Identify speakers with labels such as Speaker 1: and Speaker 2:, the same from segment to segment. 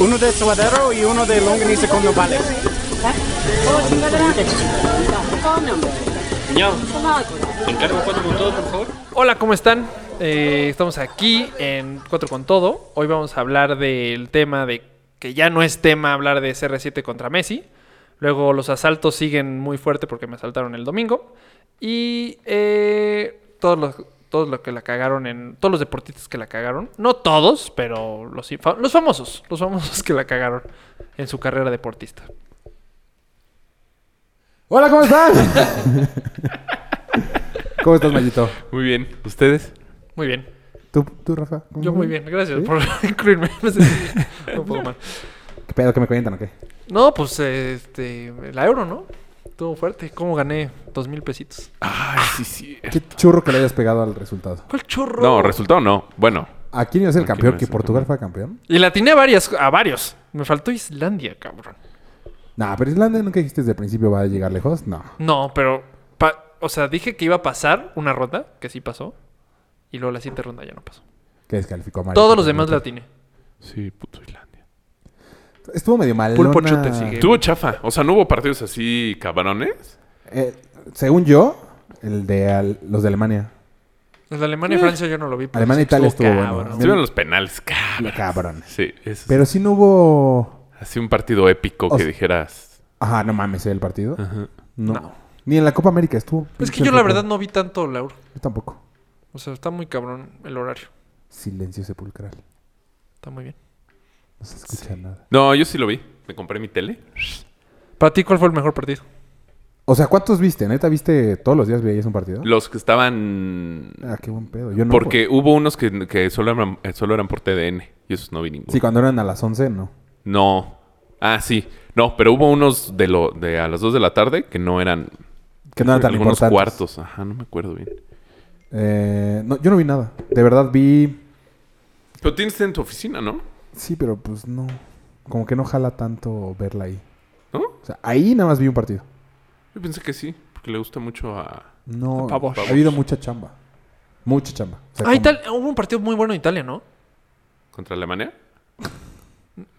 Speaker 1: Uno de suadero y uno de longaniza con nopales.
Speaker 2: Yo. Encargo cuatro con todo, por favor.
Speaker 3: Hola, ¿cómo están? Eh, estamos aquí en Cuatro con Todo. Hoy vamos a hablar del tema de que ya no es tema hablar de CR7 contra Messi. Luego los asaltos siguen muy fuerte porque me asaltaron el domingo. Y eh, todos los todos los que la cagaron en todos los deportistas que la cagaron, no todos, pero los infa- los famosos, los famosos que la cagaron en su carrera deportista.
Speaker 4: Hola, ¿cómo están? ¿Cómo estás, Mayito?
Speaker 5: Muy bien. ¿Ustedes?
Speaker 3: Muy bien.
Speaker 4: ¿Tú, tú Rafa? ¿Cómo
Speaker 3: Yo muy
Speaker 4: estás?
Speaker 3: bien, gracias
Speaker 4: ¿Sí?
Speaker 3: por incluirme. Me sentí un poco mal.
Speaker 4: ¿Qué pedo que me cuentan o qué?
Speaker 3: No, pues este, la euro, ¿no? Estuvo fuerte. ¿Cómo gané dos mil pesitos? Ah,
Speaker 5: Ay, sí, sí.
Speaker 4: Qué churro que le hayas pegado al resultado.
Speaker 3: ¿Cuál churro?
Speaker 5: No, resultado no. Bueno.
Speaker 4: ¿A quién iba a ser el
Speaker 5: ¿A quién
Speaker 4: campeón?
Speaker 5: iba a
Speaker 4: ¿Que
Speaker 5: ser
Speaker 4: Portugal fue campeón?
Speaker 3: Y la atiné a varias, a varios. Me faltó Islandia, cabrón.
Speaker 4: Nah, pero Islandia nunca dijiste desde el principio va a llegar lejos. No.
Speaker 3: No, pero, pa- o sea, dije que iba a pasar una ronda, que sí pasó. Y luego la siguiente ronda ya no pasó.
Speaker 4: Que descalificó a Mario.
Speaker 3: Todos los demás la atiné.
Speaker 5: Sí, puto Islandia.
Speaker 4: Estuvo medio mal.
Speaker 3: Pulpo chute sigue.
Speaker 5: Eh, Tuvo chafa. O sea, no hubo partidos así cabrones.
Speaker 4: eh, según yo, el de al- los de Alemania.
Speaker 3: El de Alemania y Francia yo no lo vi. pero
Speaker 4: Eh, Alemania e
Speaker 3: sí
Speaker 4: Italia estuvo,
Speaker 3: cabrón.
Speaker 4: bueno.
Speaker 5: Estuvieron los penales, cabrón.
Speaker 4: Cabrón.
Speaker 5: Sí, eso.
Speaker 4: Pero sí no hubo.
Speaker 5: Así un partido épico
Speaker 4: O
Speaker 5: que
Speaker 4: sea-
Speaker 5: dijeras.
Speaker 4: Ajá, no mames, ¿eh? el partido.
Speaker 5: Ajá.
Speaker 4: No. Ni en la Copa América estuvo.
Speaker 3: Es que
Speaker 4: pinche
Speaker 3: yo la
Speaker 4: flojo.
Speaker 3: verdad no vi tanto la euro.
Speaker 4: Yo tampoco.
Speaker 3: O sea, está muy cabrón el horario.
Speaker 4: Silencio sepulcral.
Speaker 3: Está muy bien.
Speaker 4: No se escucha nada.
Speaker 5: No, yo sí lo vi. Me compré mi tele.
Speaker 3: ¿Para ti cuál fue el mejor partido?
Speaker 4: O sea, ¿cuántos viste? ¿Neta viste todos los días veías un partido?
Speaker 5: Los que estaban.
Speaker 4: Ah, qué buen pedo. Yo no. pues.
Speaker 5: Porque hubo unos que, que solo, eran, eh, solo eran por TDN. Y esos no vi ninguno.
Speaker 4: Sí, cuando eran a las 11, no.
Speaker 5: No. Ah, sí. No, pero hubo unos de lo de a las 2 de la tarde que no eran.
Speaker 4: Que no eran tan
Speaker 5: algunos
Speaker 4: importantes.
Speaker 5: cuartos. Ajá, no me acuerdo bien.
Speaker 4: Eh, no, yo no vi nada. De verdad vi.
Speaker 5: Pero tienes en tu oficina, ¿no?
Speaker 4: Sí, pero pues no. Como que no jala tanto verla ahí.
Speaker 5: ¿No?
Speaker 4: O sea, ahí nada más vi un partido.
Speaker 5: Yo pensé que sí, porque le gusta mucho a.
Speaker 4: No.
Speaker 3: Pavos.
Speaker 4: Ha habido mucha chamba. Mucha chamba. O
Speaker 3: Ah,
Speaker 4: sea, como-
Speaker 3: Italia. Hubo un partido muy bueno en Italia, ¿no?
Speaker 5: contra Alemania.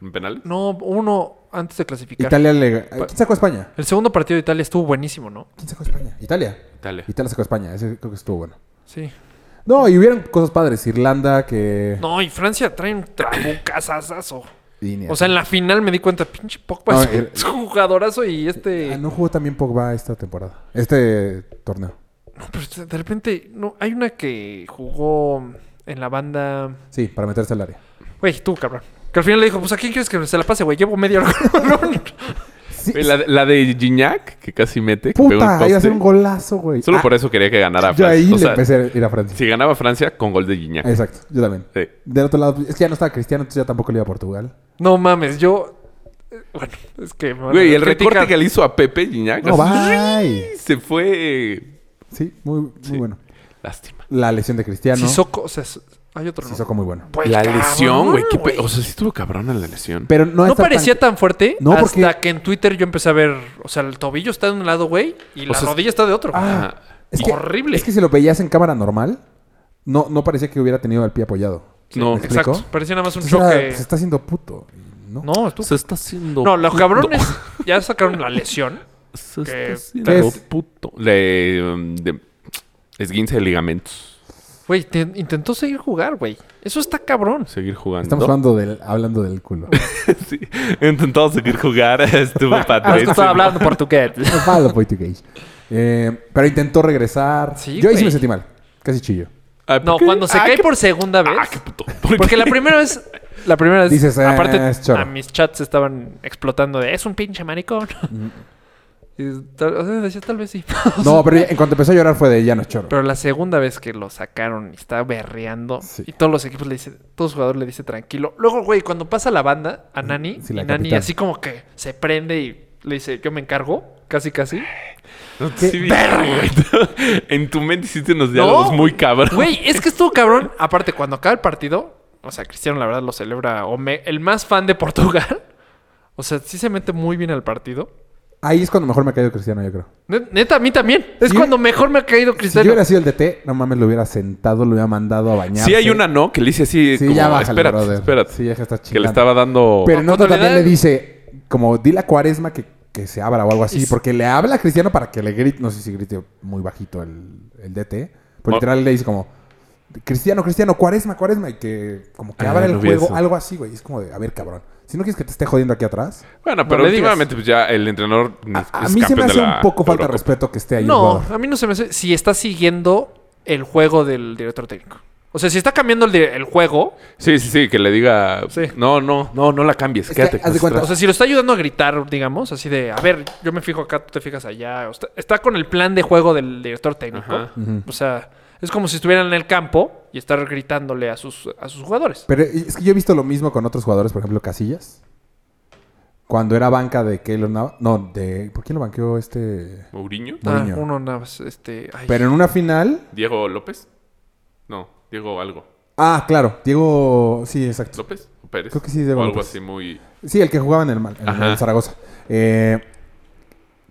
Speaker 5: ¿En penal?
Speaker 3: No, uno antes de clasificar.
Speaker 4: Italia le. ¿Quién sacó a España?
Speaker 3: El segundo partido de Italia estuvo buenísimo, ¿no?
Speaker 4: ¿Quién sacó a España? Italia.
Speaker 5: Italia.
Speaker 4: Italia sacó a España. Ese creo que estuvo bueno.
Speaker 3: Sí.
Speaker 4: No, y hubieron cosas padres. Irlanda que.
Speaker 3: No, y Francia trae un trabucazazazo.
Speaker 4: Y ni
Speaker 3: O sea, en la final me di cuenta, pinche Pogba
Speaker 4: No,
Speaker 3: es un-
Speaker 4: el-
Speaker 3: es un jugadorazo y
Speaker 4: Ah,
Speaker 3: este...
Speaker 4: no jugó también Pogba esta temporada. Este torneo.
Speaker 3: No, pero este, de repente... No, hay una que jugó en la banda...
Speaker 4: Sí, para meterse al área.
Speaker 3: Güey, tú, cabrón. Que al final le dijo, pues, ¿a quién quieres que se la pase, güey? Llevo media hora con el balón".
Speaker 4: Sí,
Speaker 5: Oye, La, de- la de Gignac, que casi mete. que pega un
Speaker 4: puta, iba a
Speaker 5: poste.
Speaker 4: ser un golazo, güey.
Speaker 5: Solo
Speaker 4: Ah,
Speaker 5: por eso quería que ganara
Speaker 4: Yo
Speaker 5: Francia.
Speaker 4: ahí
Speaker 5: O
Speaker 4: le
Speaker 5: sea,
Speaker 4: empecé a ir a Francia.
Speaker 5: Si ganaba Francia, con gol de Gignac.
Speaker 4: Exacto, yo también.
Speaker 5: Sí.
Speaker 4: Del otro lado, es que ya no estaba Cristiano, entonces ya tampoco le iba a Portugal.
Speaker 3: No mames, yo... eh, Bueno, es que... me van a
Speaker 5: Güey, el
Speaker 3: criticar.
Speaker 5: recorte que le hizo a Pepe Gignac.
Speaker 4: No,
Speaker 5: así,
Speaker 4: bye.
Speaker 5: Se fue.
Speaker 4: Sí, muy, muy
Speaker 5: Sí.
Speaker 4: bueno.
Speaker 5: Lástima.
Speaker 4: La lesión de Cristiano.
Speaker 3: Sissoko, o sea, hay otro, ¿no?
Speaker 4: Sissoko muy bueno.
Speaker 3: Pues,
Speaker 5: la
Speaker 3: cabrón,
Speaker 5: lesión, güey. qué pe- O sea, sí estuvo cabrona la lesión.
Speaker 4: Pero no,
Speaker 3: No
Speaker 4: está tan-
Speaker 3: parecía tan fuerte
Speaker 4: No,
Speaker 3: hasta
Speaker 4: porque-
Speaker 3: que en Twitter yo empecé a ver... O sea, el tobillo está de un lado, güey, y la
Speaker 5: sea,
Speaker 3: rodilla está de otro.
Speaker 4: Ah, es que,
Speaker 3: horrible.
Speaker 4: Es que si lo veías en cámara normal, no, no parecía que hubiera tenido el pie apoyado.
Speaker 5: no,
Speaker 4: ¿me
Speaker 3: Exacto.
Speaker 4: explico?
Speaker 3: Parecía nada más un
Speaker 4: Entonces era,
Speaker 3: choque...
Speaker 4: Se está haciendo puto. y No.
Speaker 3: No, estuvo...
Speaker 5: se está haciendo.
Speaker 3: No, los cabrones ya sacaron la lesión.
Speaker 5: Se
Speaker 3: ¿Qué-
Speaker 5: está
Speaker 4: qué
Speaker 5: haciendo
Speaker 4: es?
Speaker 5: puto. Le, um, de- esguince de ligamentos.
Speaker 3: Güey, te- intentó seguir jugar, güey. Eso está cabrón.
Speaker 5: Seguir jugando.
Speaker 4: Estamos hablando del, hablando del culo.
Speaker 5: Sí, he intentado seguir jugar,
Speaker 3: Ah,
Speaker 5: estuvo padre.
Speaker 3: hablando portugués.
Speaker 4: Malo, Poitier. Eh, pero intentó regresar.
Speaker 3: Sí,
Speaker 4: Yo ahí sí
Speaker 3: güey.
Speaker 4: me sentí mal. Casi chillo.
Speaker 3: No, cuando se cae por segunda vez...
Speaker 5: Ah, qué puto. ¿Por
Speaker 3: Porque
Speaker 5: qué?
Speaker 3: la primera vez, la primera vez,
Speaker 4: Dices, "Ah,
Speaker 3: aparte
Speaker 4: es choro".
Speaker 3: a mis chats estaban explotando de, es un pinche maricón. y tal, o sea, decía, tal vez sí.
Speaker 4: Mm. No, pero en cuanto empezó a llorar fue de ya no es choro.
Speaker 3: Pero la segunda vez que lo sacaron y estaba berreando
Speaker 4: Sí.
Speaker 3: y todos los equipos le dicen, todos los jugadores le dicen tranquilo. Luego, güey, cuando pasa la banda a Nani,
Speaker 4: Mm, Sí,
Speaker 3: y
Speaker 4: la
Speaker 3: Nani
Speaker 4: capitana.
Speaker 3: así como que se prende y le dice, yo me encargo, casi casi.
Speaker 5: Sí, vi- En tu mente hiciste unos diálogos
Speaker 3: No.
Speaker 5: muy cabrón.
Speaker 3: Güey, es que estuvo cabrón. Aparte, cuando acaba el partido, o sea, Cristiano la verdad lo celebra o me- el más fan de Portugal. O sea, sí se mete muy bien al partido.
Speaker 4: Ahí es cuando mejor me ha caído Cristiano, yo creo.
Speaker 3: Ne- Neta, a mí también. Es
Speaker 4: Sí.
Speaker 3: cuando mejor me ha caído
Speaker 4: Si yo
Speaker 3: Cristiano.
Speaker 4: hubiera sido el DT, no mames, lo hubiera sentado, lo hubiera mandado a bañar.
Speaker 5: Sí hay una no que le dice así
Speaker 4: Sí,
Speaker 5: como,
Speaker 4: ya bájale,
Speaker 5: espérate,
Speaker 4: brother.
Speaker 5: espérate.
Speaker 4: Sí, ya que estás
Speaker 5: que le
Speaker 4: chingando.
Speaker 5: estaba dando...
Speaker 4: Pero en
Speaker 3: No,
Speaker 4: otra
Speaker 3: cuando le
Speaker 4: también
Speaker 3: da-
Speaker 4: le dice, como dile a Cuaresma que, que se abra o algo así,
Speaker 3: Y-
Speaker 4: porque le habla a Cristiano para que le grite, no sé si grite muy bajito el, el DT,
Speaker 5: Oh.
Speaker 4: pero literal le dice como, Cristiano, Cristiano, Cuaresma, Cuaresma, y que como que
Speaker 5: Ah,
Speaker 4: abra el
Speaker 5: no vi
Speaker 4: juego,
Speaker 5: eso.
Speaker 4: algo así, güey. Es como de, a ver, cabrón, si no quieres que te esté jodiendo aquí atrás,
Speaker 5: Bueno,
Speaker 3: No
Speaker 5: pero
Speaker 3: le digas.
Speaker 5: últimamente pues ya el entrenador... ni-
Speaker 4: a, a
Speaker 5: es
Speaker 4: mí se me
Speaker 5: campeón de
Speaker 4: hace
Speaker 5: la
Speaker 4: un poco falta de
Speaker 5: Eurocopa.
Speaker 4: respeto que esté ahí. el
Speaker 3: No,
Speaker 4: jugador.
Speaker 3: a mí no se me hace. Si está siguiendo el juego del director técnico. O sea, si está cambiando el, de- el juego.
Speaker 5: Sí, sí, sí, que le diga...
Speaker 3: Sí.
Speaker 5: No, no, no, no la cambies,
Speaker 4: Es que
Speaker 5: quédate.
Speaker 4: haz de cuenta-
Speaker 3: O sea, si lo está ayudando a gritar, digamos, así de, a ver, yo me fijo acá, tú te fijas allá. o está, está con el plan de juego del director técnico.
Speaker 5: Ajá.
Speaker 3: O sea, es como si estuvieran en el campo y estar gritándole a sus, a sus jugadores.
Speaker 4: Pero es que yo he visto lo mismo con otros jugadores, por ejemplo, Casillas. Cuando era banca de Keylor Nava- No, de. ¿Por quién lo banqueó este?
Speaker 5: ¿Mourinho?
Speaker 3: Ah,
Speaker 4: Mourinho.
Speaker 3: uno nada más, este. ay.
Speaker 4: Pero en una final.
Speaker 5: ¿Diego López? No, Diego algo.
Speaker 4: Ah, claro. Diego. Sí, exacto.
Speaker 5: ¿López? ¿O Pérez?
Speaker 4: Creo que sí, Diego
Speaker 5: O algo
Speaker 4: López.
Speaker 5: así muy...
Speaker 4: Sí, el que jugaba en el, Mal- en el
Speaker 5: Ajá.
Speaker 4: Zaragoza. Eh,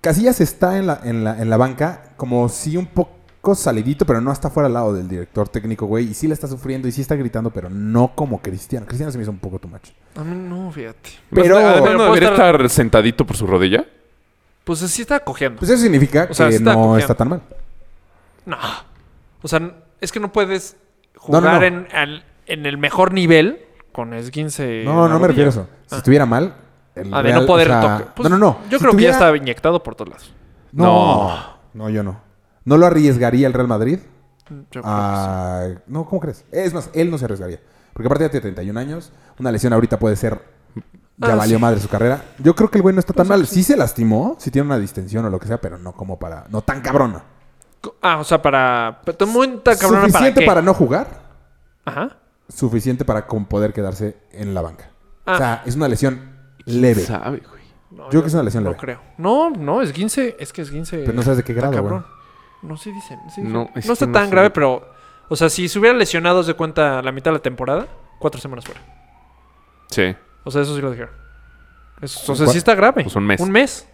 Speaker 4: Casillas está en la, en, la, en la banca como si un poco salidito, pero no está fuera al lado del director técnico, güey. Y sí la está sufriendo y sí está gritando, pero no como Cristiano. Cristiano se me hizo un poco too much.
Speaker 3: A mí no, fíjate.
Speaker 5: Pues,
Speaker 4: Pero-
Speaker 5: Además,
Speaker 4: Pero
Speaker 5: ¿no
Speaker 3: puedo
Speaker 5: debería
Speaker 3: estar-
Speaker 5: estar sentadito por su rodilla?
Speaker 3: Pues sí está cogiendo.
Speaker 4: Pues eso significa
Speaker 3: O sea,
Speaker 4: que
Speaker 3: sí está
Speaker 4: no
Speaker 3: cojeando.
Speaker 4: está tan mal.
Speaker 3: No. O sea, n- es que no puedes
Speaker 4: No, no,
Speaker 3: jugar
Speaker 4: no.
Speaker 3: En, al- en el mejor nivel con esguince. en
Speaker 4: No,
Speaker 3: la
Speaker 4: no me refiero a
Speaker 3: rodilla.
Speaker 4: eso. Si estuviera mal. el
Speaker 3: pues Ah, de
Speaker 4: Real,
Speaker 3: no
Speaker 4: o
Speaker 3: poder
Speaker 4: sea,
Speaker 3: tocar. Pues,
Speaker 4: no, no, no.
Speaker 3: Yo
Speaker 4: Si
Speaker 3: creo que ya
Speaker 4: tuviera-
Speaker 3: estaba inyectado por todos lados.
Speaker 4: No. No, yo no. ¿No lo arriesgaría el Real Madrid?
Speaker 3: Yo creo que sí.
Speaker 4: Ah, No, ¿cómo crees? Es más, él no se arriesgaría. Porque aparte ya tiene 31 años. Una lesión ahorita puede ser. Ya
Speaker 3: Ah,
Speaker 4: valió
Speaker 3: sí. Pues
Speaker 4: madre su carrera. Yo creo que el güey no está tan mal. Sí se lastimó, sí tiene una distensión o lo que sea, pero no como para. No tan cabrona.
Speaker 3: Co- Ah, o sea, para. pero tú muy ta- cabrona para.
Speaker 4: Suficiente
Speaker 3: Qué?
Speaker 4: para, no jugar,
Speaker 3: Ajá.
Speaker 4: suficiente para con poder quedarse en la banca.
Speaker 3: Ah.
Speaker 4: O sea, es una lesión leve.
Speaker 5: Sabe, güey.
Speaker 3: No,
Speaker 4: Yo creo que es una lesión
Speaker 3: No
Speaker 4: leve.
Speaker 3: creo. No, no, esguince. Es que esguince.
Speaker 4: Pero no sabes de qué
Speaker 3: está
Speaker 4: grado,
Speaker 3: cabrón.
Speaker 4: güey.
Speaker 3: No, sí dicen. sí dicen.
Speaker 5: No,
Speaker 3: No,
Speaker 5: es que
Speaker 3: está
Speaker 5: no
Speaker 3: tan
Speaker 5: sé.
Speaker 3: grave, pero. O sea, si se hubiera lesionado de cuenta la mitad de la temporada, cuatro semanas fuera.
Speaker 5: Sí.
Speaker 3: O sea, eso sí lo dijeron. Eso- o sea,
Speaker 4: Cua-
Speaker 3: sí está grave.
Speaker 5: Pues un mes.
Speaker 3: Un mes.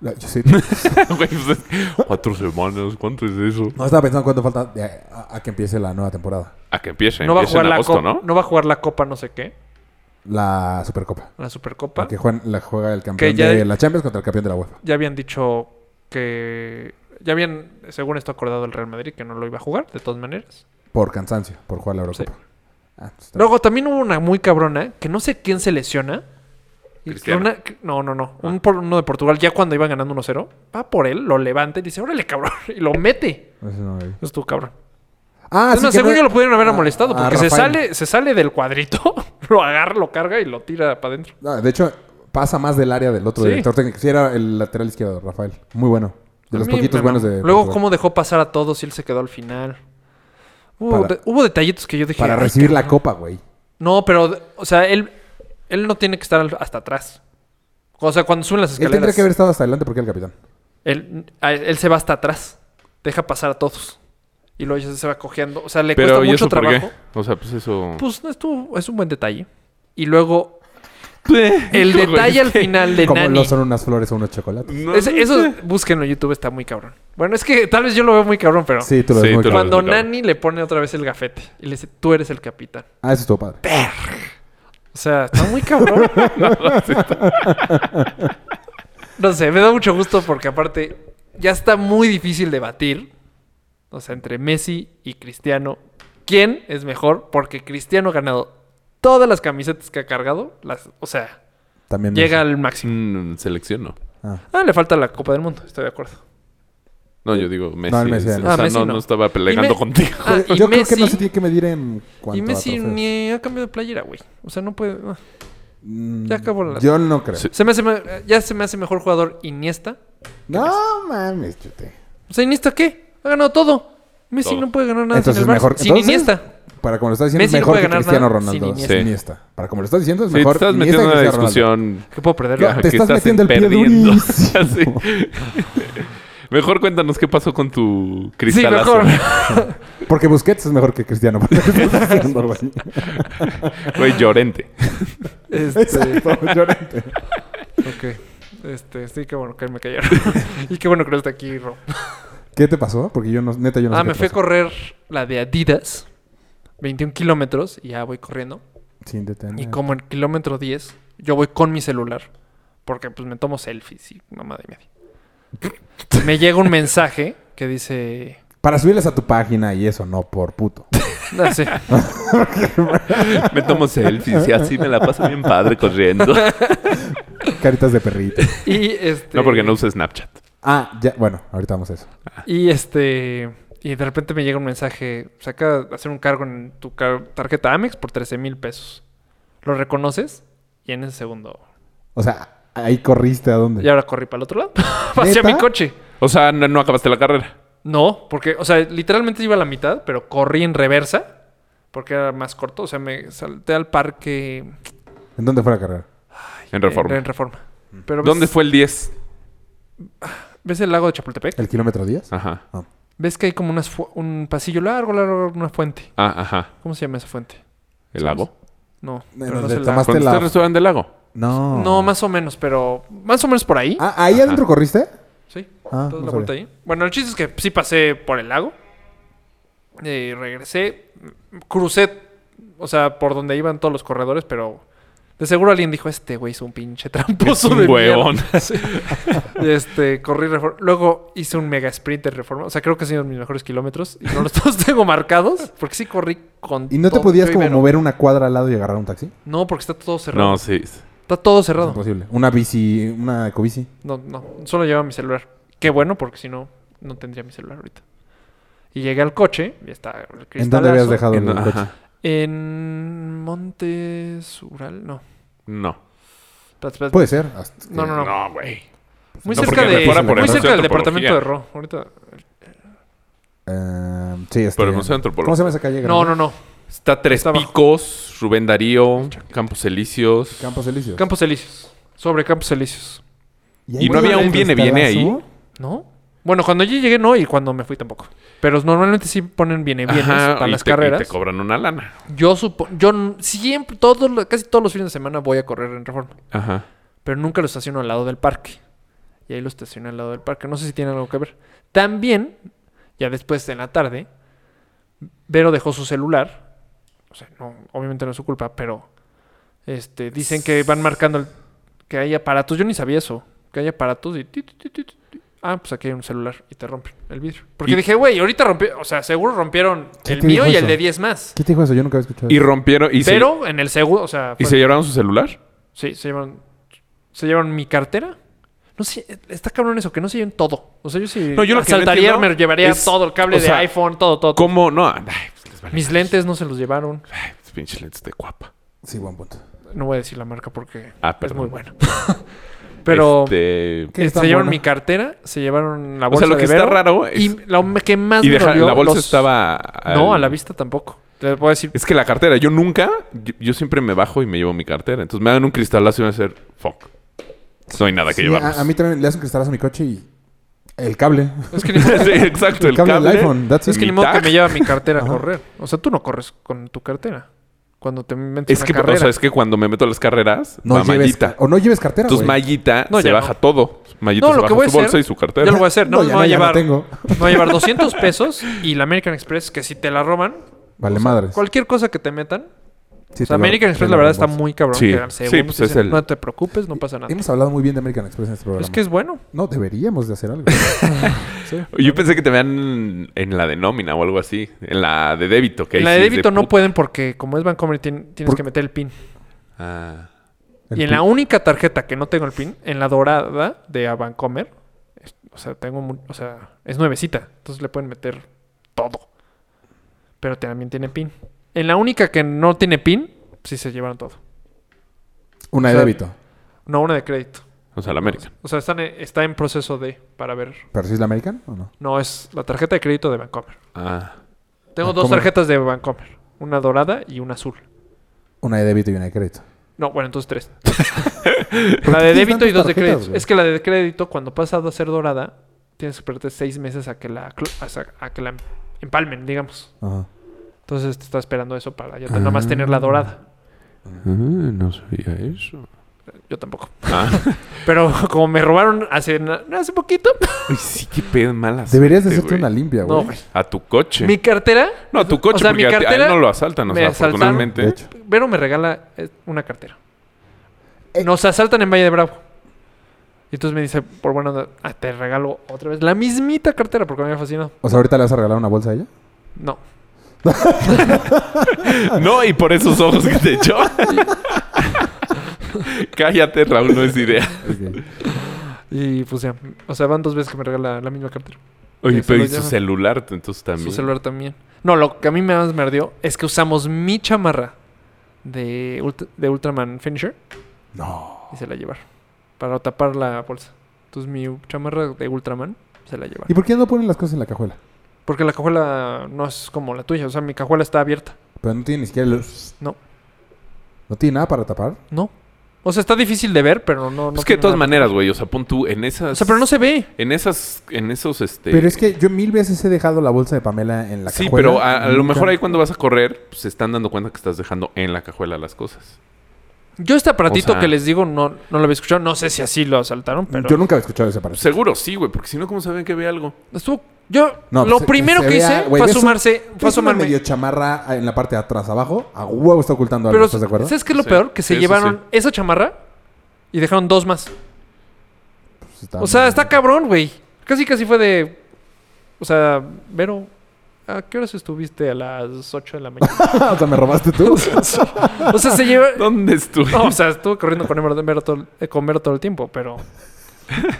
Speaker 4: La- yo sí.
Speaker 5: Güey, pues, Cuatro semanas, ¿cuánto es eso?
Speaker 4: No estaba pensando cuánto falta de- a, a que empiece la nueva temporada.
Speaker 5: A que empiece.
Speaker 3: No va a
Speaker 5: empiece
Speaker 3: jugar
Speaker 5: en
Speaker 3: la
Speaker 5: agosto,
Speaker 3: copa.
Speaker 5: ¿no?
Speaker 3: ¿no? va a jugar la copa, no sé qué.
Speaker 4: La Supercopa.
Speaker 3: La Supercopa.
Speaker 4: La que juegan- la juega el campeón
Speaker 3: Que ya-
Speaker 4: de la Champions contra el campeón de la UEFA.
Speaker 3: Ya habían dicho que. Ya habían, según esto, acordado el Real Madrid que no lo iba a jugar, de todas maneras.
Speaker 4: Por cansancio, por jugar la Eurocopa.
Speaker 3: Sí.
Speaker 4: Ah, pues está-
Speaker 3: Luego también hubo una muy cabrona, que no sé quién se lesiona. Y
Speaker 5: Cristiano.
Speaker 3: una- que- no, no, no. Un por- uno de Portugal, ya cuando iban ganando 1-0, va por él, lo levanta y dice, órale, cabrón. Y lo mete.
Speaker 4: Eso no lo vi.
Speaker 3: Es tu cabrón.
Speaker 4: Ah,
Speaker 3: Es más,
Speaker 4: que
Speaker 3: según
Speaker 4: no-
Speaker 3: yo lo pudieron haber
Speaker 4: a-
Speaker 3: molestado,
Speaker 4: a
Speaker 3: porque se
Speaker 4: Rafael.
Speaker 3: sale, se sale del cuadrito, lo agarra, lo carga y lo tira para adentro.
Speaker 4: Ah, de hecho, pasa más del área del otro
Speaker 3: Sí.
Speaker 4: director técnico. Sí, era el lateral izquierdo, Rafael. Muy bueno. De
Speaker 3: A
Speaker 4: los
Speaker 3: mí
Speaker 4: poquitos
Speaker 3: me
Speaker 4: buenos
Speaker 3: mamó.
Speaker 4: de.
Speaker 3: Luego,
Speaker 4: Portugal.
Speaker 3: cómo dejó pasar a todos y él se quedó al final. Hubo,
Speaker 4: Para-
Speaker 3: de- hubo detallitos que yo dije.
Speaker 4: Para
Speaker 3: "Ay,
Speaker 4: recibir la
Speaker 3: cabrón".
Speaker 4: copa, güey.
Speaker 3: No, pero, o sea, él, él no tiene que estar al- hasta atrás. O sea, cuando suben las
Speaker 4: Él tendría
Speaker 3: escaleras,
Speaker 4: que haber
Speaker 3: él,
Speaker 4: estado hasta adelante porque era el capitán.
Speaker 3: a- él se va hasta atrás. Deja pasar a todos. Y luego ya se va cojeando. O sea, le
Speaker 5: Pero,
Speaker 3: cuesta
Speaker 5: ¿y
Speaker 3: mucho
Speaker 5: eso por
Speaker 3: trabajo.
Speaker 5: qué? O sea, pues eso...
Speaker 3: Pues no estuvo, es un buen detalle. Y luego, el detalle al final de
Speaker 4: Como
Speaker 3: Nani.
Speaker 4: no son unas flores o unos chocolates.
Speaker 5: No,
Speaker 3: Es-
Speaker 5: no
Speaker 3: eso,
Speaker 5: sé.
Speaker 3: búsquenlo en YouTube, está muy cabrón. Bueno, es que tal vez yo lo veo muy cabrón, pero.
Speaker 4: Sí, tú lo
Speaker 5: Sí,
Speaker 4: ves muy
Speaker 5: tú lo
Speaker 4: claro.
Speaker 3: Cuando
Speaker 5: muy cabrón.
Speaker 3: Nani le pone otra vez el gafete y le dice, tú eres el capitán.
Speaker 4: Ah, eso estuvo padre.
Speaker 3: O sea, está muy cabrón. no sé, me da mucho gusto porque aparte ya está muy difícil debatir. O sea, entre Messi y Cristiano, ¿quién es mejor? Porque Cristiano ha ganado todas las camisetas que ha cargado. Las, o sea,
Speaker 4: También.
Speaker 3: llega al máximo.
Speaker 5: Mm, selección, no.
Speaker 4: Ah.
Speaker 3: Ah, le falta la Copa del Mundo, estoy de acuerdo.
Speaker 5: No, yo digo Messi.
Speaker 4: el Messi,
Speaker 5: o sea,
Speaker 4: no.
Speaker 3: Ah, Messi
Speaker 5: no,
Speaker 3: no.
Speaker 5: no estaba peleando
Speaker 3: Y me-
Speaker 5: contigo.
Speaker 3: Ah, y
Speaker 4: yo creo
Speaker 3: Messi-
Speaker 4: que no se tiene que medir en cuanto
Speaker 3: Y Messi
Speaker 4: a trofeos.
Speaker 3: ni ha cambiado de playera, güey. O sea, no puede. ah.
Speaker 4: Mm,
Speaker 3: Ya acabó la-
Speaker 4: Yo no creo.
Speaker 5: Sí.
Speaker 3: Se me hace me- ya se me hace mejor jugador Iniesta.
Speaker 4: No mames, chute.
Speaker 3: O sea, ¿Iniesta qué? Ha ganado todo. Messi
Speaker 5: Todo.
Speaker 3: no puede ganar nada
Speaker 4: Entonces
Speaker 3: sin el Barça.
Speaker 4: mejor. ¿eh?
Speaker 3: Sin
Speaker 4: entonces,
Speaker 3: Iniesta.
Speaker 4: Para como lo estás diciendo,
Speaker 3: Messi no
Speaker 4: es mejor
Speaker 3: puede
Speaker 4: que
Speaker 3: ganar
Speaker 4: Cristiano
Speaker 3: nada sin
Speaker 4: Ronaldo.
Speaker 3: Iniesta.
Speaker 4: Sin Iniesta. Para como lo estás diciendo, es
Speaker 5: Sí, te
Speaker 4: mejor.
Speaker 5: estás
Speaker 4: Iniesta
Speaker 5: metiendo en
Speaker 4: que
Speaker 5: una
Speaker 4: Cristiano Ronaldo.
Speaker 5: discusión
Speaker 3: ¿Qué puedo perder?
Speaker 4: Ya,
Speaker 3: güey?
Speaker 4: te
Speaker 5: que
Speaker 4: estás metiendo el pie durísimo.
Speaker 5: Sí. Mejor cuéntanos qué pasó con tu
Speaker 3: Sí,
Speaker 5: cristalazo.
Speaker 3: mejor.
Speaker 4: Porque Busquets es mejor que Cristiano. Por lo que estás diciendo, güey.
Speaker 5: Güey, llorente.
Speaker 3: Este,
Speaker 4: Exacto, Llorente.
Speaker 3: ok. Este, sí, qué bueno que me cayeron. y qué bueno que no está aquí, Rob.
Speaker 4: ¿Qué te pasó? Porque yo no, neta, yo no
Speaker 3: Ah,
Speaker 4: sé qué
Speaker 3: me
Speaker 4: te
Speaker 3: fui a
Speaker 4: pasó.
Speaker 3: correr la de Adidas, 21 kilómetros, y ya voy corriendo.
Speaker 4: Sin detener.
Speaker 3: Y como en kilómetro 10, yo voy con mi celular. Porque pues me tomo selfies y mamá de media. me llega un mensaje que dice.
Speaker 4: Para subirles a tu página y eso, no por puto.
Speaker 3: No sé.
Speaker 5: Me tomo selfies y así me la paso bien padre corriendo.
Speaker 4: Caritas de perrito.
Speaker 3: Y este.
Speaker 5: No, porque no uso Snapchat.
Speaker 4: Ah, ya, bueno, ahorita vamos a eso.
Speaker 3: Y este. Y de repente me llega un mensaje. Saca hacer un cargo en tu car- tarjeta Amex por 13 mil pesos. Lo reconoces y en ese segundo.
Speaker 4: O sea, ahí corriste a dónde.
Speaker 3: Y ahora corrí para el otro lado. Hacia mi
Speaker 4: ¿Neta?
Speaker 3: coche.
Speaker 5: O sea, no, no acabaste la carrera.
Speaker 3: No, porque, o sea, literalmente iba a la mitad, pero corrí en reversa. Porque era más corto. O sea, me salté al parque. eh,
Speaker 4: ¿En dónde fue la carrera?
Speaker 5: En Reforma.
Speaker 3: En, en reforma. Pero pues
Speaker 5: ¿Dónde
Speaker 3: ves,
Speaker 5: fue el 10?
Speaker 3: ¿Ves el lago de Chapultepec?
Speaker 4: ¿El kilómetro 10?
Speaker 5: Ajá.
Speaker 4: Ah.
Speaker 3: ¿Ves que hay como unas fu- un pasillo largo, largo, una fuente?
Speaker 5: Ah, ajá.
Speaker 3: ¿Cómo se llama esa fuente?
Speaker 5: ¿El lago?
Speaker 3: No,
Speaker 4: No,
Speaker 3: pero
Speaker 4: no,
Speaker 3: no
Speaker 4: de
Speaker 3: es el
Speaker 4: Tamaz-
Speaker 3: lago.
Speaker 5: ¿Cuándo está
Speaker 4: la-
Speaker 5: el restaurante del lago?
Speaker 4: No.
Speaker 3: No, más o menos, pero más o menos por ahí.
Speaker 4: Ah, ¿ahí adentro corriste?
Speaker 3: Sí,
Speaker 4: Ah,
Speaker 3: toda
Speaker 4: no
Speaker 3: la
Speaker 4: sabía.
Speaker 3: vuelta ahí. Bueno, el chiste es que sí pasé por el lago. Eh, regresé, crucé, o sea, por donde iban todos los corredores, pero de seguro alguien dijo, este güey es un pinche tramposo
Speaker 5: Es un
Speaker 3: de
Speaker 5: huevón.
Speaker 3: mierda". Sí. Y, este, corrí Reforma. Luego hice un mega sprint de Reforma. O sea, creo que ha sido mis mejores kilómetros. Y no los todos tengo marcados, porque sí corrí con
Speaker 4: ¿Y no te
Speaker 3: todo
Speaker 4: podías
Speaker 3: y
Speaker 4: como
Speaker 3: vero.
Speaker 4: mover una cuadra al lado y agarrar un taxi?
Speaker 3: No, porque está todo cerrado.
Speaker 5: No, sí.
Speaker 3: Está todo cerrado.
Speaker 4: Imposible. Una bici, una ecobici.
Speaker 3: No, no, solo llevaba mi celular. Qué bueno, porque si no, no tendría mi celular ahorita. Y llegué al coche, y está el
Speaker 4: ¿En dónde habías dejado
Speaker 5: En-
Speaker 4: el coche?
Speaker 5: ajá.
Speaker 3: En Montes Ural, no.
Speaker 5: No.
Speaker 3: Espérate, espérate.
Speaker 4: Puede ser. hasta que-
Speaker 3: no, no, no.
Speaker 5: No, güey.
Speaker 3: Muy
Speaker 5: No,
Speaker 3: cerca,
Speaker 5: porque
Speaker 3: de,
Speaker 5: fuera
Speaker 4: por
Speaker 3: muy
Speaker 4: el
Speaker 5: Museo
Speaker 3: cerca
Speaker 5: de
Speaker 3: del
Speaker 5: Antropología.
Speaker 3: departamento de Ro. Ahorita.
Speaker 4: Ehm, sí, este...
Speaker 5: Pero el Museo de
Speaker 4: ¿Cómo
Speaker 5: Antropología.
Speaker 4: se llama esa calle?
Speaker 3: No,
Speaker 4: grande?
Speaker 3: no, no.
Speaker 5: Está Tres
Speaker 3: Está abajo.
Speaker 5: Picos, Rubén Darío, Campos Elíseos.
Speaker 4: Campos Elíseos.
Speaker 3: Campos Elíseos. Sobre Campos Elíseos.
Speaker 5: ¿Y no había un viene-viene ahí?
Speaker 3: ¿No? Bueno, cuando yo llegué no y cuando me fui tampoco. Pero normalmente sí ponen viene bienes
Speaker 5: Ajá,
Speaker 3: para
Speaker 5: y
Speaker 3: las
Speaker 5: te- y
Speaker 3: carreras.
Speaker 5: te cobran una lana.
Speaker 3: Yo supo, yo n- siempre, todos, los- casi todos los fines de semana voy a correr en Reforma.
Speaker 5: Ajá.
Speaker 3: pero nunca lo estaciono al lado del parque. Y ahí lo estacioné al lado del parque. No sé si tiene algo que ver. También, ya después en la tarde, Vero dejó su celular. O sea, no, obviamente no es su culpa, pero este, dicen que van marcando el- que hay aparatos. Yo ni sabía eso. Que hay aparatos y... ti, ti, ti, ti, ti, ti. Ah, pues aquí hay un celular y te rompen el vidrio. Porque
Speaker 5: Y-
Speaker 3: dije, güey, ahorita rompieron... O sea, seguro rompieron
Speaker 4: ¿Quién
Speaker 3: el
Speaker 4: te
Speaker 3: mío y
Speaker 4: dijo
Speaker 3: el
Speaker 4: eso?
Speaker 3: de 10 más.
Speaker 4: ¿Qué te dijo eso? Yo nunca había escuchado
Speaker 5: Y
Speaker 4: eso.
Speaker 5: rompieron. Y se-
Speaker 3: Pero en el seguro, o sea...
Speaker 5: ¿Y
Speaker 3: fue-
Speaker 5: se llevaron su celular?
Speaker 3: Sí, se llevan. Se llevan mi cartera. No sé, está cabrón eso, que no se lleven todo. O sea, yo si
Speaker 5: No, yo lo que no
Speaker 3: asaltaría,
Speaker 5: entiendo
Speaker 3: me llevaría
Speaker 5: es,
Speaker 3: todo, el cable
Speaker 5: o sea,
Speaker 3: de iPhone, todo, todo. todo.
Speaker 5: ¿Cómo? No. ay, pues les vale.
Speaker 3: Mis lentes no se los llevaron.
Speaker 5: Ay, pues, pinche lentes de guapa.
Speaker 4: Sí, buen punto.
Speaker 3: No voy a decir la marca porque
Speaker 5: Ah,
Speaker 3: es
Speaker 5: perdón.
Speaker 3: muy bueno. Pero
Speaker 5: Este,
Speaker 4: ¿Qué
Speaker 3: eh,
Speaker 4: está
Speaker 3: se llevaron
Speaker 4: bueno?
Speaker 3: mi cartera, se llevaron la
Speaker 5: O
Speaker 3: bolsa
Speaker 5: sea, lo que
Speaker 3: de
Speaker 5: está
Speaker 3: Vero,
Speaker 5: raro es-
Speaker 3: Y lo que más
Speaker 5: Y
Speaker 3: me
Speaker 5: deja-
Speaker 3: dolió,
Speaker 5: la bolsa
Speaker 3: los-
Speaker 5: estaba. al-
Speaker 3: No, a la vista tampoco. Te puedo decir,
Speaker 5: Es que la cartera, yo nunca, yo, yo siempre me bajo y me llevo mi cartera. Entonces me dan un cristalazo y me van a hacer, fuck. No hay nada que
Speaker 4: Sí,
Speaker 5: llevarnos.
Speaker 4: a, a mí también le hace un cristalazo a mi coche y... El cable.
Speaker 3: es que ni modo,
Speaker 5: Sí, exacto, el, cable.
Speaker 4: del iPhone. That's
Speaker 3: es
Speaker 4: it.
Speaker 3: que, ni
Speaker 5: mi
Speaker 3: modo que
Speaker 5: tag.
Speaker 3: me lleva mi cartera a correr. O sea, tú no corres con tu cartera. Cuando te metes
Speaker 5: Es
Speaker 3: una
Speaker 5: que,
Speaker 3: carrera.
Speaker 5: o sea, es que cuando me meto a las carreras,
Speaker 4: No
Speaker 5: va
Speaker 4: lleves...
Speaker 5: mallita.
Speaker 4: O no lleves cartera,
Speaker 5: Entonces
Speaker 4: güey.
Speaker 5: mallita
Speaker 3: No,
Speaker 5: se
Speaker 3: ya
Speaker 5: baja
Speaker 3: no.
Speaker 5: todo. Mallita
Speaker 3: No,
Speaker 5: se
Speaker 3: lo
Speaker 5: baja
Speaker 3: que voy a
Speaker 5: su bolsa
Speaker 3: hacer-
Speaker 5: y su cartera.
Speaker 3: Ya lo voy a hacer. No,
Speaker 4: No,
Speaker 3: me
Speaker 4: ya
Speaker 3: voy a
Speaker 4: no, ya no
Speaker 3: llevar.
Speaker 4: tengo.
Speaker 3: me voy a llevar 200 pesos y la American Express, que si te la roban,
Speaker 4: Vale, madres.
Speaker 3: cualquier cosa que te metan.
Speaker 4: Sí,
Speaker 3: o sea,
Speaker 4: te lo-
Speaker 3: American
Speaker 4: te
Speaker 3: Express,
Speaker 4: lo
Speaker 3: la verdad, está
Speaker 4: reembolso.
Speaker 3: muy cabrón.
Speaker 5: Sí.
Speaker 3: que al
Speaker 5: Sí,
Speaker 3: segundo
Speaker 5: pues,
Speaker 3: te
Speaker 5: es
Speaker 3: dicen,
Speaker 5: el-
Speaker 3: No te preocupes, no pasa nada.
Speaker 4: Hemos hablado muy bien de American Express en este programa.
Speaker 3: Es que es bueno.
Speaker 4: No, deberíamos de hacer algo.
Speaker 5: Yo pensé que te vean en la de nómina o algo así. En la de débito. Que ahí
Speaker 3: la de
Speaker 5: sí es
Speaker 3: débito no
Speaker 5: puta.
Speaker 3: pueden porque, como es Bancomer, tien- tienes
Speaker 4: Por-
Speaker 3: que meter el PIN.
Speaker 5: Ah.
Speaker 4: El
Speaker 3: y en
Speaker 4: pu-
Speaker 3: la única tarjeta que no tengo el PIN, en la dorada de a Bancomer, es- o sea, tengo, mu- o sea, es nuevecita, entonces le pueden meter todo. Pero también tiene PIN. En la única que no tiene PIN, sí se llevaron todo.
Speaker 4: Una de
Speaker 3: o sea-
Speaker 4: débito.
Speaker 3: No, una de crédito.
Speaker 5: O sea, la American.
Speaker 3: O sea, están en- está en proceso de para ver.
Speaker 4: ¿Pero si es la American o no?
Speaker 3: No, es la tarjeta de crédito de Bancomer.
Speaker 5: Ah.
Speaker 3: Tengo
Speaker 4: Ah,
Speaker 3: dos
Speaker 4: ¿cómo?
Speaker 3: tarjetas de Bancomer. Una dorada y una azul.
Speaker 4: Una de débito y una de crédito.
Speaker 3: No, bueno, entonces tres.
Speaker 4: ¿Por
Speaker 3: La
Speaker 4: qué
Speaker 3: de
Speaker 4: tienes
Speaker 3: débito y dos
Speaker 4: tantas
Speaker 3: de
Speaker 4: tarjetas,
Speaker 3: crédito.
Speaker 4: güey?
Speaker 3: Es que la de crédito, cuando pasa a ser dorada, tienes que esperarte seis meses a que la, cl- a sa- a que la empalmen, digamos.
Speaker 4: Ajá. Ah.
Speaker 3: Entonces te está esperando eso para ya te- nada más tener la dorada.
Speaker 5: no sabía eso.
Speaker 3: Yo tampoco.
Speaker 5: Ah.
Speaker 3: Pero como me robaron hace, na- hace poquito.
Speaker 5: Uy, sí, qué pedo malas.
Speaker 4: Deberías de hacerte una limpia, güey.
Speaker 3: No, güey.
Speaker 5: A tu coche.
Speaker 3: Mi cartera.
Speaker 5: No, a tu coche,
Speaker 3: o sea,
Speaker 5: porque
Speaker 3: mi
Speaker 5: a ti- a él
Speaker 3: cartera
Speaker 5: no lo asaltan. O
Speaker 3: me
Speaker 5: sea,
Speaker 3: asaltaron.
Speaker 5: afortunadamente.
Speaker 4: De hecho.
Speaker 3: Vero me regala eh, una cartera.
Speaker 4: Eh.
Speaker 3: Nos asaltan en Valle de Bravo. Y entonces me dice, por bueno, te regalo otra vez la mismita cartera porque me había fascinado.
Speaker 4: O sea, ahorita le vas a regalar una bolsa a ella.
Speaker 3: No.
Speaker 5: No, y por esos ojos que te echó. Cállate, Raúl, no es idea.
Speaker 4: Ok.
Speaker 3: Y pues ya. O sea, van dos veces que me regala la misma cartera.
Speaker 5: Oye,
Speaker 3: se
Speaker 5: pero
Speaker 3: lo
Speaker 5: y su
Speaker 3: llevan.
Speaker 5: celular, entonces también.
Speaker 3: Su celular también. No, lo que a mí más me ardió es que usamos mi chamarra de, Ult- de Ultraman Finisher
Speaker 4: No.
Speaker 3: y se la llevaron. Para tapar la bolsa. Entonces mi chamarra de Ultraman se la llevaron.
Speaker 4: ¿Y por qué no ponen las cosas en la cajuela?
Speaker 3: Porque la cajuela no es como la tuya. O sea, mi cajuela está abierta.
Speaker 4: Pero no tiene ni siquiera los...
Speaker 3: No.
Speaker 4: ¿No tiene nada para tapar?
Speaker 3: No. O sea, está difícil de ver, pero no. no
Speaker 5: Es Pues que de
Speaker 3: tiene
Speaker 5: todas
Speaker 3: nada.
Speaker 5: maneras, güey. O sea, pon tú en esas.
Speaker 3: O sea, pero no se ve.
Speaker 5: En esas. En esos, este.
Speaker 4: Pero es que yo mil veces he dejado la bolsa de Pamela en la
Speaker 5: Sí,
Speaker 4: cajuela.
Speaker 5: pero a, a lo
Speaker 4: Nunca-
Speaker 5: mejor ahí cuando vas a correr, pues, se están dando cuenta que estás dejando en la cajuela las cosas.
Speaker 3: Yo este aparatito
Speaker 5: sea-
Speaker 3: que les digo no, no lo había escuchado. No sé si así lo asaltaron, pero.
Speaker 4: Yo nunca había escuchado ese parece.
Speaker 5: Seguro sí, güey, porque si no, ¿cómo saben que ve algo?
Speaker 3: Estuvo- yo
Speaker 4: No,
Speaker 3: lo
Speaker 4: pues,
Speaker 3: primero
Speaker 4: se
Speaker 3: que
Speaker 4: vea,
Speaker 3: hice
Speaker 4: güey,
Speaker 3: fue
Speaker 4: ves un-
Speaker 3: asomarse, fue
Speaker 4: Es una
Speaker 3: asomarme.
Speaker 4: medio chamarra en la parte de atrás abajo. A huevo está ocultando algo,
Speaker 3: Pero
Speaker 4: ¿estás de acuerdo?
Speaker 3: ¿sabes qué es lo
Speaker 5: Sí,
Speaker 3: peor? Que se
Speaker 5: sí, eso
Speaker 3: llevaron
Speaker 5: sí.
Speaker 3: esa chamarra y dejaron dos más.
Speaker 4: Pues está
Speaker 3: O sea,
Speaker 4: muy-
Speaker 3: está cabrón, güey. Casi casi fue de o sea, Vero, ¿a qué horas estuviste a las 8 de la mañana?
Speaker 4: o sea, me robaste tú.
Speaker 3: o sea, se lleva
Speaker 5: ¿Dónde estuve?
Speaker 3: No, o sea, estuvo corriendo con Vero- Vero todo, eh, con Vero todo el tiempo, pero.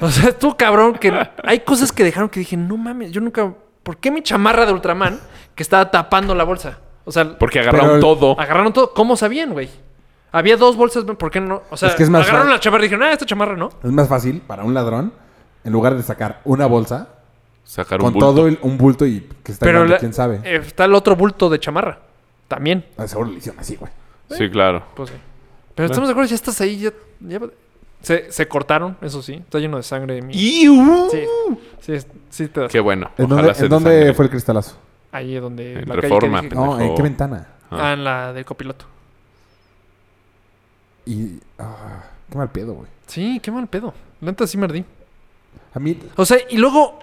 Speaker 3: O sea, estuvo cabrón que. Hay cosas que dejaron que dije, no mames, yo nunca. ¿Por qué mi chamarra de Ultraman que estaba tapando la bolsa? O sea,
Speaker 5: Porque agarraron
Speaker 4: Pero- ah,
Speaker 5: todo.
Speaker 3: agarraron todo. ¿Cómo sabían, güey? Había dos bolsas, ¿por qué no? O sea,
Speaker 4: Es que es más
Speaker 3: agarraron
Speaker 4: fa-
Speaker 3: la chamarra y dijeron, ah, esta chamarra no.
Speaker 4: es más fácil para un ladrón, en lugar de sacar una bolsa,
Speaker 5: Sacar un
Speaker 4: con
Speaker 5: bulto.
Speaker 4: todo el- un bulto y que está
Speaker 3: Pero
Speaker 4: grande,
Speaker 3: la-
Speaker 4: quién sabe.
Speaker 3: eh, está el otro bulto de chamarra. También,
Speaker 4: Ah, seguro le hicieron así, güey.
Speaker 5: Sí, claro.
Speaker 3: pues sí. Pero estamos de acuerdo, ya estás ahí, ya. ya- Se, se cortaron, eso sí. Está lleno de sangre. mi- Sí, sí, sí te das
Speaker 5: uh, Qué bueno.
Speaker 4: ¿En
Speaker 5: Ojalá
Speaker 4: dónde,
Speaker 5: se
Speaker 4: en dónde
Speaker 5: desangre.
Speaker 4: fue el cristalazo?
Speaker 3: Ahí es donde.
Speaker 5: En
Speaker 3: la calle que
Speaker 5: Reforma,
Speaker 3: dije-
Speaker 5: pendejo.
Speaker 4: No, ¿en qué ventana?
Speaker 5: Ah.
Speaker 3: Ah, en la del copiloto.
Speaker 4: Y... ah, qué mal pedo, güey.
Speaker 3: Sí, qué mal pedo. La neta sí me ardí.
Speaker 4: A mí...
Speaker 3: O sea, y luego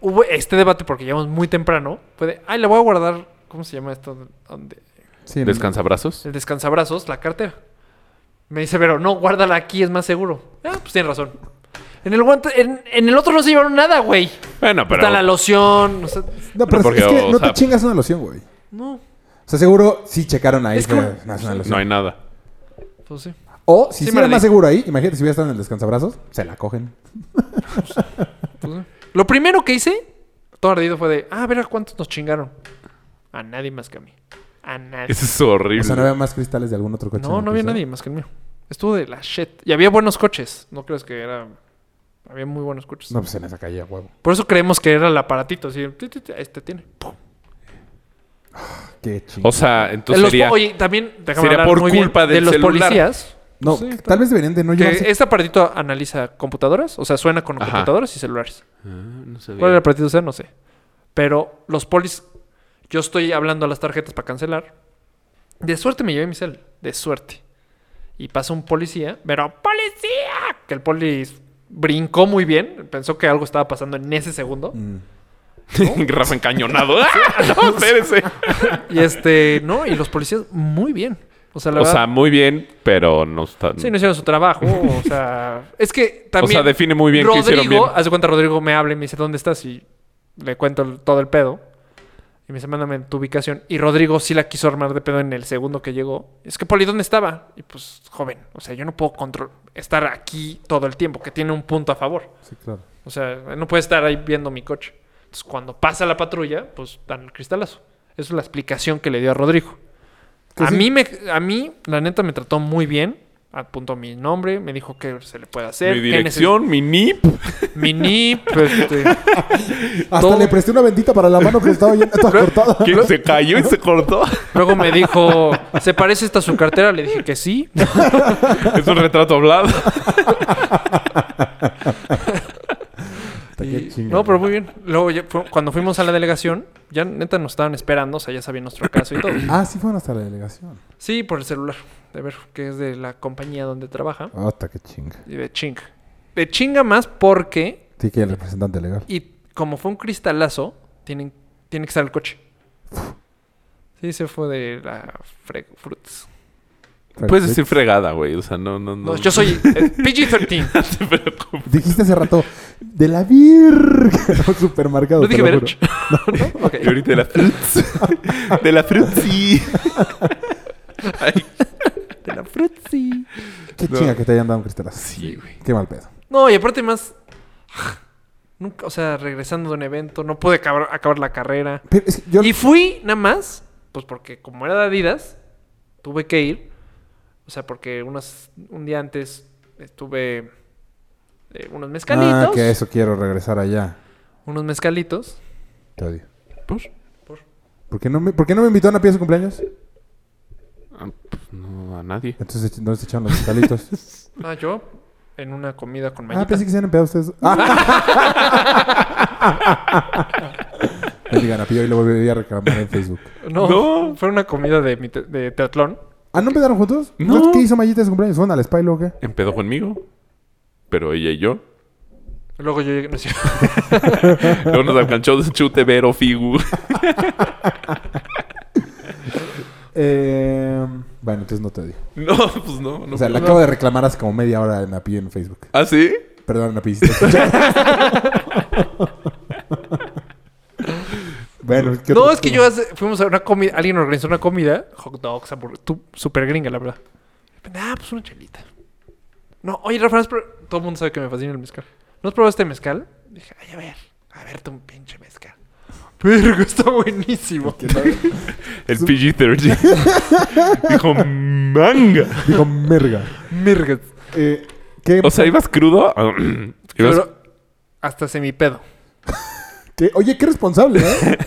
Speaker 3: hubo este debate porque llegamos muy temprano. Fue de, ay, la voy a guardar. ¿Cómo se llama esto? Donde-
Speaker 4: Sí, no-
Speaker 5: ¿Descansabrazos?
Speaker 3: el descansabrazos, la cartera. Me dice, pero no, guárdala aquí, es más seguro. Ah, pues tienes razón. En el guante, en, en el otro no se llevaron nada, güey.
Speaker 5: Bueno, pero.
Speaker 3: Está la loción. o sea,
Speaker 4: No, pero es-
Speaker 5: porque,
Speaker 4: es que
Speaker 5: o
Speaker 4: no
Speaker 5: sea-
Speaker 4: te chingas una loción, güey. O
Speaker 3: no,
Speaker 4: sea, seguro sí checaron ahí.
Speaker 3: Es
Speaker 4: pero
Speaker 3: como-
Speaker 4: no es una
Speaker 5: No
Speaker 4: loción.
Speaker 5: hay nada.
Speaker 3: pues sí.
Speaker 4: O si
Speaker 3: Sí me
Speaker 4: hiciera
Speaker 3: ardí.
Speaker 4: más seguro ahí, imagínate si hubiera estado en el descansabrazos, se la cogen.
Speaker 3: Pues, eh. lo primero que hice, todo ardido, fue de, ah, a ver a cuántos nos chingaron. A nadie más que a mí. A nadie.
Speaker 5: Eso es horrible.
Speaker 4: O sea, no había más cristales de algún otro coche. en
Speaker 3: No,
Speaker 4: el
Speaker 3: no había
Speaker 4: piso?
Speaker 3: nadie más que el mío. Estuvo de la shit. Y había buenos coches. No crees que era. Había muy buenos coches.
Speaker 4: No, pues en esa calle, a huevo.
Speaker 3: Por eso creemos que era el aparatito. Así, ti, ti, ti, este tiene. Pum.
Speaker 4: Qué chingón.
Speaker 5: O sea, entonces
Speaker 3: Los po-
Speaker 5: sería.
Speaker 3: Oye, también, déjame
Speaker 5: sería
Speaker 3: hablar
Speaker 5: por
Speaker 3: muy bien
Speaker 5: culpa
Speaker 3: de
Speaker 5: del
Speaker 3: los
Speaker 5: celular.
Speaker 3: policías.
Speaker 4: no,
Speaker 3: sí, está-
Speaker 4: tal vez deberían de no
Speaker 3: que
Speaker 4: llevarse...
Speaker 3: este aparatito analiza computadoras. O sea, suena con
Speaker 5: Ajá.
Speaker 3: computadoras y celulares.
Speaker 5: Ah, no sabía.
Speaker 3: ¿Cuál era el aparatito? O sea, no sé. Pero los polis. Yo estoy hablando a las tarjetas para cancelar. De suerte me llevé mi cel. De suerte. Y pasa un policía, pero ¡policía! Que el poli brincó muy bien. Pensó que algo estaba pasando en ese segundo.
Speaker 4: Mm.
Speaker 5: Rafa encañonado. ¡Ah! No, espérese.
Speaker 3: Y este, no, y los policías muy bien. O sea, la
Speaker 5: O
Speaker 3: verdad.
Speaker 5: sea, muy bien, pero no está.
Speaker 3: sí, no hicieron su trabajo. O sea, es que también.
Speaker 5: O sea, define muy bien qué
Speaker 3: Rodrigo,
Speaker 5: hicieron bien.
Speaker 3: Haz de cuenta, Rodrigo me habla y me dice, ¿dónde estás? Y le cuento el- todo el pedo. Y me dice, mándame tu ubicación. Y Rodrigo sí la quiso armar de pedo en el segundo que llegó. Es que, Poli, ¿dónde estaba? Y pues, joven, o sea, yo no puedo control estar aquí todo el tiempo, que tiene un punto a favor.
Speaker 4: Sí, claro.
Speaker 3: O sea, no puede estar ahí viendo mi coche. Entonces, cuando pasa la patrulla, pues dan el cristalazo. Esa es la explicación que le dio a Rodrigo.
Speaker 4: Que
Speaker 3: a,
Speaker 4: sí.
Speaker 3: mí me, a mí, la neta, me trató muy bien. Apuntó mi nombre, me dijo qué se le puede hacer.
Speaker 5: Mi
Speaker 3: qué neces-
Speaker 5: dirección, mi NIP.
Speaker 3: Mi NIP. este,
Speaker 4: Hasta
Speaker 3: Todo-
Speaker 4: le presté una bendita para la mano que estaba llena toda cortada.
Speaker 5: Que se cayó y se cortó.
Speaker 3: Luego me dijo, ¿se parece esta a su cartera? Le dije que sí.
Speaker 5: Es un retrato hablado.
Speaker 4: Está qué
Speaker 3: Y-
Speaker 4: chingón.
Speaker 3: no, pero muy bien. Luego, ya fu- cuando fuimos a la delegación, ya neta nos estaban esperando, o sea, ya sabían nuestro caso y todo.
Speaker 4: Ah, sí fueron hasta la delegación.
Speaker 3: Sí, por el celular, de ver, que es de la compañía donde trabaja.
Speaker 4: Ah, Hasta qué chinga.
Speaker 3: Y de chinga. De chinga más porque,
Speaker 4: Sí que el representante legal.
Speaker 3: y como fue un cristalazo, tienen, tiene que estar el coche. Sí, se fue de la Freg Fruits.
Speaker 5: Puedes decir fregada, güey. O sea, no, no, no.
Speaker 3: No, yo soy eh, PG-13.
Speaker 4: Dijiste hace rato, de la virgen. Supermercado.
Speaker 3: No dije
Speaker 4: te lo
Speaker 3: Verge.
Speaker 4: juro.
Speaker 3: ¿No? Ok.
Speaker 5: Y ahorita de la frutzi. de la frutzi. Ay,
Speaker 3: De la Fruitsy.
Speaker 4: Qué
Speaker 5: No.
Speaker 4: chinga que te hayan dado un cristalazo.
Speaker 5: sí, güey.
Speaker 4: Qué mal pedo.
Speaker 3: No, y aparte más... ah, Nunca, o sea, regresando de un evento, no pude acabar, acabar la carrera.
Speaker 4: Pero es que yo,
Speaker 3: Y fui nada más, pues porque como era de Adidas, tuve que ir. O sea, porque unas, un día antes estuve eh, unos mezcalitos.
Speaker 4: ah, que a eso quiero regresar allá.
Speaker 3: Unos mezcalitos.
Speaker 4: Te odio.
Speaker 5: ¿Por?
Speaker 4: ¿Por qué no me, ¿por qué no me invitó a una pieza de cumpleaños?
Speaker 5: Ah, pues, no, a nadie.
Speaker 4: Entonces, ¿dónde se echaron los cristalitos?
Speaker 3: Ah, yo en una comida con
Speaker 4: ah,
Speaker 3: Mayita.
Speaker 4: pensé que se habían empedado ustedes. Ah. Me digan, a Pío y lo volví a reclamar en Facebook.
Speaker 3: no,
Speaker 5: No.
Speaker 3: fue una comida de, mi te- de teatlón.
Speaker 4: ¿Ah, no empezaron juntos?
Speaker 5: No.
Speaker 4: Entonces, ¿Qué hizo Mayita de su cumpleaños? ¿Fueron al Spy o qué?
Speaker 5: Empedó conmigo. Pero ella y yo.
Speaker 3: Luego yo llegué... no es cierto.
Speaker 5: Luego nos alcanzó de chute vero figu.
Speaker 4: Eh, bueno, entonces no te odio.
Speaker 5: No, pues no. no
Speaker 4: o sea, le
Speaker 5: puedo.
Speaker 4: acabo de reclamar hace como media hora de Napi en Facebook.
Speaker 5: ¿Ah, sí?
Speaker 4: Perdón, Napi. si te escuchas. bueno, ¿qué
Speaker 3: No,
Speaker 4: otro
Speaker 3: es que
Speaker 4: tema?
Speaker 3: yo hace- fuimos a una comida, alguien organizó una comida, hot dogs, hamburguesas, tú, super gringa, la verdad. Ah, pues una chelita. No, oye, Rafa, ¿no has pro- todo el mundo sabe que me fascina el mezcal. ¿No has probado este mezcal? Dije, ay, a ver, a verte un pinche mezcal. Pero está buenísimo.
Speaker 4: Que no-
Speaker 5: El PG-13. Dijo, manga.
Speaker 4: Digo, merga.
Speaker 3: Mirgas.
Speaker 4: Eh, ¿qué,
Speaker 5: O sea, ibas crudo. Ah, ibas-
Speaker 3: Pero hasta semipedo.
Speaker 4: qué- oye, qué responsable, ¿eh?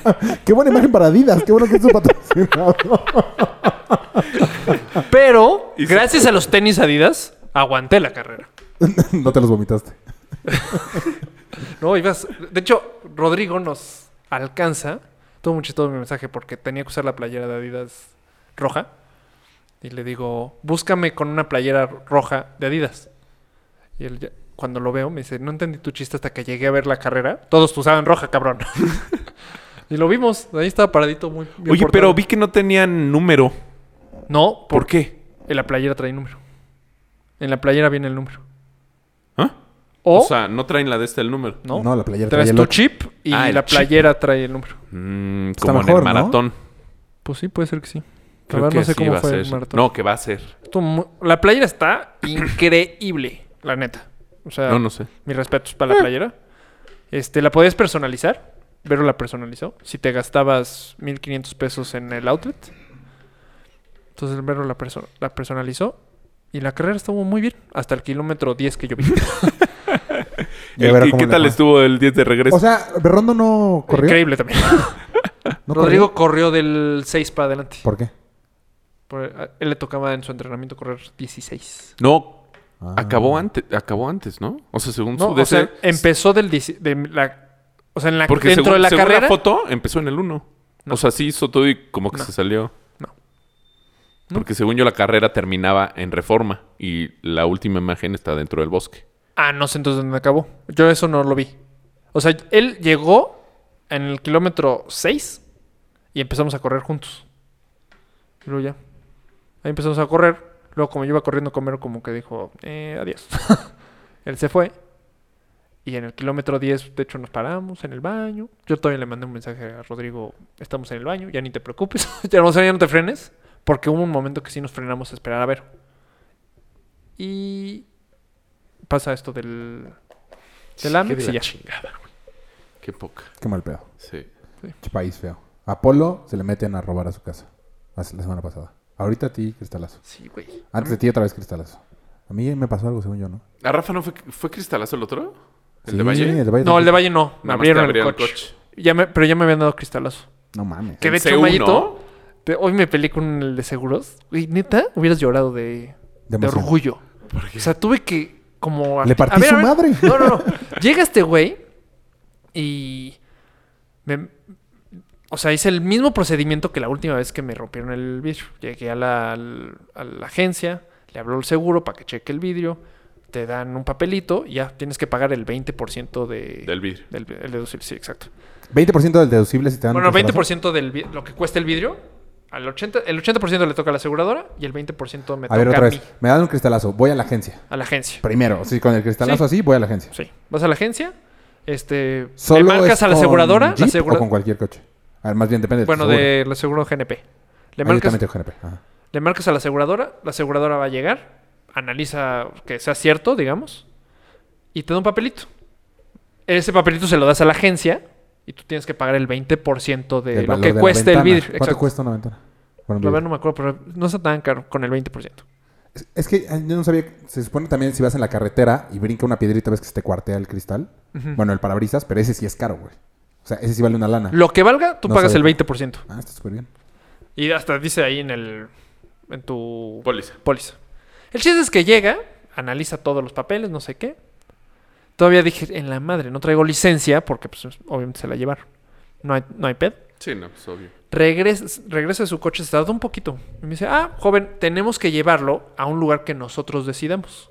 Speaker 4: qué buena imagen para Adidas. Qué bueno que es su patrocinado. Ah.
Speaker 3: Pero,
Speaker 5: Y se-
Speaker 3: gracias a los tenis Adidas, aguanté la carrera.
Speaker 4: no te los vomitaste.
Speaker 3: No, ibas. De hecho, Rodrigo nos alcanza. Todo muy chistoso mi mensaje porque tenía que usar la playera de Adidas roja. Y le digo, búscame con una playera roja de Adidas. Y él ya- cuando lo veo me dice, no entendí tu chiste hasta que llegué a ver la carrera. Todos usaban roja, cabrón. y lo vimos. Ahí estaba paradito muy bien
Speaker 5: Oye,
Speaker 3: portado.
Speaker 5: pero vi que no tenían número.
Speaker 3: No,
Speaker 5: ¿Por
Speaker 3: porque
Speaker 5: qué?
Speaker 3: en la playera trae número. En la playera viene el número.
Speaker 5: ¿Ah?
Speaker 3: O,
Speaker 5: O sea, no traen la de este el número.
Speaker 3: ¿Oh? no,
Speaker 4: No, la playera trae
Speaker 3: traes
Speaker 4: el
Speaker 3: tu
Speaker 4: otro.
Speaker 3: chip y
Speaker 5: Ah, el
Speaker 3: la
Speaker 5: chip.
Speaker 3: playera trae el número.
Speaker 5: Mm,
Speaker 4: Está
Speaker 5: como
Speaker 4: mejor,
Speaker 5: en
Speaker 4: ¿no?
Speaker 5: el maratón.
Speaker 3: Pues sí, puede ser que sí. La
Speaker 5: Creo
Speaker 3: verdad,
Speaker 5: que
Speaker 3: no sé
Speaker 5: sí va
Speaker 3: cómo
Speaker 5: a
Speaker 3: fue el
Speaker 5: ser.
Speaker 3: maratón.
Speaker 5: No, que va a ser.
Speaker 3: Estuvo mu- La playera está increíble, la neta. O sea,
Speaker 5: No, no sé. Eh.
Speaker 3: mis respetos para la playera. Este, la podías personalizar. Vero la personalizó. Si te gastabas 1500 pesos en el outlet. Entonces el Vero la, perso- la personalizó. Y la carrera estuvo muy bien. Hasta el kilómetro 10 que yo vi.
Speaker 4: Y a ver
Speaker 5: ¿Y
Speaker 4: cómo
Speaker 5: qué
Speaker 4: le
Speaker 5: tal
Speaker 4: va.
Speaker 5: estuvo el 10 de regreso?
Speaker 4: O sea, Berrondo no corrió.
Speaker 3: Increíble también.
Speaker 4: ¿No
Speaker 3: Rodrigo corrió del 6 para adelante.
Speaker 4: corrió? ¿Por qué?
Speaker 3: Por- a- él le tocaba en su entrenamiento correr 16.
Speaker 5: no,
Speaker 4: Ah.
Speaker 5: acabó antes, acabó antes, ¿no? O sea, según
Speaker 3: No,
Speaker 5: su
Speaker 3: o
Speaker 5: DC,
Speaker 3: sea, empezó del 10 de la o sea, en la,
Speaker 5: porque
Speaker 3: Ah, dentro
Speaker 5: según,
Speaker 3: de la
Speaker 5: según
Speaker 3: carrera
Speaker 5: foto empezó en el 1.
Speaker 3: No.
Speaker 5: O sea, sí hizo todo y como que
Speaker 3: No.
Speaker 5: se salió.
Speaker 3: No.
Speaker 5: Porque según yo la carrera terminaba en Reforma y la última imagen está dentro del bosque.
Speaker 3: Ah, no sé entonces dónde acabó. Yo eso no lo vi. O sea, él llegó en el kilómetro 6 y empezamos a correr juntos. Y luego ya. Ahí empezamos a correr. Luego, como yo iba corriendo con Vero, como que dijo, eh, adiós. él se fue. Y en el kilómetro 10, de hecho, nos paramos en el baño. Yo todavía le mandé un mensaje a Rodrigo, estamos en el baño, ya ni te preocupes. ya, no, ya no te frenes. Porque hubo un momento que sí nos frenamos a esperar a Vero. Y pasa esto del, del Amex y ya.
Speaker 5: Qué poca.
Speaker 4: Qué mal pedo.
Speaker 5: Sí.
Speaker 4: Qué país feo. A Apolo se le meten a robar a su casa. Hace la semana pasada. Ahorita a ti, cristalazo.
Speaker 3: Sí, güey.
Speaker 4: Antes de ti, otra vez cristalazo. A mí me pasó algo, según yo, ¿no?
Speaker 5: ¿A Rafa no fue, fue cristalazo el otro? ¿El
Speaker 4: Sí,
Speaker 5: de Valle?
Speaker 4: el de Valle.
Speaker 3: No, el de Valle no. Me
Speaker 5: te
Speaker 3: abrieron,
Speaker 5: abrieron
Speaker 3: el
Speaker 5: el
Speaker 3: coche.
Speaker 5: coche.
Speaker 3: Ya me, pero ya me habían dado cristalazo.
Speaker 4: No mames.
Speaker 3: Que de
Speaker 5: ¿En
Speaker 3: hecho,
Speaker 5: C1?
Speaker 3: Mayito, te- hoy me peleé con el de seguros. Güey, neta, hubieras llorado de, de
Speaker 4: emoción.
Speaker 3: orgullo. O sea, tuve que como... a-
Speaker 4: Le partí
Speaker 3: a ver,
Speaker 4: su
Speaker 3: a ver.
Speaker 4: madre.
Speaker 3: No, no, no. Llega este güey y... me- O sea, hice el mismo procedimiento que la última vez que me rompieron el vidrio. Llegué a la, al- a la agencia, le habló el seguro para que cheque el vidrio, te dan un papelito y ya tienes que pagar el 20% de,
Speaker 5: Del vidrio.
Speaker 3: Del, el deducible, sí, exacto.
Speaker 4: 20% del deducible si te dan un
Speaker 3: Bueno,
Speaker 4: costalazo.
Speaker 3: 20% del vi- lo que cuesta el vidrio, al 80, el 80% le toca a la aseguradora y el 20% me
Speaker 4: A ver,
Speaker 3: toca a
Speaker 4: otra
Speaker 3: mí,
Speaker 4: vez. Me dan un cristalazo. Voy a la agencia.
Speaker 3: a la agencia.
Speaker 4: Primero. Sí, con el cristalazo así, voy a la agencia.
Speaker 3: Sí, vas a la agencia, este, le
Speaker 4: ¿Solo
Speaker 3: marcas
Speaker 4: es
Speaker 3: a la
Speaker 4: con
Speaker 3: aseguradora, la
Speaker 4: Jeep
Speaker 3: asegura-
Speaker 4: o con cualquier coche? A ver, más bien depende
Speaker 3: bueno, de la seguro GNP. Le
Speaker 4: Le marcas...
Speaker 3: marcas, Le marcas a la aseguradora, la aseguradora va a llegar, analiza que sea cierto, digamos, y te da un papelito. Ese papelito se lo das a la agencia y tú tienes que pagar el 20% de lo que cuesta el vidrio.
Speaker 4: ¿Cuánto
Speaker 3: Exacto.
Speaker 4: cuesta una ventana? Por un
Speaker 3: La verdad
Speaker 4: vidrio.
Speaker 3: no me acuerdo, pero no está tan caro con el 20%.
Speaker 4: Es- Es que ay, yo no sabía. Se supone también si vas en la carretera y brinca una piedrita, ves que se te cuartea el cristal. Bueno, el parabrisas, pero ese sí es caro, güey. O sea, ese sí vale una lana.
Speaker 3: Lo que valga, tú
Speaker 4: Ah. No
Speaker 3: pagas el
Speaker 4: sabía.
Speaker 3: 20%.
Speaker 4: Ah, está súper bien.
Speaker 3: Y hasta dice ahí en el en tu
Speaker 5: Póliza.
Speaker 3: póliza. El chiste es que llega, analiza todos los papeles, no sé qué. Todavía dije, en la madre, no traigo licencia porque pues, obviamente se la llevaron. No hay, no hay PED.
Speaker 5: Sí, no, pues obvio.
Speaker 3: regresa, regresa de su coche, se tarda un poquito. Y me dice, ah, joven, tenemos que llevarlo a un lugar que nosotros decidamos.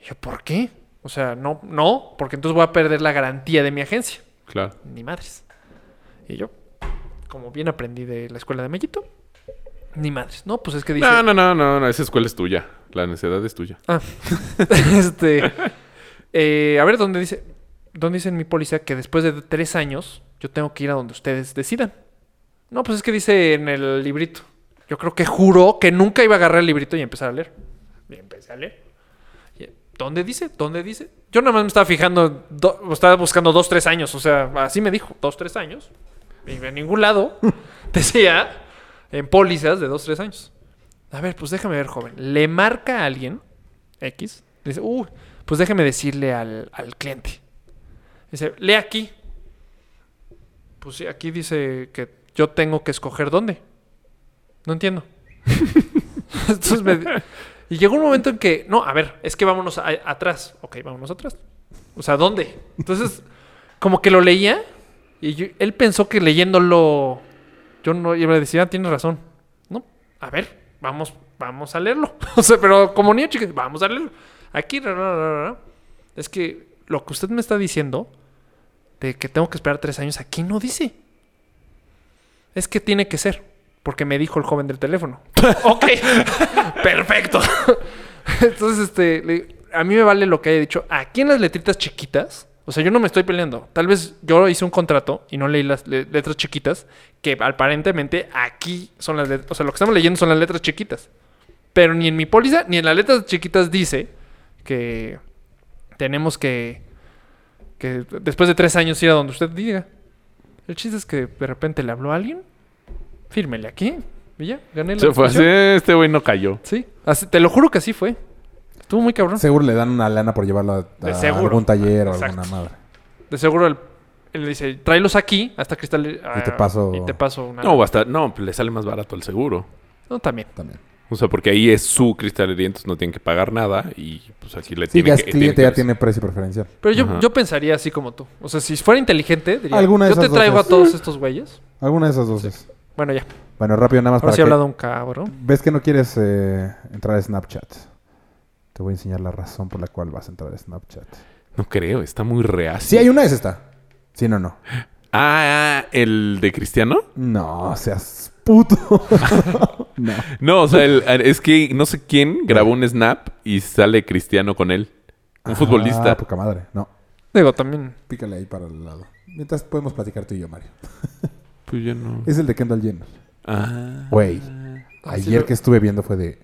Speaker 3: Y yo, ¿por qué? O sea, no, no, porque entonces voy a perder la garantía de mi agencia.
Speaker 5: Claro.
Speaker 3: Ni madres. Y yo, como bien aprendí de la escuela de Mellito, ni madres. No, pues es que dice...
Speaker 5: No, no, no, no, no, esa escuela es tuya. La necesidad es tuya.
Speaker 3: Ah, este... eh, a ver, ¿dónde dice, ¿dónde dice en mi póliza que después de tres años yo tengo que ir a donde ustedes decidan? No, pues es que dice en el librito. Yo creo que juró que nunca iba a agarrar el librito y empezar a leer. Y empecé a leer. Y, ¿Dónde dice? ¿Dónde dice? Yo nada más me estaba fijando, do- estaba buscando dos, tres años. O sea, así me dijo, dos, tres años. Y en ningún lado decía en pólizas de dos, tres años. A ver, pues déjame ver, joven. Le marca a alguien, X, dice, uh, pues déjame decirle al, al cliente. Dice, lee aquí. Pues sí, aquí dice que yo tengo que escoger dónde. No entiendo. Entonces me... Y llegó un momento en que, no, a ver, es que vámonos a- atrás. Ok, vámonos atrás. O sea, ¿dónde? Entonces, como que lo leía y yo- él pensó que leyéndolo, yo no iba a decir, ah, tienes razón. No, a ver, vamos, vamos a leerlo. o sea, pero como niño chico, vamos a leerlo. Aquí, ra, ra, ra, ra, ra. es que lo que usted me está diciendo de que tengo que esperar tres años, aquí no dice. Es que tiene que ser, porque me dijo el joven del teléfono. ok, perfecto. Entonces, este, le- a mí me vale lo que haya dicho. Aquí en las letritas chiquitas, o sea, yo no me estoy peleando. Tal vez yo hice un contrato y no leí las le- letras chiquitas, que aparentemente aquí son las letras, o sea, lo que estamos leyendo son las letras chiquitas. Pero ni en mi póliza, ni en las letras chiquitas dice que tenemos que, que después de tres años ir a donde usted diga. El chiste es que de repente le habló a alguien, fírmele aquí, y ya, gané la
Speaker 5: Se fue así,
Speaker 3: discusión.
Speaker 5: este güey no cayó.
Speaker 3: Sí, así- te lo juro que así fue. Estuvo muy cabrón.
Speaker 4: Seguro le dan una lana por llevarlo a,
Speaker 3: Ah. De
Speaker 4: a
Speaker 3: seguro. Ah,
Speaker 4: algún taller
Speaker 3: Exacto.
Speaker 4: o alguna madre.
Speaker 3: De seguro el- él le dice, tráelos aquí hasta cristal. ah,
Speaker 4: te paso-
Speaker 3: Y te paso una.
Speaker 5: No, basta. No, pues, le sale más barato al seguro.
Speaker 3: No, también.
Speaker 4: También.
Speaker 5: O sea, porque ahí es su cristalería, entonces no tienen que pagar nada y pues aquí le
Speaker 4: Sí, ya
Speaker 5: tienen
Speaker 4: es
Speaker 5: que...
Speaker 4: cliente,
Speaker 5: tienen
Speaker 4: ya
Speaker 5: que-
Speaker 4: tiene precio preferencial.
Speaker 3: Pero yo,
Speaker 5: Ajá.
Speaker 3: yo pensaría así como tú. O sea, si fuera inteligente, diría,
Speaker 4: Alguna de
Speaker 3: yo te
Speaker 4: esas dos
Speaker 3: traigo
Speaker 4: es.
Speaker 3: a todos estos güeyes.
Speaker 4: Alguna de esas dos es.
Speaker 3: Bueno, ya.
Speaker 4: Bueno, rápido, nada más
Speaker 3: Ahora
Speaker 4: para
Speaker 3: sí he
Speaker 4: que-
Speaker 3: hablado un cabrón.
Speaker 4: ¿Ves que no quieres eh, entrar a Snapchat? Te voy a enseñar la razón por la cual vas a entrar a Snapchat.
Speaker 5: No creo, está muy real.
Speaker 4: Sí, hay una, es esta. Sí, no, no.
Speaker 5: Ah, ah, ¿el de Cristiano?
Speaker 4: No, seas puto. no.
Speaker 5: No, o sea, el- es que no sé quién grabó un snap y sale Cristiano con él. Un
Speaker 4: Ah,
Speaker 5: futbolista.
Speaker 4: poca madre. No.
Speaker 3: Digo, también.
Speaker 4: Pícale ahí para el lado. Mientras podemos platicar tú y yo, Mario.
Speaker 5: Pues yo no.
Speaker 4: Es el de Kendall Jenner.
Speaker 5: Ah.
Speaker 4: Güey.
Speaker 3: sí,
Speaker 4: Ayer
Speaker 3: pero-
Speaker 4: que estuve viendo fue de...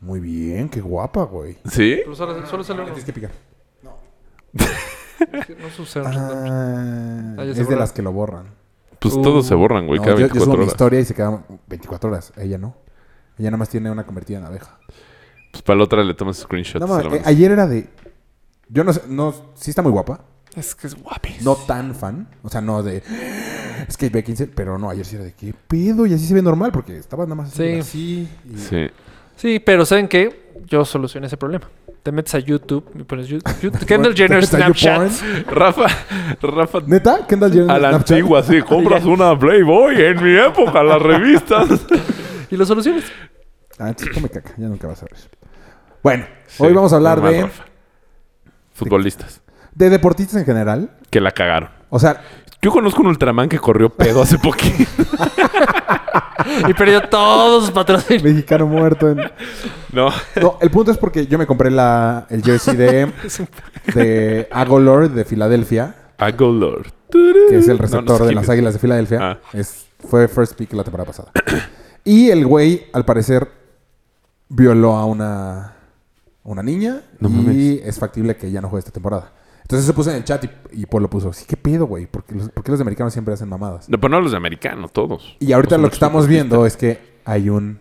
Speaker 4: Muy bien, qué guapa, güey.
Speaker 5: ¿Sí?
Speaker 3: Pero solo, pues, solo sale uno.
Speaker 4: Tienes que picar.
Speaker 3: No sucede.
Speaker 4: Ah,
Speaker 3: Ah, ya se
Speaker 4: es de
Speaker 3: borra.
Speaker 4: las que lo borran.
Speaker 5: Pues
Speaker 3: Uh,
Speaker 5: todos se borran, güey,
Speaker 4: No,
Speaker 5: cada
Speaker 4: yo, yo
Speaker 5: 24
Speaker 4: subo mi
Speaker 5: horas.
Speaker 4: historia y se quedan 24 horas. Ella no. Ella nada más tiene una convertida en abeja.
Speaker 5: Pues para la otra le tomas screenshot.
Speaker 4: No,
Speaker 5: y se
Speaker 4: mames,
Speaker 5: lo
Speaker 4: eh,
Speaker 5: mandas.
Speaker 4: ayer era de... Yo no sé, no, sí está muy guapa.
Speaker 3: Es que es guapis.
Speaker 4: No tan fan. O sea, no de... Es que ve 15, pero no, ayer sí era de qué pedo. Y así se ve normal porque estaba nada más
Speaker 3: Sí.
Speaker 4: así. y-
Speaker 5: Sí.
Speaker 3: Sí, pero ¿saben qué? Yo solucioné ese problema. Te metes a YouTube y pones Yu- Yu- Kendall Jenner
Speaker 4: ¿Te metes a
Speaker 3: Snapchat.
Speaker 4: YouPorn?
Speaker 5: Rafa, Rafa,
Speaker 4: ¿Neta? ¿Kendall Jenner
Speaker 5: a la
Speaker 4: Snapchat?
Speaker 5: antigua, sí. Compras una Playboy en mi época, las revistas.
Speaker 3: Y lo soluciones.
Speaker 4: Ah, chico, me caca. Ya nunca vas a ver. Bueno, hoy vamos a hablar
Speaker 5: Normal,
Speaker 4: de,
Speaker 5: Rafa. Futbolistas
Speaker 4: de deportistas en general.
Speaker 5: que la cagaron.
Speaker 4: O sea,
Speaker 5: Yo conozco un Ultraman que corrió pedo hace poquito.
Speaker 3: Y perdió todos sus patrocinios.
Speaker 4: mexicano muerto en...
Speaker 5: No,
Speaker 4: No, el punto es porque yo me compré la, el jersey de, de Agolor de Filadelfia,
Speaker 5: Ago Lord.
Speaker 4: que
Speaker 5: No, no
Speaker 4: es el
Speaker 5: sé
Speaker 4: receptor de
Speaker 5: quién
Speaker 4: las
Speaker 5: es.
Speaker 4: Águilas de Filadelfia.
Speaker 5: Ah.
Speaker 4: Es, fue first pick la temporada pasada. Y el güey, al parecer, violó a una, una niña
Speaker 5: No
Speaker 4: y
Speaker 5: mames.
Speaker 4: es factible que ya no juegue esta temporada. Entonces se puso en el chat y, y Paul lo puso. Sí, ¿qué pedo, güey? ¿Por qué los, por qué los americanos siempre hacen mamadas?
Speaker 5: No, pero no los de americano, todos.
Speaker 4: Y
Speaker 5: Pues
Speaker 4: ahorita lo que
Speaker 5: muchos
Speaker 4: estamos
Speaker 5: deportistas.
Speaker 4: viendo es que hay un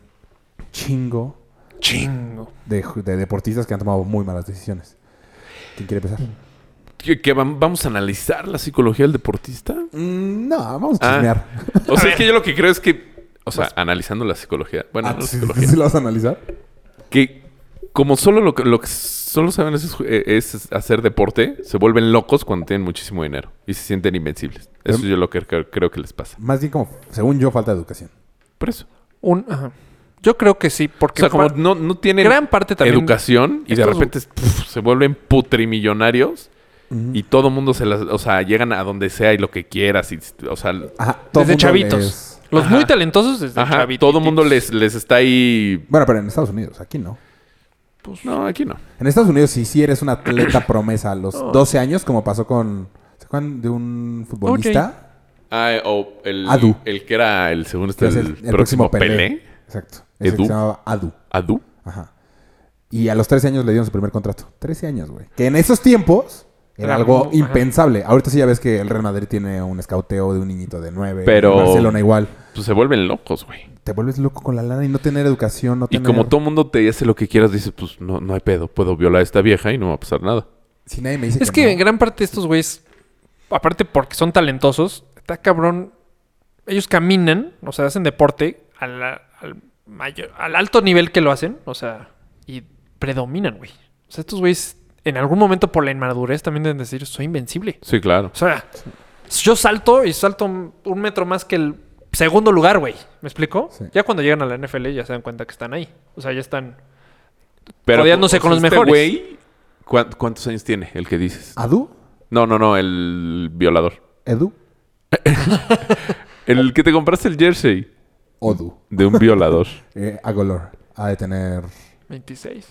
Speaker 4: chingo
Speaker 3: Chingo.
Speaker 4: de, ju- de deportistas que han tomado muy malas decisiones. ¿Quién quiere empezar?
Speaker 5: ¿Qué- qué, vam- vamos a analizar la psicología del deportista?
Speaker 4: Mm, No, vamos a
Speaker 5: Ah.
Speaker 4: chismear.
Speaker 5: O sea, es que yo lo que creo es que, o sea, analizando la psicología, bueno,
Speaker 4: Ah,
Speaker 5: no la
Speaker 4: ¿sí,
Speaker 5: psicología,
Speaker 4: sí lo vas a analizar?
Speaker 5: que como solo lo que, lo que solo saben es, es hacer deporte, se vuelven locos cuando tienen muchísimo dinero y se sienten invencibles. Eso
Speaker 4: Em,
Speaker 5: yo lo que creo, creo que les pasa.
Speaker 4: Más bien como, según yo, falta de educación.
Speaker 5: Por eso.
Speaker 3: Un, ajá. Yo creo que sí,
Speaker 5: O
Speaker 3: porque
Speaker 5: sea, como
Speaker 3: par-
Speaker 5: no, no tienen
Speaker 3: gran parte también.
Speaker 5: educación y de
Speaker 3: estos-
Speaker 5: repente puf, se vuelven putrimillonarios y todo mundo se las, o sea, llegan a donde sea y lo que quieras y, o sea,
Speaker 4: Ajá, todo
Speaker 3: Desde
Speaker 4: mundo
Speaker 3: chavitos.
Speaker 4: les-
Speaker 3: Los
Speaker 5: Ajá.
Speaker 3: muy talentosos desde
Speaker 5: ajá,
Speaker 3: chavitos.
Speaker 5: todo mundo les, les está ahí.
Speaker 4: Bueno, pero en Estados Unidos, aquí no.
Speaker 5: Pues no, aquí no.
Speaker 4: En Estados Unidos sí, sí eres una atleta promesa a
Speaker 5: Oh.
Speaker 4: los 12 años, como pasó con... ¿Se acuerdan de un futbolista?
Speaker 5: Ah, o el,
Speaker 4: Adu.
Speaker 5: el que era el segundo
Speaker 4: Que
Speaker 5: este,
Speaker 4: es
Speaker 5: el, próximo, Pelé.
Speaker 4: Exacto. Ese que
Speaker 5: Edu.
Speaker 4: se llamaba Adu.
Speaker 5: Adu.
Speaker 4: Ajá. Y a los 13 años le dieron su primer contrato. 13 años, güey. Que en esos tiempos era,
Speaker 3: Era
Speaker 4: algo
Speaker 3: muy- ajá.
Speaker 4: impensable. Ahorita sí ya ves que el Real Madrid tiene un escauteo de un niñito de 9.
Speaker 5: Pero-
Speaker 4: Barcelona igual.
Speaker 5: Pues se vuelven locos, güey.
Speaker 4: Te vuelves loco con la lana y no tener educación, no
Speaker 5: Y
Speaker 4: tener...
Speaker 5: como todo mundo te dice lo que quieras, dices, pues no, no hay pedo, puedo violar a esta vieja y no va a pasar nada.
Speaker 4: Si nadie me dice
Speaker 3: Es que
Speaker 4: no.
Speaker 3: en gran parte estos güeyes, aparte porque son talentosos, está cabrón. Ellos caminan, o sea, hacen deporte a la- al, mayor- al alto nivel que lo hacen, o sea, y predominan, güey. O sea, estos güeyes en algún momento por la inmadurez también deben decir, soy invencible.
Speaker 5: Sí, claro.
Speaker 3: O sea, yo salto y salto un metro más que el segundo lugar, güey. ¿Me explico?
Speaker 4: Sí.
Speaker 3: Ya cuando llegan a la NFL ya se dan cuenta que están ahí. O sea, ya están...
Speaker 5: Pero
Speaker 3: Rodeándose
Speaker 5: o sea,
Speaker 3: con los
Speaker 5: este
Speaker 3: mejores.
Speaker 5: güey, ¿cuán- ¿cuántos años tiene el que dices?
Speaker 4: ¿Adu?
Speaker 5: No, no, no, el violador.
Speaker 4: ¿Edu?
Speaker 5: El que te compraste el jersey
Speaker 4: ¿Odu?
Speaker 5: de un violador.
Speaker 4: Eh, Agolor. Ha de tener...
Speaker 3: 26.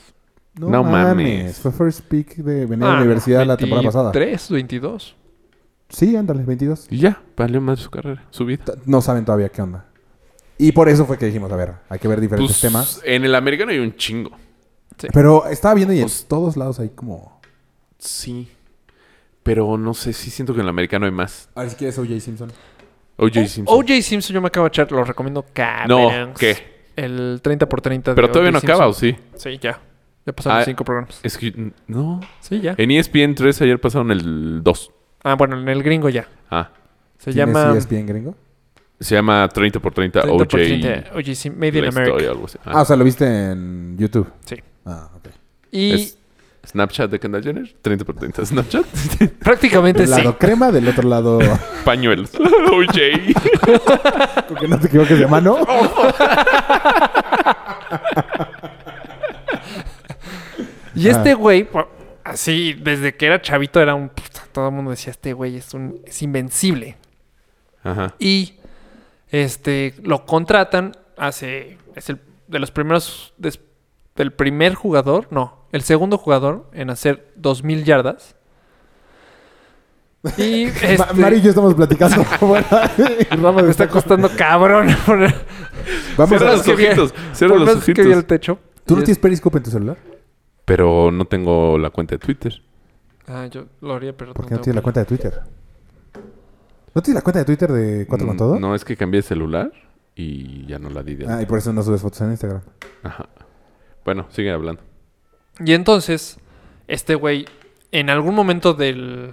Speaker 5: No mames.
Speaker 4: Fue first pick de venir a la
Speaker 3: Ah,
Speaker 4: universidad la temporada pasada.
Speaker 3: 23, 22.
Speaker 4: Sí, ándale, 22.
Speaker 5: y ya, valió más su carrera, su vida.
Speaker 4: T- No saben todavía qué onda. Y por eso fue que dijimos, a ver, hay que ver diferentes
Speaker 5: Pues,
Speaker 4: temas.
Speaker 5: en el americano hay un chingo.
Speaker 3: este.
Speaker 4: Pero estaba viendo y en
Speaker 5: Pues-
Speaker 4: todos lados hay como...
Speaker 5: Sí. Pero no sé, sí siento que en el americano hay más.
Speaker 4: A ver si quieres OJ Simpson.
Speaker 5: OJ Simpson.
Speaker 3: OJ Simpson, yo me acabo de echar, lo recomiendo cabrón.
Speaker 5: No, ¿qué?
Speaker 3: El 30 por 30
Speaker 5: Pero todavía no acaba, ¿o sí?
Speaker 3: Sí, ya. Ya pasaron
Speaker 5: Ah.
Speaker 3: 5 programas.
Speaker 5: Es que, no.
Speaker 3: Sí, ya.
Speaker 5: En E ESPN 3 ayer pasaron el 2.
Speaker 3: Ah, bueno, en el gringo ya.
Speaker 5: Ah.
Speaker 3: Se llama
Speaker 4: es E bien gringo?
Speaker 5: Se llama 30 por 30,
Speaker 3: 30
Speaker 5: OJ.
Speaker 3: por 30, OJ Simpson, Made in
Speaker 5: la
Speaker 3: America.
Speaker 5: historia o algo así.
Speaker 4: Ah,
Speaker 5: Ah,
Speaker 4: o sea, lo viste en YouTube.
Speaker 3: Sí.
Speaker 4: Ah, ok.
Speaker 3: Y
Speaker 5: es Snapchat de Kendall Jenner. 30 por 30. Snapchat.
Speaker 3: prácticamente
Speaker 4: Del
Speaker 3: sí.
Speaker 4: lado crema, del otro lado...
Speaker 5: Pañuelos. OJ.
Speaker 4: con que no te equivoques de mano.
Speaker 3: Y
Speaker 4: Ah.
Speaker 3: este güey, pu- así, desde que era chavito era un... puta, Todo el mundo decía, este güey es, un, es invencible.
Speaker 5: Ajá.
Speaker 3: Y este lo contratan hace es el de los primeros des- del primer jugador, no, el segundo jugador en hacer 2000 yardas. Y este,
Speaker 4: Ma- Mari y yo estamos platicando. fuera, y Rafa
Speaker 3: me
Speaker 4: se
Speaker 3: está
Speaker 4: está
Speaker 3: costando cabrón. por-
Speaker 4: Vamos
Speaker 5: Cierra
Speaker 4: a...
Speaker 5: los ojitos. Cierra
Speaker 3: por
Speaker 5: los
Speaker 3: más que vi el
Speaker 5: ojitos.
Speaker 3: techo.
Speaker 4: ¿Tú no
Speaker 3: Y
Speaker 4: tienes Periscope en tu celular?
Speaker 5: Pero no tengo la cuenta de Twitter.
Speaker 3: es- Ah, yo lo haría, pero
Speaker 4: ¿Por qué no
Speaker 3: tengo
Speaker 4: tienes la cuenta de Twitter? ¿No tienes la cuenta de Twitter de 4 con
Speaker 5: Mm,
Speaker 4: todo?
Speaker 5: No, es que cambié de celular y ya no la di de
Speaker 4: Ah, y
Speaker 5: alta.
Speaker 4: por eso no subes fotos en Instagram.
Speaker 5: Ajá. Bueno, sigue hablando.
Speaker 3: Y entonces, este güey, en algún momento del,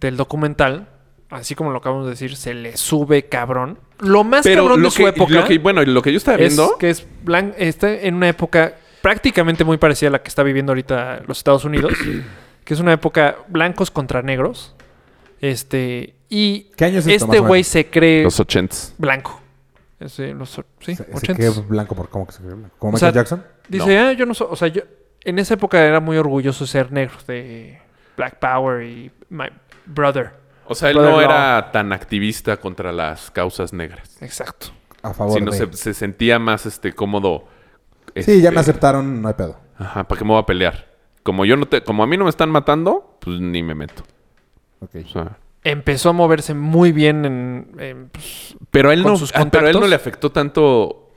Speaker 3: del documental, así como lo acabamos de decir, se le sube cabrón. Lo más cabrón
Speaker 5: lo
Speaker 3: de su
Speaker 5: que,
Speaker 3: época
Speaker 5: lo que- bueno, lo que yo estaba
Speaker 3: es
Speaker 5: viendo
Speaker 3: que es blan- está en una época prácticamente muy parecida a la que está viviendo ahorita los Estados Unidos, que es una época blancos contra negros. Este, y
Speaker 4: ¿Qué año es esto,
Speaker 3: este
Speaker 4: más o
Speaker 3: güey
Speaker 4: menos?
Speaker 3: se cree
Speaker 5: Los ochentas.
Speaker 3: blanco. Ese, los, sí,
Speaker 4: Se- se
Speaker 3: 80s.
Speaker 4: queda blanco por cómo que se queda blanco. ¿Como
Speaker 3: O sea,
Speaker 4: Michael Jackson?
Speaker 3: Dice, ah, yo no soy, o sea, yo en esa época era muy orgulloso de ser negro, de Black Power y My Brother.
Speaker 5: O sea, él
Speaker 3: Brother
Speaker 5: no
Speaker 3: Law.
Speaker 5: era tan activista contra las causas negras.
Speaker 3: Exacto.
Speaker 4: A favor
Speaker 5: Sino
Speaker 4: de...
Speaker 5: se, se sentía más este cómodo.
Speaker 4: Sí, ya
Speaker 5: este,
Speaker 4: me aceptaron, no hay pedo.
Speaker 5: Ajá, ¿para qué me voy a pelear? Como yo no te, como a mí no me están matando, pues ni me meto.
Speaker 4: Ok.
Speaker 5: O sea,
Speaker 3: Empezó a moverse muy bien en, en, pues,
Speaker 5: pero él
Speaker 3: Con
Speaker 5: no,
Speaker 3: sus
Speaker 5: ah, pero a él no
Speaker 3: contactos.
Speaker 5: le afectó tanto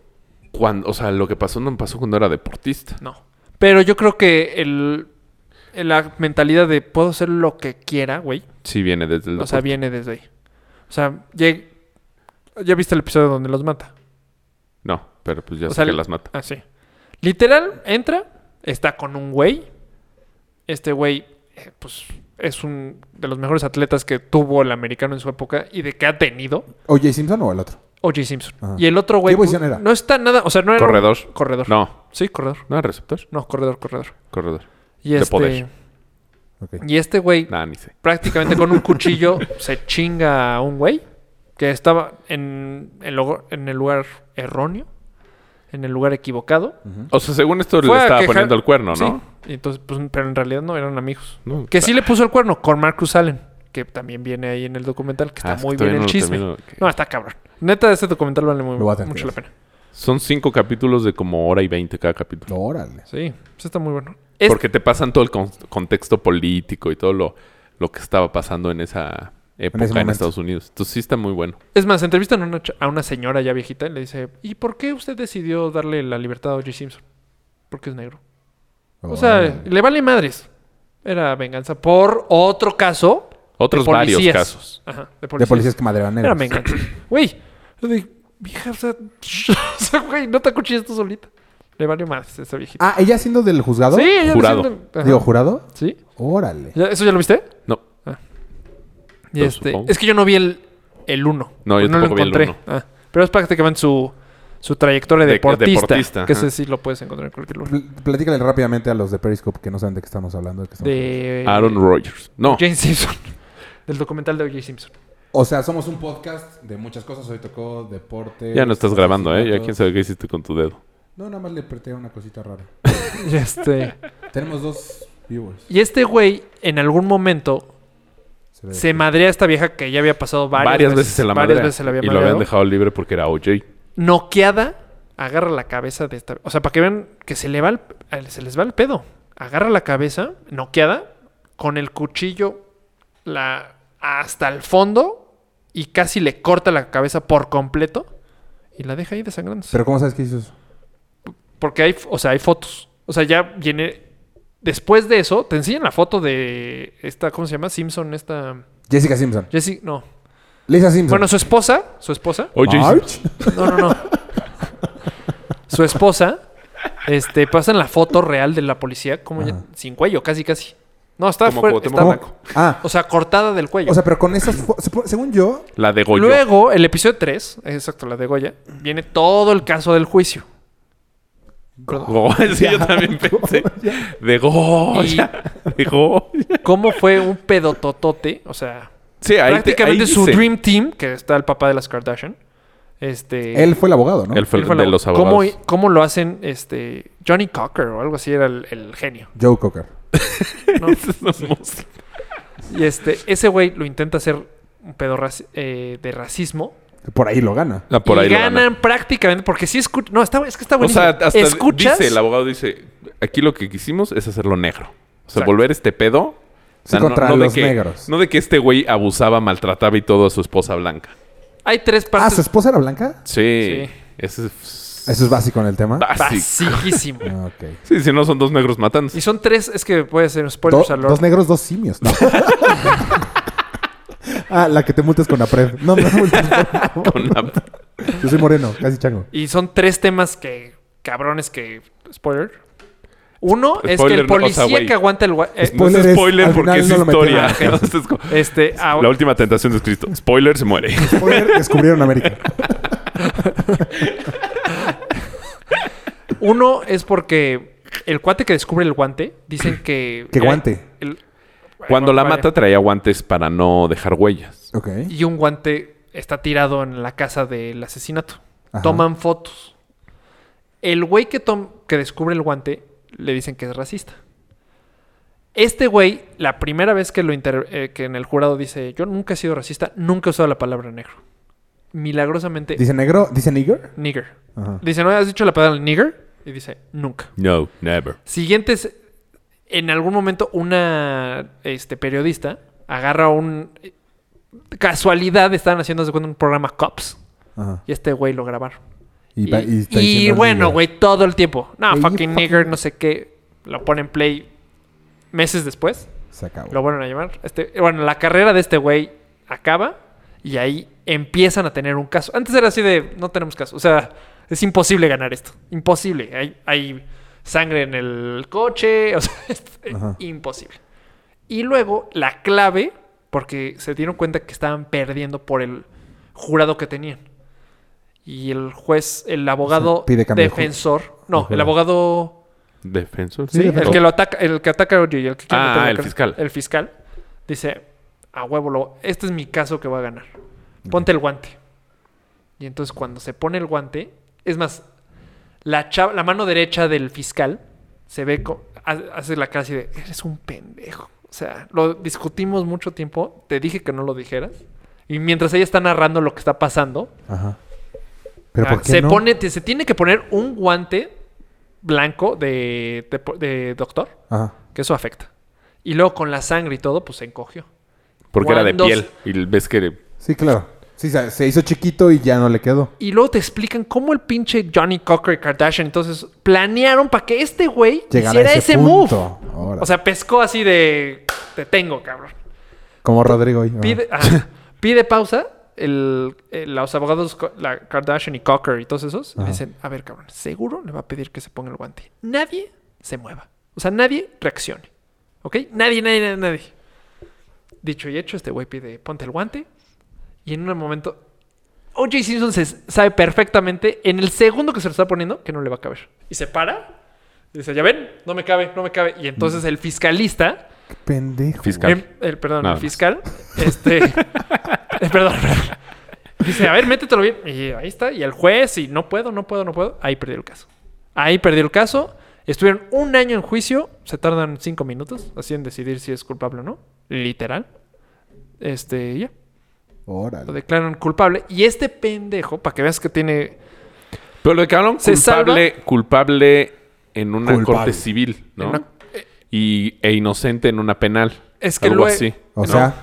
Speaker 5: cuando, o sea, lo que pasó no pasó cuando era deportista.
Speaker 3: no. Pero yo creo que el, el- la mentalidad de puedo hacer lo que quiera, güey,
Speaker 5: Sí viene desde el
Speaker 3: o sea,
Speaker 5: deporte.
Speaker 3: viene desde ahí. O sea, lleg- ya viste el episodio donde los mata.
Speaker 5: No, pero pues ya
Speaker 3: O
Speaker 5: sé
Speaker 3: sea,
Speaker 5: que
Speaker 3: le-
Speaker 5: las mata.
Speaker 3: Ah, sí. Literal, entra, está con un güey. Este güey, eh, pues, es un de los mejores atletas que tuvo el americano en su época y de que ha tenido
Speaker 4: ¿O.J. Simpson o el otro?
Speaker 3: O.J. Simpson.
Speaker 4: Ajá.
Speaker 3: Y el otro güey. pues,
Speaker 4: ¿Qué posición era?
Speaker 3: No está nada, o sea, no era. un-
Speaker 5: Corredor.
Speaker 3: Corredor.
Speaker 5: No,
Speaker 3: Sí, corredor.
Speaker 5: no era receptor,
Speaker 3: No, corredor, corredor.
Speaker 5: corredor.
Speaker 3: Y
Speaker 5: De
Speaker 3: este,
Speaker 5: poder.
Speaker 4: Ok.
Speaker 3: Y este güey,
Speaker 5: Nada, ni sé.
Speaker 3: prácticamente con un cuchillo, se chinga a un güey que estaba en el, lugar- en el lugar erróneo, en el lugar equivocado.
Speaker 5: O sea, según esto
Speaker 3: Fue
Speaker 5: le
Speaker 3: a
Speaker 5: estaba
Speaker 3: quejar-
Speaker 5: poniendo el cuerno, ¿no?
Speaker 3: Sí. Y entonces, pues, pero en realidad no eran amigos.
Speaker 5: No,
Speaker 3: Que
Speaker 5: o sea,
Speaker 3: sí le puso el cuerno con Marcus Allen, que también viene ahí en el documental, que está
Speaker 5: Ah, es que
Speaker 3: muy bien
Speaker 5: todavía
Speaker 3: el
Speaker 5: no lo
Speaker 3: chisme.
Speaker 5: termino, que-
Speaker 3: No, está cabrón. Neta, ese documental vale muy,
Speaker 4: Lo voy a tener
Speaker 3: mucho
Speaker 4: que
Speaker 3: la
Speaker 4: ver.
Speaker 3: pena.
Speaker 5: Son cinco capítulos de como hora y veinte cada capítulo.
Speaker 4: Órale.
Speaker 3: Sí, sí está muy bueno. Es-
Speaker 5: Porque te pasan todo el con- contexto político y todo lo, lo que estaba pasando en esa época en,
Speaker 4: momento.
Speaker 5: Estados Unidos. Entonces sí está muy bueno.
Speaker 3: Es más, entrevistan a una, ch- a una señora ya viejita y le dice, ¿y por qué usted decidió darle la libertad a O.J. Simpson? Porque es negro. O sea,
Speaker 4: Órale.
Speaker 3: le vale madres. Era venganza por otro caso. de
Speaker 5: Otros varios
Speaker 3: policías.
Speaker 5: casos.
Speaker 3: Ajá, de
Speaker 4: de
Speaker 3: policías.
Speaker 4: policías que madrean
Speaker 3: Era
Speaker 4: negros.
Speaker 3: venganza. Güey, yo dije, vieja, o sea, o sea, güey, no te acuchilles tú solita. Le valió más esa viejita.
Speaker 4: Ah, ¿ella siendo del juzgado?
Speaker 3: sí, ella
Speaker 5: jurado.
Speaker 3: diciendo- ajá.
Speaker 4: Digo, ¿jurado?
Speaker 3: Sí.
Speaker 4: Órale.
Speaker 3: ¿Ya- ¿Eso ya lo viste?
Speaker 5: No,
Speaker 3: Y
Speaker 5: Lo
Speaker 3: este,
Speaker 5: supongo.
Speaker 3: es que yo no vi el, el 1.
Speaker 5: No, yo tampoco vi el uno.
Speaker 3: Ah, pero es prácticamente su, su trayectoria
Speaker 5: De-
Speaker 3: deportista.
Speaker 5: deportista,
Speaker 3: que
Speaker 5: ajá.
Speaker 3: ese sí lo puedes encontrar en cualquier lugar.
Speaker 4: Pl- Platícale rápidamente a los de Periscope que no saben de qué estamos hablando. de qué estamos hablando.
Speaker 3: De
Speaker 5: Aaron Rodgers. No,
Speaker 3: James Simpson. Del documental de O.J. Simpson.
Speaker 4: O sea, somos un podcast de muchas cosas. Hoy tocó deporte.
Speaker 5: ya no estás grabando, ¿eh? Ya quién sabe qué hiciste con tu dedo.
Speaker 4: No, nada más le apreté una cosita rara.
Speaker 3: Y este,
Speaker 4: Tenemos dos viewers.
Speaker 3: y este güey, en algún momento,
Speaker 4: Se ve.
Speaker 3: se madrea a esta vieja que ya había pasado varias,
Speaker 5: Varias, veces se la
Speaker 3: varias
Speaker 5: madrea.
Speaker 3: veces se la había
Speaker 5: y lo habían
Speaker 3: madreado.
Speaker 5: dejado libre porque era OJ.
Speaker 3: noqueada, agarra la cabeza de esta. O sea, para que vean que se, le va el- el- se les va el pedo. Agarra la cabeza, noqueada, con el cuchillo la, hasta el fondo y casi le corta la cabeza por completo y la deja ahí desangrando.
Speaker 4: Pero ¿cómo sabes que hizo eso?
Speaker 3: Porque hay, o sea, hay fotos. O sea, ya viene. Después de eso, te enseñan la foto de esta, ¿cómo se llama? Simpson, esta.
Speaker 4: Jessica Simpson.
Speaker 3: Jessie, no.
Speaker 4: Lisa Simpson.
Speaker 3: Bueno, su esposa, su esposa.
Speaker 5: OJ
Speaker 4: March.
Speaker 3: No, no, no. Su esposa, este, pasan la foto real de la policía, como ya-
Speaker 4: Ajá.
Speaker 3: sin cuello, casi, casi. No, está
Speaker 5: Como
Speaker 3: fuera.
Speaker 5: Cuauhtémoc
Speaker 3: está-
Speaker 5: Blanco.
Speaker 4: Ah,
Speaker 3: o sea, cortada del cuello.
Speaker 4: o sea, pero con esas... fo- supo- Según yo...
Speaker 5: la degolló.
Speaker 3: Luego, el episodio 3, exacto, la de Goya, viene todo el caso del juicio.
Speaker 5: Goya, sí, yo también pensé. De Goya. De Goya.
Speaker 3: ¿Cómo fue un pedototote? O sea,
Speaker 5: Sí, ahí te-
Speaker 3: prácticamente
Speaker 5: ahí
Speaker 3: su
Speaker 5: dice.
Speaker 3: Dream Team, que está el papá de las Kardashian. Este,
Speaker 4: Él fue el abogado, ¿no?
Speaker 5: Él fue
Speaker 3: él fue
Speaker 5: el de
Speaker 3: la-
Speaker 5: los abogados.
Speaker 3: ¿cómo, cómo lo hacen este, Johnny Cocker o algo así? Era el, el genio.
Speaker 4: Joe Cocker.
Speaker 3: ¿no?
Speaker 5: Esa es la música.
Speaker 3: Y este, ese güey lo intenta hacer un pedo raci- eh, de racismo.
Speaker 4: Por ahí lo gana.
Speaker 5: Ah, por
Speaker 3: y
Speaker 5: ahí lo
Speaker 3: ganan prácticamente, porque sí escucha. No, está, es que está
Speaker 5: O
Speaker 3: buenísimo.
Speaker 5: sea, hasta
Speaker 3: escuchas.
Speaker 5: dice, el abogado dice, aquí lo que quisimos es hacerlo negro. O sea,
Speaker 3: Exacto.
Speaker 5: volver este pedo. o sea,
Speaker 4: Sí, contra
Speaker 5: de
Speaker 4: los
Speaker 5: que-
Speaker 4: negros.
Speaker 5: No de que este güey abusaba, maltrataba y todo a su esposa blanca.
Speaker 3: Hay tres
Speaker 4: Ah, ¿su
Speaker 3: partes
Speaker 4: esposa era blanca?
Speaker 5: Sí.
Speaker 3: Sí.
Speaker 5: Ese es
Speaker 4: Eso es básico en el tema.
Speaker 5: básico.
Speaker 3: basiquísimo.
Speaker 4: Ah, ok.
Speaker 5: Sí, si no son dos negros matándose.
Speaker 3: y son tres, es que puede ser
Speaker 4: Do-
Speaker 3: spoilers alert.
Speaker 4: dos negros, dos simios. ¿no? ah, la que te multas con Apred. No, no, no, no.
Speaker 5: Con la-
Speaker 4: Yo soy moreno, casi chango.
Speaker 3: Y son tres temas que. cabrones que. Spoiler. Uno es
Speaker 5: Spoiler,
Speaker 3: que el
Speaker 5: no, o sea,
Speaker 3: policía
Speaker 5: güey.
Speaker 3: que aguanta el. gua- eh,
Speaker 5: No es
Speaker 4: Spoiler es-
Speaker 5: spoiler
Speaker 4: al
Speaker 5: porque
Speaker 4: final
Speaker 5: es
Speaker 4: no lo
Speaker 5: historia.
Speaker 4: metieron.
Speaker 5: Entonces, como-
Speaker 3: este. ah,
Speaker 5: la última tentación de Cristo. Spoiler, se muere.
Speaker 4: Spoiler, descubrieron América.
Speaker 3: Uno es porque el cuate que descubre el guante, dicen que...
Speaker 4: ¿Qué
Speaker 3: eh,
Speaker 4: guante?
Speaker 3: el-
Speaker 5: Cuando la
Speaker 3: vaya.
Speaker 5: mata traía guantes para no dejar huellas.
Speaker 4: Ok.
Speaker 3: Y un guante está tirado en la casa del asesinato.
Speaker 4: Ajá.
Speaker 3: Toman fotos. El güey que, tom- que descubre el guante le dicen que es racista. Este güey, la primera vez que, lo inter- eh, que en el jurado dice, yo nunca he sido racista, nunca he usado la palabra negro. Milagrosamente,
Speaker 4: ¿Dice negro? ¿Dice nigger?
Speaker 3: nigger.
Speaker 4: Ajá.
Speaker 3: Dice, ¿no has dicho la palabra nigger? Y dice, nunca.
Speaker 5: No, never.
Speaker 3: Siguientes, en algún momento una este, periodista agarra un... Casualidad, estaban haciendo haz de cuenta, un programa Cops.
Speaker 4: Ajá.
Speaker 3: Y este güey lo grabaron.
Speaker 4: Y, va- y está
Speaker 3: y
Speaker 4: diciendo
Speaker 3: bueno,
Speaker 4: nigger.
Speaker 3: güey, todo el tiempo. No,
Speaker 4: Oye,
Speaker 3: fucking
Speaker 4: fucking-
Speaker 3: nigger, no sé qué. Lo ponen play meses después.
Speaker 4: Se acabó.
Speaker 3: Lo vuelven a llamar. Este, bueno, la carrera de este güey acaba y ahí empiezan a tener un caso. Antes era así de, no tenemos caso. O sea, es imposible ganar esto. Imposible. Hay, hay sangre en el coche. O sea, es
Speaker 4: Ajá.
Speaker 3: imposible. Y luego la clave, porque se dieron cuenta que estaban perdiendo por el jurado que tenían. Y el juez, el abogado
Speaker 4: pide cambio de ju-
Speaker 3: defensor, no,
Speaker 4: jurado.
Speaker 3: el abogado
Speaker 5: Defensor.
Speaker 4: Sí,
Speaker 5: Sí,
Speaker 4: defensor.
Speaker 5: pero-
Speaker 3: el que lo ataca, el que ataca a OJ, el que quiere
Speaker 5: Ah,
Speaker 3: meterle
Speaker 5: el
Speaker 3: cárcel.
Speaker 5: fiscal.
Speaker 3: El fiscal dice, a huevo, lo, este es mi caso que voy a ganar. Ponte el guante. Y entonces cuando se pone el guante, es más, la, chava- la mano derecha del fiscal se ve, co- ha- hace la cara así de, eres un pendejo. O sea, lo discutimos mucho tiempo, te dije que no lo dijeras. Y mientras ella está narrando lo que está pasando,
Speaker 4: Ajá. Pero
Speaker 3: Ah,
Speaker 4: ¿por qué
Speaker 3: se
Speaker 4: no?
Speaker 3: pone, te- se tiene que poner un guante blanco de, de- de doctor,
Speaker 4: Ajá.
Speaker 3: que eso afecta. Y luego con la sangre y todo, pues se encogió.
Speaker 5: Porque era de
Speaker 3: Cuando-
Speaker 5: piel. Y ves que
Speaker 4: Sí, claro. Sí, se se hizo chiquito y ya no le quedó.
Speaker 3: Y luego te explican cómo el pinche Johnny Cocker y Kardashian entonces planearon para que este güey
Speaker 4: Llegar
Speaker 3: hiciera
Speaker 4: a ese,
Speaker 3: ese, move.
Speaker 4: punto. Ahora.
Speaker 3: O sea, pescó así de te tengo, cabrón.
Speaker 4: como Rodrigo hoy. Ajá.
Speaker 3: Pide, ajá, pide pausa. El, el- los abogados, co- la Kardashian y Cocker y todos esos,
Speaker 4: Ajá.
Speaker 3: dicen: A ver, cabrón, seguro le va a pedir que se ponga el guante. Nadie se mueva. O sea, nadie reaccione. ¿Ok? Nadie, nadie, nadie, nadie. Dicho y hecho, este güey pide: Ponte el guante. Y en un momento, O.J. Simpson se sabe perfectamente en el segundo que se lo está poniendo que no le va a caber. Y se para. Y dice: Ya ven, no me cabe, no me cabe. Y entonces el fiscalista.
Speaker 4: Qué pendejo.
Speaker 5: fiscal.
Speaker 3: Em- el, perdón,
Speaker 5: Nada
Speaker 3: el
Speaker 5: más.
Speaker 3: fiscal. Este. eh, perdón, perdón. Dice, a ver, métetelo bien. Y ahí está. Y el juez, y no puedo, no puedo, no puedo. Ahí perdió el caso. Ahí perdió el caso. Estuvieron un año en juicio. Se tardan cinco minutos así en decidir si es culpable o no. Literal. Este, ya. Lo
Speaker 4: Órale.
Speaker 3: declaran culpable. Y este pendejo, para que veas que tiene.
Speaker 5: Pero lo declararon
Speaker 3: Se
Speaker 5: culpable, culpable en una
Speaker 4: Culpable.
Speaker 5: corte civil, ¿no? Y, e inocente en una penal.
Speaker 3: Es que
Speaker 5: Algo
Speaker 3: luego-
Speaker 5: así.
Speaker 4: O
Speaker 5: ¿no?
Speaker 4: sea,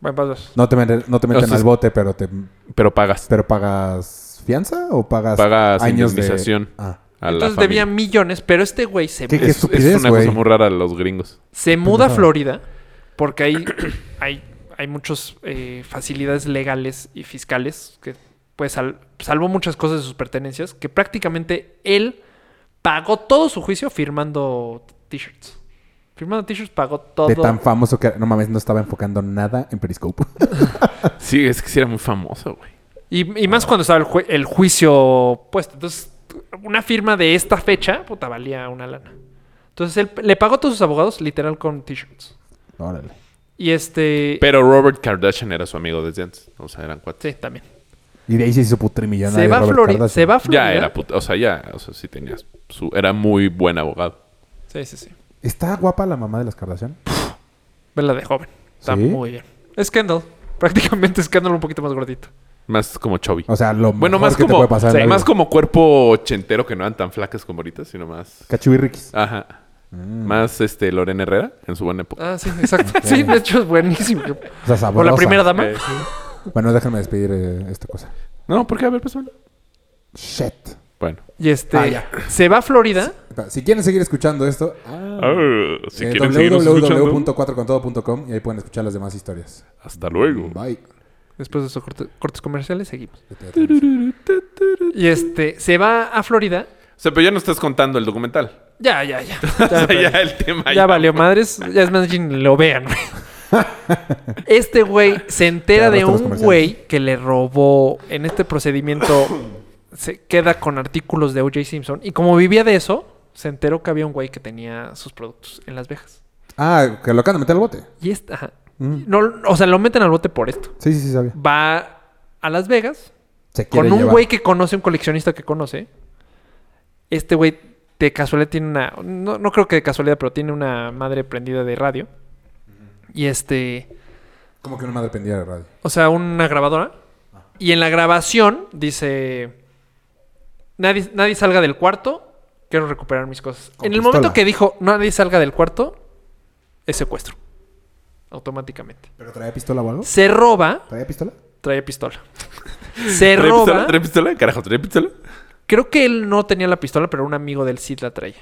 Speaker 3: Bueno, pues, vas,
Speaker 4: no te meten, no te meten
Speaker 5: O sea,
Speaker 4: al
Speaker 5: es-
Speaker 4: bote, pero te
Speaker 5: Pero pagas
Speaker 4: pero pagas fianza o pagas,
Speaker 5: Pagas
Speaker 4: de-
Speaker 5: indemnización.
Speaker 4: Ah.
Speaker 5: a la
Speaker 3: Entonces
Speaker 5: familia.
Speaker 3: debía millones, pero este güey se
Speaker 4: ¿Qué- qué
Speaker 5: Es- es,
Speaker 4: estupidez,
Speaker 5: una
Speaker 4: güey.
Speaker 5: cosa muy rara a los gringos.
Speaker 3: Se muda a
Speaker 4: Pendejada.
Speaker 3: Florida porque hay, hay, hay muchas facilidades legales y fiscales que, pues, sal- salvó muchas cosas de sus pertenencias, que prácticamente él pagó todo su juicio firmando t-shirts. Firmando t-shirts pagó todo.
Speaker 4: De tan famoso que era- no mames, no estaba enfocando nada en Periscope.
Speaker 5: Sí, es que sí era muy famoso, güey.
Speaker 3: Y, y más cuando estaba el, ju- el juicio puesto. Entonces, una firma de esta fecha, puta, valía una lana. Entonces, él le pagó a todos sus abogados literal con t-shirts.
Speaker 4: Órale.
Speaker 3: Y este...
Speaker 5: Pero Robert Kardashian era su amigo desde antes. O sea, eran cuatro.
Speaker 3: sí, también.
Speaker 4: Y de ahí se hizo putrimillonario.
Speaker 3: se, va a
Speaker 4: Robert
Speaker 3: Flori-
Speaker 4: Kardashian.
Speaker 3: se va a Florida.
Speaker 5: Ya era puta. O sea, ya. O sea, sí tenías. Su, era muy buen abogado.
Speaker 3: Sí, sí, sí.
Speaker 4: ¿Está guapa la mamá de las Kardashian?
Speaker 3: Verla de joven. Está
Speaker 4: ¿Sí?
Speaker 3: muy bien. Es Kendall. Prácticamente es Kendall un poquito más gordito.
Speaker 5: Más como chubby.
Speaker 4: O sea, Ah, lo
Speaker 5: bueno,
Speaker 4: mejor
Speaker 5: más
Speaker 4: que te
Speaker 5: como,
Speaker 4: puede pasar.
Speaker 5: sí,
Speaker 4: en la
Speaker 5: más
Speaker 4: vida.
Speaker 5: como cuerpo ochentero que no eran tan flacas como ahorita, sino más.
Speaker 4: Cachubirriquis.
Speaker 5: Ajá.
Speaker 4: Mm.
Speaker 5: Más este Lorena Herrera en su buena época.
Speaker 3: Ah, sí, exacto. Sí, de hecho es buenísimo.
Speaker 4: O sea,
Speaker 3: O
Speaker 4: sabrosa.
Speaker 3: la primera dama.
Speaker 5: Eh,
Speaker 4: Bueno, déjenme despedir eh, esta cosa.
Speaker 5: no, ¿por qué? A ver, persona.
Speaker 4: Shit.
Speaker 5: Bueno.
Speaker 3: Y este.
Speaker 4: Ah, ya.
Speaker 3: se va a Florida.
Speaker 4: Si quieren seguir escuchando esto, ah,
Speaker 5: Ah, si
Speaker 4: eh,
Speaker 5: quieren seguirnos escuchando,
Speaker 4: www.cuatrocontodo.com y ahí pueden escuchar las demás historias.
Speaker 5: hasta luego.
Speaker 4: Bye.
Speaker 3: Después de esos corte- cortes comerciales, seguimos. Y este. Se va a Florida.
Speaker 5: O sea, pero ya no estás contando el documental.
Speaker 3: Ya, ya, ya.
Speaker 5: O
Speaker 3: Ya,
Speaker 5: sea, ya el tema.
Speaker 3: ya valió madres. Ya es más, ni lo vean. güey. Este güey se entera
Speaker 4: Te
Speaker 3: de
Speaker 4: agarraste los
Speaker 3: un
Speaker 4: comerciales.
Speaker 3: güey que le robó en este procedimiento. Se queda con artículos de O.J. Simpson. Y como vivía de eso, se enteró que había un güey que tenía sus productos en Las Vegas.
Speaker 4: Ah, que lo acaban de meter al bote.
Speaker 3: Y esta, ajá.
Speaker 4: Mm.
Speaker 3: No, o sea, lo meten al bote por esto.
Speaker 4: Sí, sí, sí, sabía.
Speaker 3: Va a Las Vegas
Speaker 4: Se
Speaker 3: con
Speaker 4: quiere
Speaker 3: un
Speaker 4: llevar.
Speaker 3: güey que conoce, un coleccionista que conoce. Este güey de casualidad tiene una. No, no creo que de casualidad, pero tiene una madre prendida de radio. Y este.
Speaker 4: Como que una madre pendida de radio.
Speaker 3: O sea, una grabadora. Y en la grabación dice... Nadie, nadie salga del cuarto. Quiero recuperar mis cosas.
Speaker 4: Con
Speaker 3: en el
Speaker 4: pistola.
Speaker 3: momento que dijo nadie salga del cuarto, es secuestro. Automáticamente.
Speaker 4: ¿Pero traía pistola o algo?
Speaker 3: Se roba...
Speaker 4: ¿Traía pistola?
Speaker 3: Trae pistola. Se
Speaker 5: ¿Trae pistola?
Speaker 3: roba...
Speaker 5: ¿Trae pistola? Carajo, ¿trae pistola?
Speaker 3: Creo que él no tenía la pistola, pero un amigo del Cid la traía.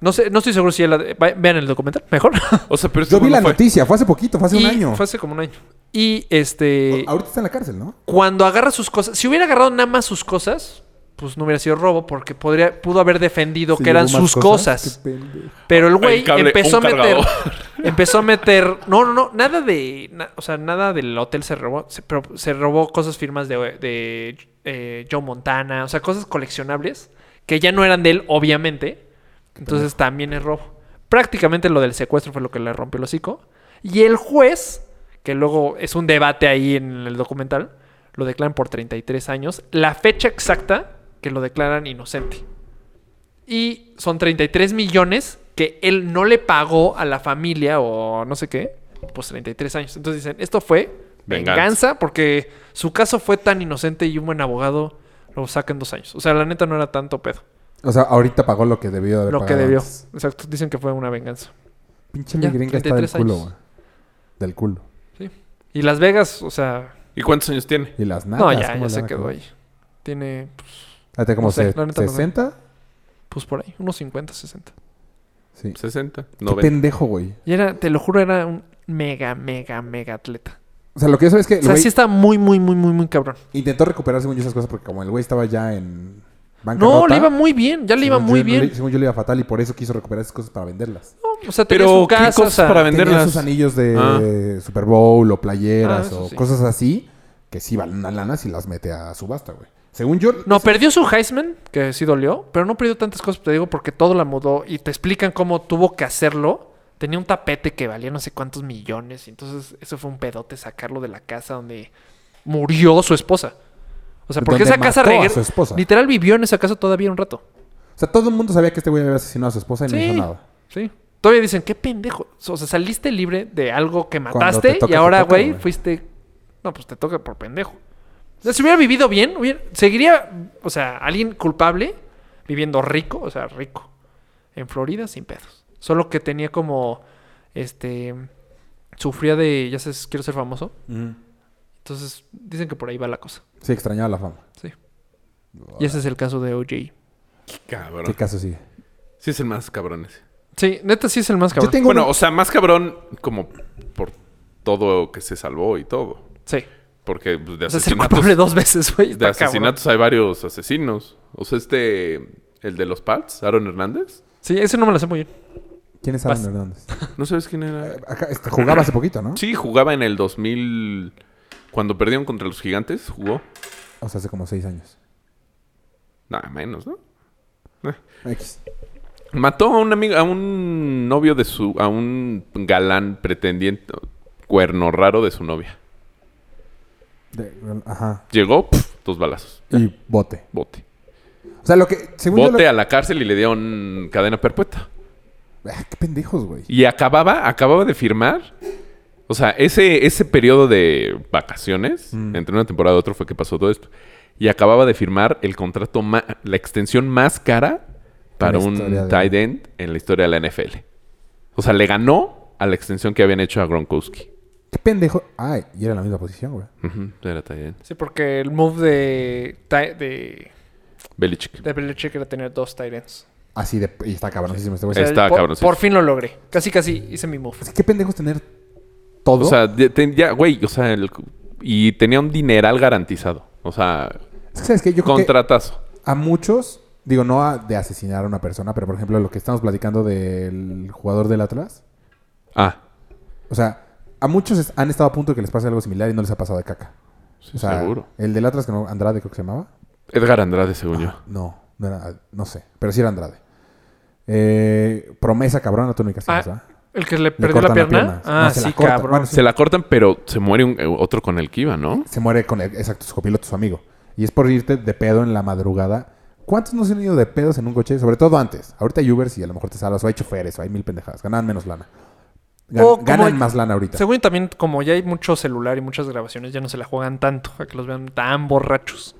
Speaker 3: No sé, no estoy seguro si él la... va- Vean el documental, mejor.
Speaker 5: O sea, pero este
Speaker 4: Yo vi
Speaker 5: güey no
Speaker 4: la
Speaker 5: fue.
Speaker 4: noticia, fue hace poquito, fue hace
Speaker 3: Y
Speaker 4: un año.
Speaker 3: Fue hace como un año. Y este...
Speaker 4: Ahorita está en la cárcel, ¿no?
Speaker 3: cuando agarra sus cosas, si hubiera agarrado nada más sus cosas, pues no hubiera sido robo porque podría, pudo haber defendido
Speaker 4: Se
Speaker 3: que eran
Speaker 4: llevó más
Speaker 3: sus cosas.
Speaker 4: Qué pendejo.
Speaker 3: Pero el güey
Speaker 5: El cable,
Speaker 3: empezó a
Speaker 5: un
Speaker 3: meter,
Speaker 5: cargador.
Speaker 3: empezó a meter, no, no, no, nada de, na- o sea, nada del hotel se robó, se, pero se robó cosas firmas de, de eh, Joe Montana, o sea, cosas coleccionables que ya no eran de él, obviamente. Entonces también es robo. Prácticamente lo del secuestro fue lo que le rompió el hocico. Y el juez, que luego es un debate ahí en el documental, lo declaran por 33 años. La fecha exacta que lo declaran inocente. Y son 33 millones que él no le pagó a la familia o no sé qué. Pues 33 años. Entonces dicen, esto fue venganza,
Speaker 5: Venganza.
Speaker 3: porque su caso fue tan inocente y un buen abogado lo saca en dos años. O sea, la neta no era tanto pedo.
Speaker 4: O sea, ahorita pagó lo que debió de haber
Speaker 3: Lo que
Speaker 4: pagado
Speaker 3: debió.
Speaker 4: antes.
Speaker 3: Exacto. Dicen que fue una venganza.
Speaker 4: Pinche
Speaker 3: Ya,
Speaker 4: migrenga está del
Speaker 3: 33
Speaker 4: culo,
Speaker 3: años.
Speaker 4: güey. Del culo.
Speaker 3: Y Las Vegas, o sea...
Speaker 5: ¿Y cuántos años tiene?
Speaker 4: Y Ah, las nalgas.
Speaker 3: no, ya,
Speaker 4: ¿cómo
Speaker 3: ya
Speaker 4: le
Speaker 3: se
Speaker 4: van a
Speaker 3: quedó
Speaker 4: acabar?
Speaker 3: ahí. Tiene,
Speaker 4: La tenía como
Speaker 3: No sé,
Speaker 4: se-
Speaker 3: la neta no sé.
Speaker 4: 60.
Speaker 3: pues por ahí, unos 50, 60.
Speaker 4: Sí.
Speaker 5: 60,
Speaker 4: Qué
Speaker 5: 90.
Speaker 4: pendejo, güey.
Speaker 3: Y era, te lo juro, era un mega, mega, mega atleta.
Speaker 4: O sea, lo que yo sé es que
Speaker 3: O
Speaker 4: el
Speaker 3: sea,
Speaker 4: güey
Speaker 3: sí está muy, muy, muy, muy, muy cabrón.
Speaker 4: intentó recuperarse mucho esas cosas porque como el güey estaba ya en bancarrota.
Speaker 3: No, le iba muy bien, ya le iba
Speaker 4: según
Speaker 3: muy
Speaker 4: yo-
Speaker 3: bien.
Speaker 4: según yo le iba fatal y por eso quiso recuperar esas cosas para venderlas.
Speaker 3: No, o sea, tenía
Speaker 5: Pero,
Speaker 3: su
Speaker 5: ¿qué
Speaker 3: casa, o
Speaker 5: cosas
Speaker 3: sea,
Speaker 5: para
Speaker 4: Tenía
Speaker 5: venderlas?
Speaker 4: sus anillos de
Speaker 5: Ah.
Speaker 4: Super Bowl o
Speaker 3: Ah,
Speaker 4: playeras
Speaker 3: eso
Speaker 4: o
Speaker 3: sí.
Speaker 4: cosas así que sí valen una lana si las mete a subasta, güey. Según yo...
Speaker 3: No, perdió su Heisman, que sí dolió, pero no perdió tantas cosas, te digo, porque todo la mudó y te explican cómo tuvo que hacerlo. Tenía un tapete que valía no sé cuántos millones, y entonces eso fue un pedote sacarlo de la casa donde murió su esposa. O sea, porque
Speaker 4: Donde
Speaker 3: esa casa
Speaker 4: mató a
Speaker 3: regre-
Speaker 4: su esposa.
Speaker 3: Literal vivió en esa casa todavía un rato.
Speaker 4: O sea, todo el mundo sabía que este güey había asesinado a su esposa y no hizo
Speaker 3: Sí,
Speaker 4: nada.
Speaker 3: sí. Todavía dicen, qué pendejo. O sea, saliste libre de algo que
Speaker 4: Cuando
Speaker 3: mataste
Speaker 4: te
Speaker 3: y
Speaker 4: toca, te
Speaker 3: ahora,
Speaker 4: toca,
Speaker 3: güey,
Speaker 4: güey.
Speaker 3: fuiste. No, pues te toca por pendejo. O sea, si hubiera vivido bien, hubiera- seguiría, o sea, alguien culpable viviendo rico, o sea, rico. En Florida sin pedos. Solo que tenía como. Este. Sufría de. Ya sabes, quiero ser famoso. Entonces, dicen que por ahí va la cosa.
Speaker 4: Sí, extrañaba la fama.
Speaker 3: Sí. Y ese es el caso de OJ.
Speaker 5: Qué
Speaker 4: ¿Qué
Speaker 5: cabrón.
Speaker 4: caso sigue?
Speaker 5: Sí, es el más cabrón ese.
Speaker 3: Sí, neta, sí es el más
Speaker 4: Yo
Speaker 3: cabrón.
Speaker 4: tengo
Speaker 5: Bueno,
Speaker 4: uno-
Speaker 5: o sea, más cabrón como por todo que se salvó y todo.
Speaker 3: Sí.
Speaker 5: Porque pues, de
Speaker 3: O sea, es el
Speaker 5: asesinatos,
Speaker 3: culpable dos veces, güey.
Speaker 5: de
Speaker 3: Está cabrón.
Speaker 5: asesinatos hay varios asesinos. O sea, este, el de los Pats, Aaron Hernández.
Speaker 3: Sí, ese no me lo sé muy bien.
Speaker 4: ¿Quién es Aaron
Speaker 3: Vas.
Speaker 4: Hernández?
Speaker 5: ¿No sabes quién era?
Speaker 4: Acá, este, jugaba hace poquito, ¿no?
Speaker 5: Sí, jugaba en el 2000. Cuando perdieron contra los gigantes, jugó.
Speaker 4: O sea, hace como seis años.
Speaker 5: Nada menos, ¿no? Eh.
Speaker 4: X.
Speaker 5: Mató a un amigo, a un novio de su, a un galán pretendiente, cuerno raro de su novia.
Speaker 4: De- ajá.
Speaker 5: Llegó, pf, dos balazos,
Speaker 4: Y bote.
Speaker 5: bote.
Speaker 4: O sea, lo que. Según yo.
Speaker 5: Bote
Speaker 4: lo-
Speaker 5: a la cárcel y le dieron cadena perpetua.
Speaker 4: Ah, qué pendejos, güey.
Speaker 5: Y acababa, acababa de firmar. O sea, ese, ese periodo de vacaciones,
Speaker 4: Mm.
Speaker 5: entre una temporada y otra fue que pasó todo esto. Y acababa de firmar el contrato, ma- la extensión más cara para
Speaker 4: la
Speaker 5: un
Speaker 4: historia de-
Speaker 5: tight end en la historia de la NFL. O sea, le ganó a la extensión que habían hecho a Gronkowski.
Speaker 4: Qué pendejo. Ay, y era la misma posición, güey.
Speaker 5: Ujú, era tight end.
Speaker 3: Sí, porque el move de, Ty- de,
Speaker 5: Belichick.
Speaker 3: de Belichick era tener dos Tyrants.
Speaker 4: Así de. Y está cabroncísimo este
Speaker 3: O
Speaker 4: güey.
Speaker 5: Sí. Está
Speaker 3: por,
Speaker 5: cabroncísimo.
Speaker 3: por fin lo logré. Casi, casi hice mi move.
Speaker 4: Es que qué pendejos tener
Speaker 5: O
Speaker 4: todo.
Speaker 5: sea, de- ten- ya, güey, o sea, el- y tenía un dineral garantizado. O sea,
Speaker 4: es que, ¿sabes qué? Yo creo que
Speaker 5: contratazo.
Speaker 4: a muchos. Digo, no a- de asesinar a una persona, pero por ejemplo, lo que estamos platicando del jugador del Atlas.
Speaker 5: Ah,
Speaker 4: O sea, a muchos es- han estado a punto de que les pase algo similar y no les ha pasado de caca.
Speaker 5: sí,
Speaker 4: O sea,
Speaker 5: seguro.
Speaker 4: el del Atlas que no, Andrade creo que se llamaba.
Speaker 5: Edgar Andrade, según yo.
Speaker 4: No, no era- no sé, pero sí era Andrade. Eh, promesa cabrona Tony Casillas,
Speaker 3: Ah,
Speaker 4: ¿ah?
Speaker 3: el que le
Speaker 4: Le
Speaker 3: perdió la
Speaker 4: cortan
Speaker 3: pierna.
Speaker 4: No,
Speaker 3: Ah,
Speaker 4: se la
Speaker 3: sí,
Speaker 4: cortan.
Speaker 3: cabrón.
Speaker 4: Bueno, sí,
Speaker 5: Se la cortan, pero se muere un- eh, otro con el Kiva, ¿no?
Speaker 4: Se muere con el, exacto, su copiloto, su amigo. Y es por irte de pedo en la madrugada. ¿Cuántos no se han ido de pedos en un coche? Sobre todo antes. Ahorita hay Ubers y a lo mejor te salvas. O hay choferes, o hay mil pendejadas. Ganan menos lana. Gan-
Speaker 3: O como-
Speaker 4: ganan más lana ahorita.
Speaker 3: Según yo también, como ya hay mucho celular y muchas grabaciones, ya no se la juegan tanto a que los vean tan borrachos.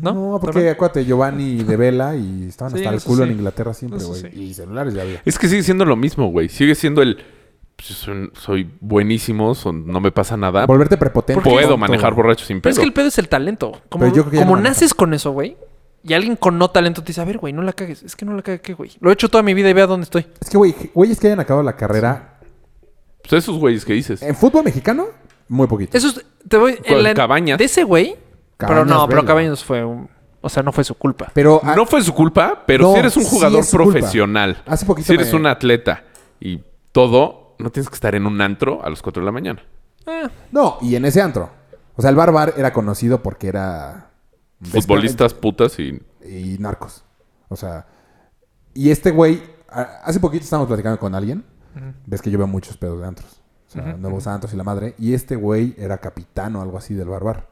Speaker 3: ¿No?
Speaker 4: No, porque
Speaker 3: ¿También?
Speaker 4: acuérdate, Giovanni de Vela y estaban
Speaker 3: Sí,
Speaker 4: hasta el
Speaker 3: eso
Speaker 4: culo
Speaker 3: sí.
Speaker 4: en Inglaterra siempre,
Speaker 3: Eso
Speaker 4: güey.
Speaker 3: sí.
Speaker 4: Y celulares ya había.
Speaker 5: Es que sigue siendo lo mismo, güey. Sigue siendo el. pues, Soy, soy buenísimo, son- no me pasa nada.
Speaker 4: Volverte prepotente.
Speaker 5: Ah, Puedo
Speaker 4: tonto,
Speaker 5: manejar
Speaker 4: güey.
Speaker 5: borracho sin pedo.
Speaker 3: Pero es que el pedo es el talento. Como,
Speaker 4: Pero yo creo que ya
Speaker 3: como
Speaker 4: no maneja.
Speaker 3: naces con eso, güey. Y alguien con no talento te dice, a ver, güey, no la cagues. Es que no la cagues, ¿qué, güey? Lo he hecho toda mi vida y vea dónde estoy.
Speaker 4: Es que, güey, güeyes que hayan acabado la carrera.
Speaker 5: Pues esos güeyes que dices.
Speaker 4: En fútbol mexicano, muy poquito.
Speaker 3: Eso es- te voy...
Speaker 5: Con Cabañas.
Speaker 3: De ese güey. Pero
Speaker 4: Cabañas,
Speaker 3: no, pero
Speaker 4: vela.
Speaker 3: Cabañas fue un... O sea, no fue su culpa.
Speaker 4: Pero ah,
Speaker 5: No fue su culpa, pero
Speaker 4: No,
Speaker 5: si eres un
Speaker 4: sí
Speaker 5: jugador
Speaker 4: es su culpa.
Speaker 5: profesional,
Speaker 4: Hace poquito
Speaker 5: si eres
Speaker 4: me-
Speaker 5: un atleta y todo, no tienes que estar en un antro a las 4 de la mañana.
Speaker 3: Ah,
Speaker 4: No, y en ese antro. O sea, el Bar Bar era conocido porque era...
Speaker 5: Futbolistas putas y
Speaker 4: Y narcos. O sea... Y este güey... a- Hace poquito estábamos platicando con alguien. Ves que yo veo muchos pedos de antros. O sea, nuevos antros y la madre. Y este güey era capitán o algo así del Bar Bar.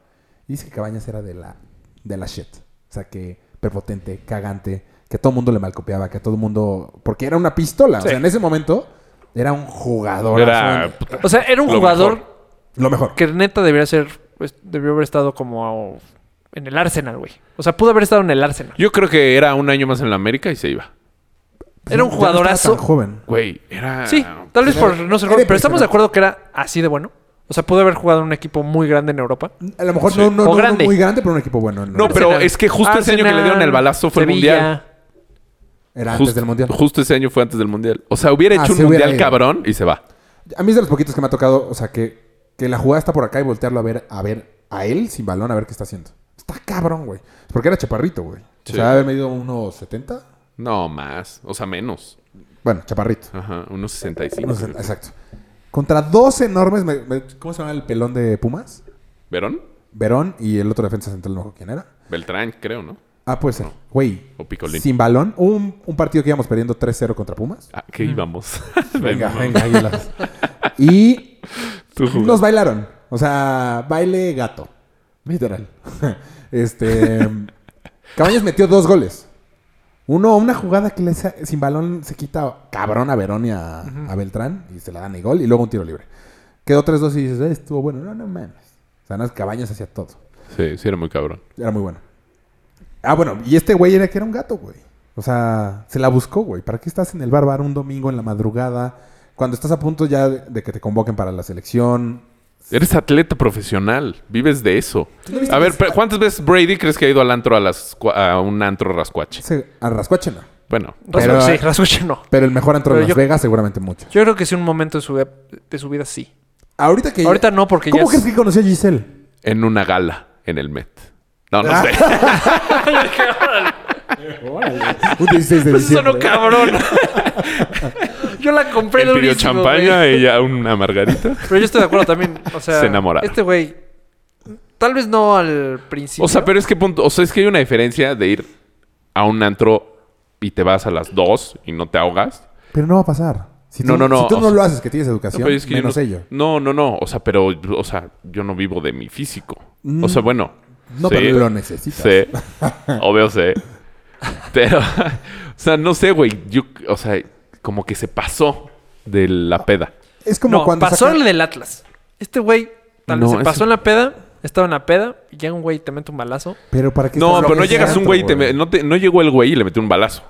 Speaker 4: Y dice que Cabañas era de la... De la shit. O sea, que prepotente, cagante. Que a todo mundo le malcopiaba. Que a todo mundo... Porque era una pistola. O sea, en ese momento... Era un jugador.
Speaker 5: era
Speaker 4: así,
Speaker 5: puta,
Speaker 3: o sea, era un
Speaker 5: Lo
Speaker 3: jugador
Speaker 5: mejor.
Speaker 4: Lo mejor.
Speaker 3: que neta debería ser... pues, debió haber estado como... En el Arsenal, güey. O sea, pudo haber estado en el Arsenal.
Speaker 5: Yo creo que era un año más en la América y se iba.
Speaker 3: Era un
Speaker 4: Ya no estaba
Speaker 3: jugadorazo.
Speaker 4: tan joven.
Speaker 5: Güey, era.
Speaker 3: Sí, tal vez por no ser
Speaker 4: Era
Speaker 3: joven, pero estamos
Speaker 4: impresionante.
Speaker 3: de acuerdo que era así de bueno. O sea, pudo haber jugado en un equipo muy grande en Europa.
Speaker 4: A lo mejor
Speaker 5: Sí.
Speaker 4: no, no,
Speaker 3: O
Speaker 4: no, no
Speaker 3: grande.
Speaker 4: muy grande, pero un equipo bueno.
Speaker 5: No, pero es que justo ese año que le dieron el balazo fue el Mundial.
Speaker 4: Era
Speaker 5: Justo-
Speaker 4: antes del Mundial.
Speaker 5: Justo ese año fue antes del Mundial. O sea, hubiera
Speaker 4: Ah,
Speaker 5: hecho un
Speaker 4: se hubiera
Speaker 5: Mundial
Speaker 4: ido.
Speaker 5: cabrón y se va.
Speaker 4: A mí es de los poquitos que me ha tocado, o sea, que, que la jugada está por acá y voltearlo a ver, a ver a él sin balón, a ver qué está haciendo. Está cabrón, güey. Porque era chaparrito, güey.
Speaker 5: Sí.
Speaker 4: O sea, haber medido unos 70.
Speaker 5: No, más. O sea, menos.
Speaker 4: Bueno, chaparrito.
Speaker 5: Ajá, unos 65.
Speaker 4: Unos 70, exacto. Contra dos enormes. me- me- ¿Cómo se llama el pelón de Pumas?
Speaker 5: ¿Verón?
Speaker 4: Verón y el otro defensa central, no me acuerdo quién era.
Speaker 5: Beltrán, creo, ¿no?
Speaker 4: Ah, puede ser. Güey.
Speaker 5: O Picolín.
Speaker 4: Sin balón. Hubo Un, un partido que íbamos perdiendo 3-0 contra Pumas.
Speaker 5: Ah, que íbamos.
Speaker 4: Venga, venga, águilas. Y
Speaker 5: Tú jugaste.
Speaker 4: Nos bailaron. O sea, baile gato. Literal. este. Cabañas metió dos goles. Uno, una jugada que le sa- sin balón se quita cabrón a Verón y a, a Beltrán y se la dan y gol y luego un tiro libre. Quedó 3-2 y dices, eh, estuvo bueno. No, no mames. O sea, las cabañas hacía todo.
Speaker 5: Sí, sí, era muy cabrón.
Speaker 4: Era muy bueno. Ah, bueno, y este güey era que era un gato, güey. O sea, se la buscó, güey. ¿Para qué estás en el barbar un domingo en la madrugada? Cuando estás a punto ya de- de que te convoquen para la selección,
Speaker 5: Eres atleta profesional, vives de eso.
Speaker 4: no viste
Speaker 5: A ver,
Speaker 4: que-
Speaker 5: pero ¿cuántas veces Brady crees que ha ido al antro a las cua- a un antro rascuache?
Speaker 4: Se, a Rascuache no.
Speaker 5: Bueno,
Speaker 4: Pero- eh,
Speaker 3: sí, Rasmussen no.
Speaker 4: Pero el mejor antro
Speaker 3: Pero
Speaker 4: de
Speaker 3: yo-
Speaker 4: Las Vegas, seguramente mucho.
Speaker 3: Yo creo que sí, un momento de su, de su vida sí.
Speaker 4: Ahorita que.
Speaker 3: Ahorita no, porque
Speaker 4: Eh, ¿Cómo
Speaker 3: ya es-
Speaker 4: crees que conocí a Giselle?
Speaker 5: en una gala en el Met. No, no
Speaker 4: Ah,
Speaker 5: sé.
Speaker 4: Un 16 de
Speaker 3: Eso no,
Speaker 4: diciembre.
Speaker 3: cabrón. yo la compré
Speaker 5: Él pidió
Speaker 3: durísimo,
Speaker 5: champaña,
Speaker 3: güey.
Speaker 5: ella una margarita.
Speaker 3: Pero yo estoy de acuerdo también. O sea,
Speaker 5: Se enamoraron.
Speaker 3: Este güey, tal vez no al principio.
Speaker 5: O sea, pero es que punto, o sea, es que hay una diferencia de ir a un antro y te vas a las dos y no te ahogas.
Speaker 4: Pero no va a pasar. Si tú,
Speaker 5: No, no, no,
Speaker 4: Si tú
Speaker 5: o
Speaker 4: no
Speaker 5: sea-
Speaker 4: lo haces, que tienes educación,
Speaker 5: No, pero es que yo
Speaker 4: menos
Speaker 5: no,
Speaker 4: ello.
Speaker 5: no, no, no. O sea, pero, o sea, yo no vivo de mi físico. O sea, bueno.
Speaker 4: Mm. No,
Speaker 5: sí,
Speaker 4: pero lo necesitas.
Speaker 5: Sí. Obvio, sí. Pero, o sea, no sé, güey. Yo, o sea, como que se pasó de la peda.
Speaker 4: Es como
Speaker 3: no,
Speaker 4: cuando.
Speaker 3: pasó
Speaker 4: sacan-
Speaker 3: el del Atlas. Este güey, tal vez
Speaker 5: No,
Speaker 3: se pasó
Speaker 5: ese-
Speaker 3: en la peda, estaba en la peda, y llega un güey y te mete un balazo.
Speaker 4: Pero para que.
Speaker 5: No, pero no llegas un güey y te, me- no te- no llegó el güey y le metió un balazo.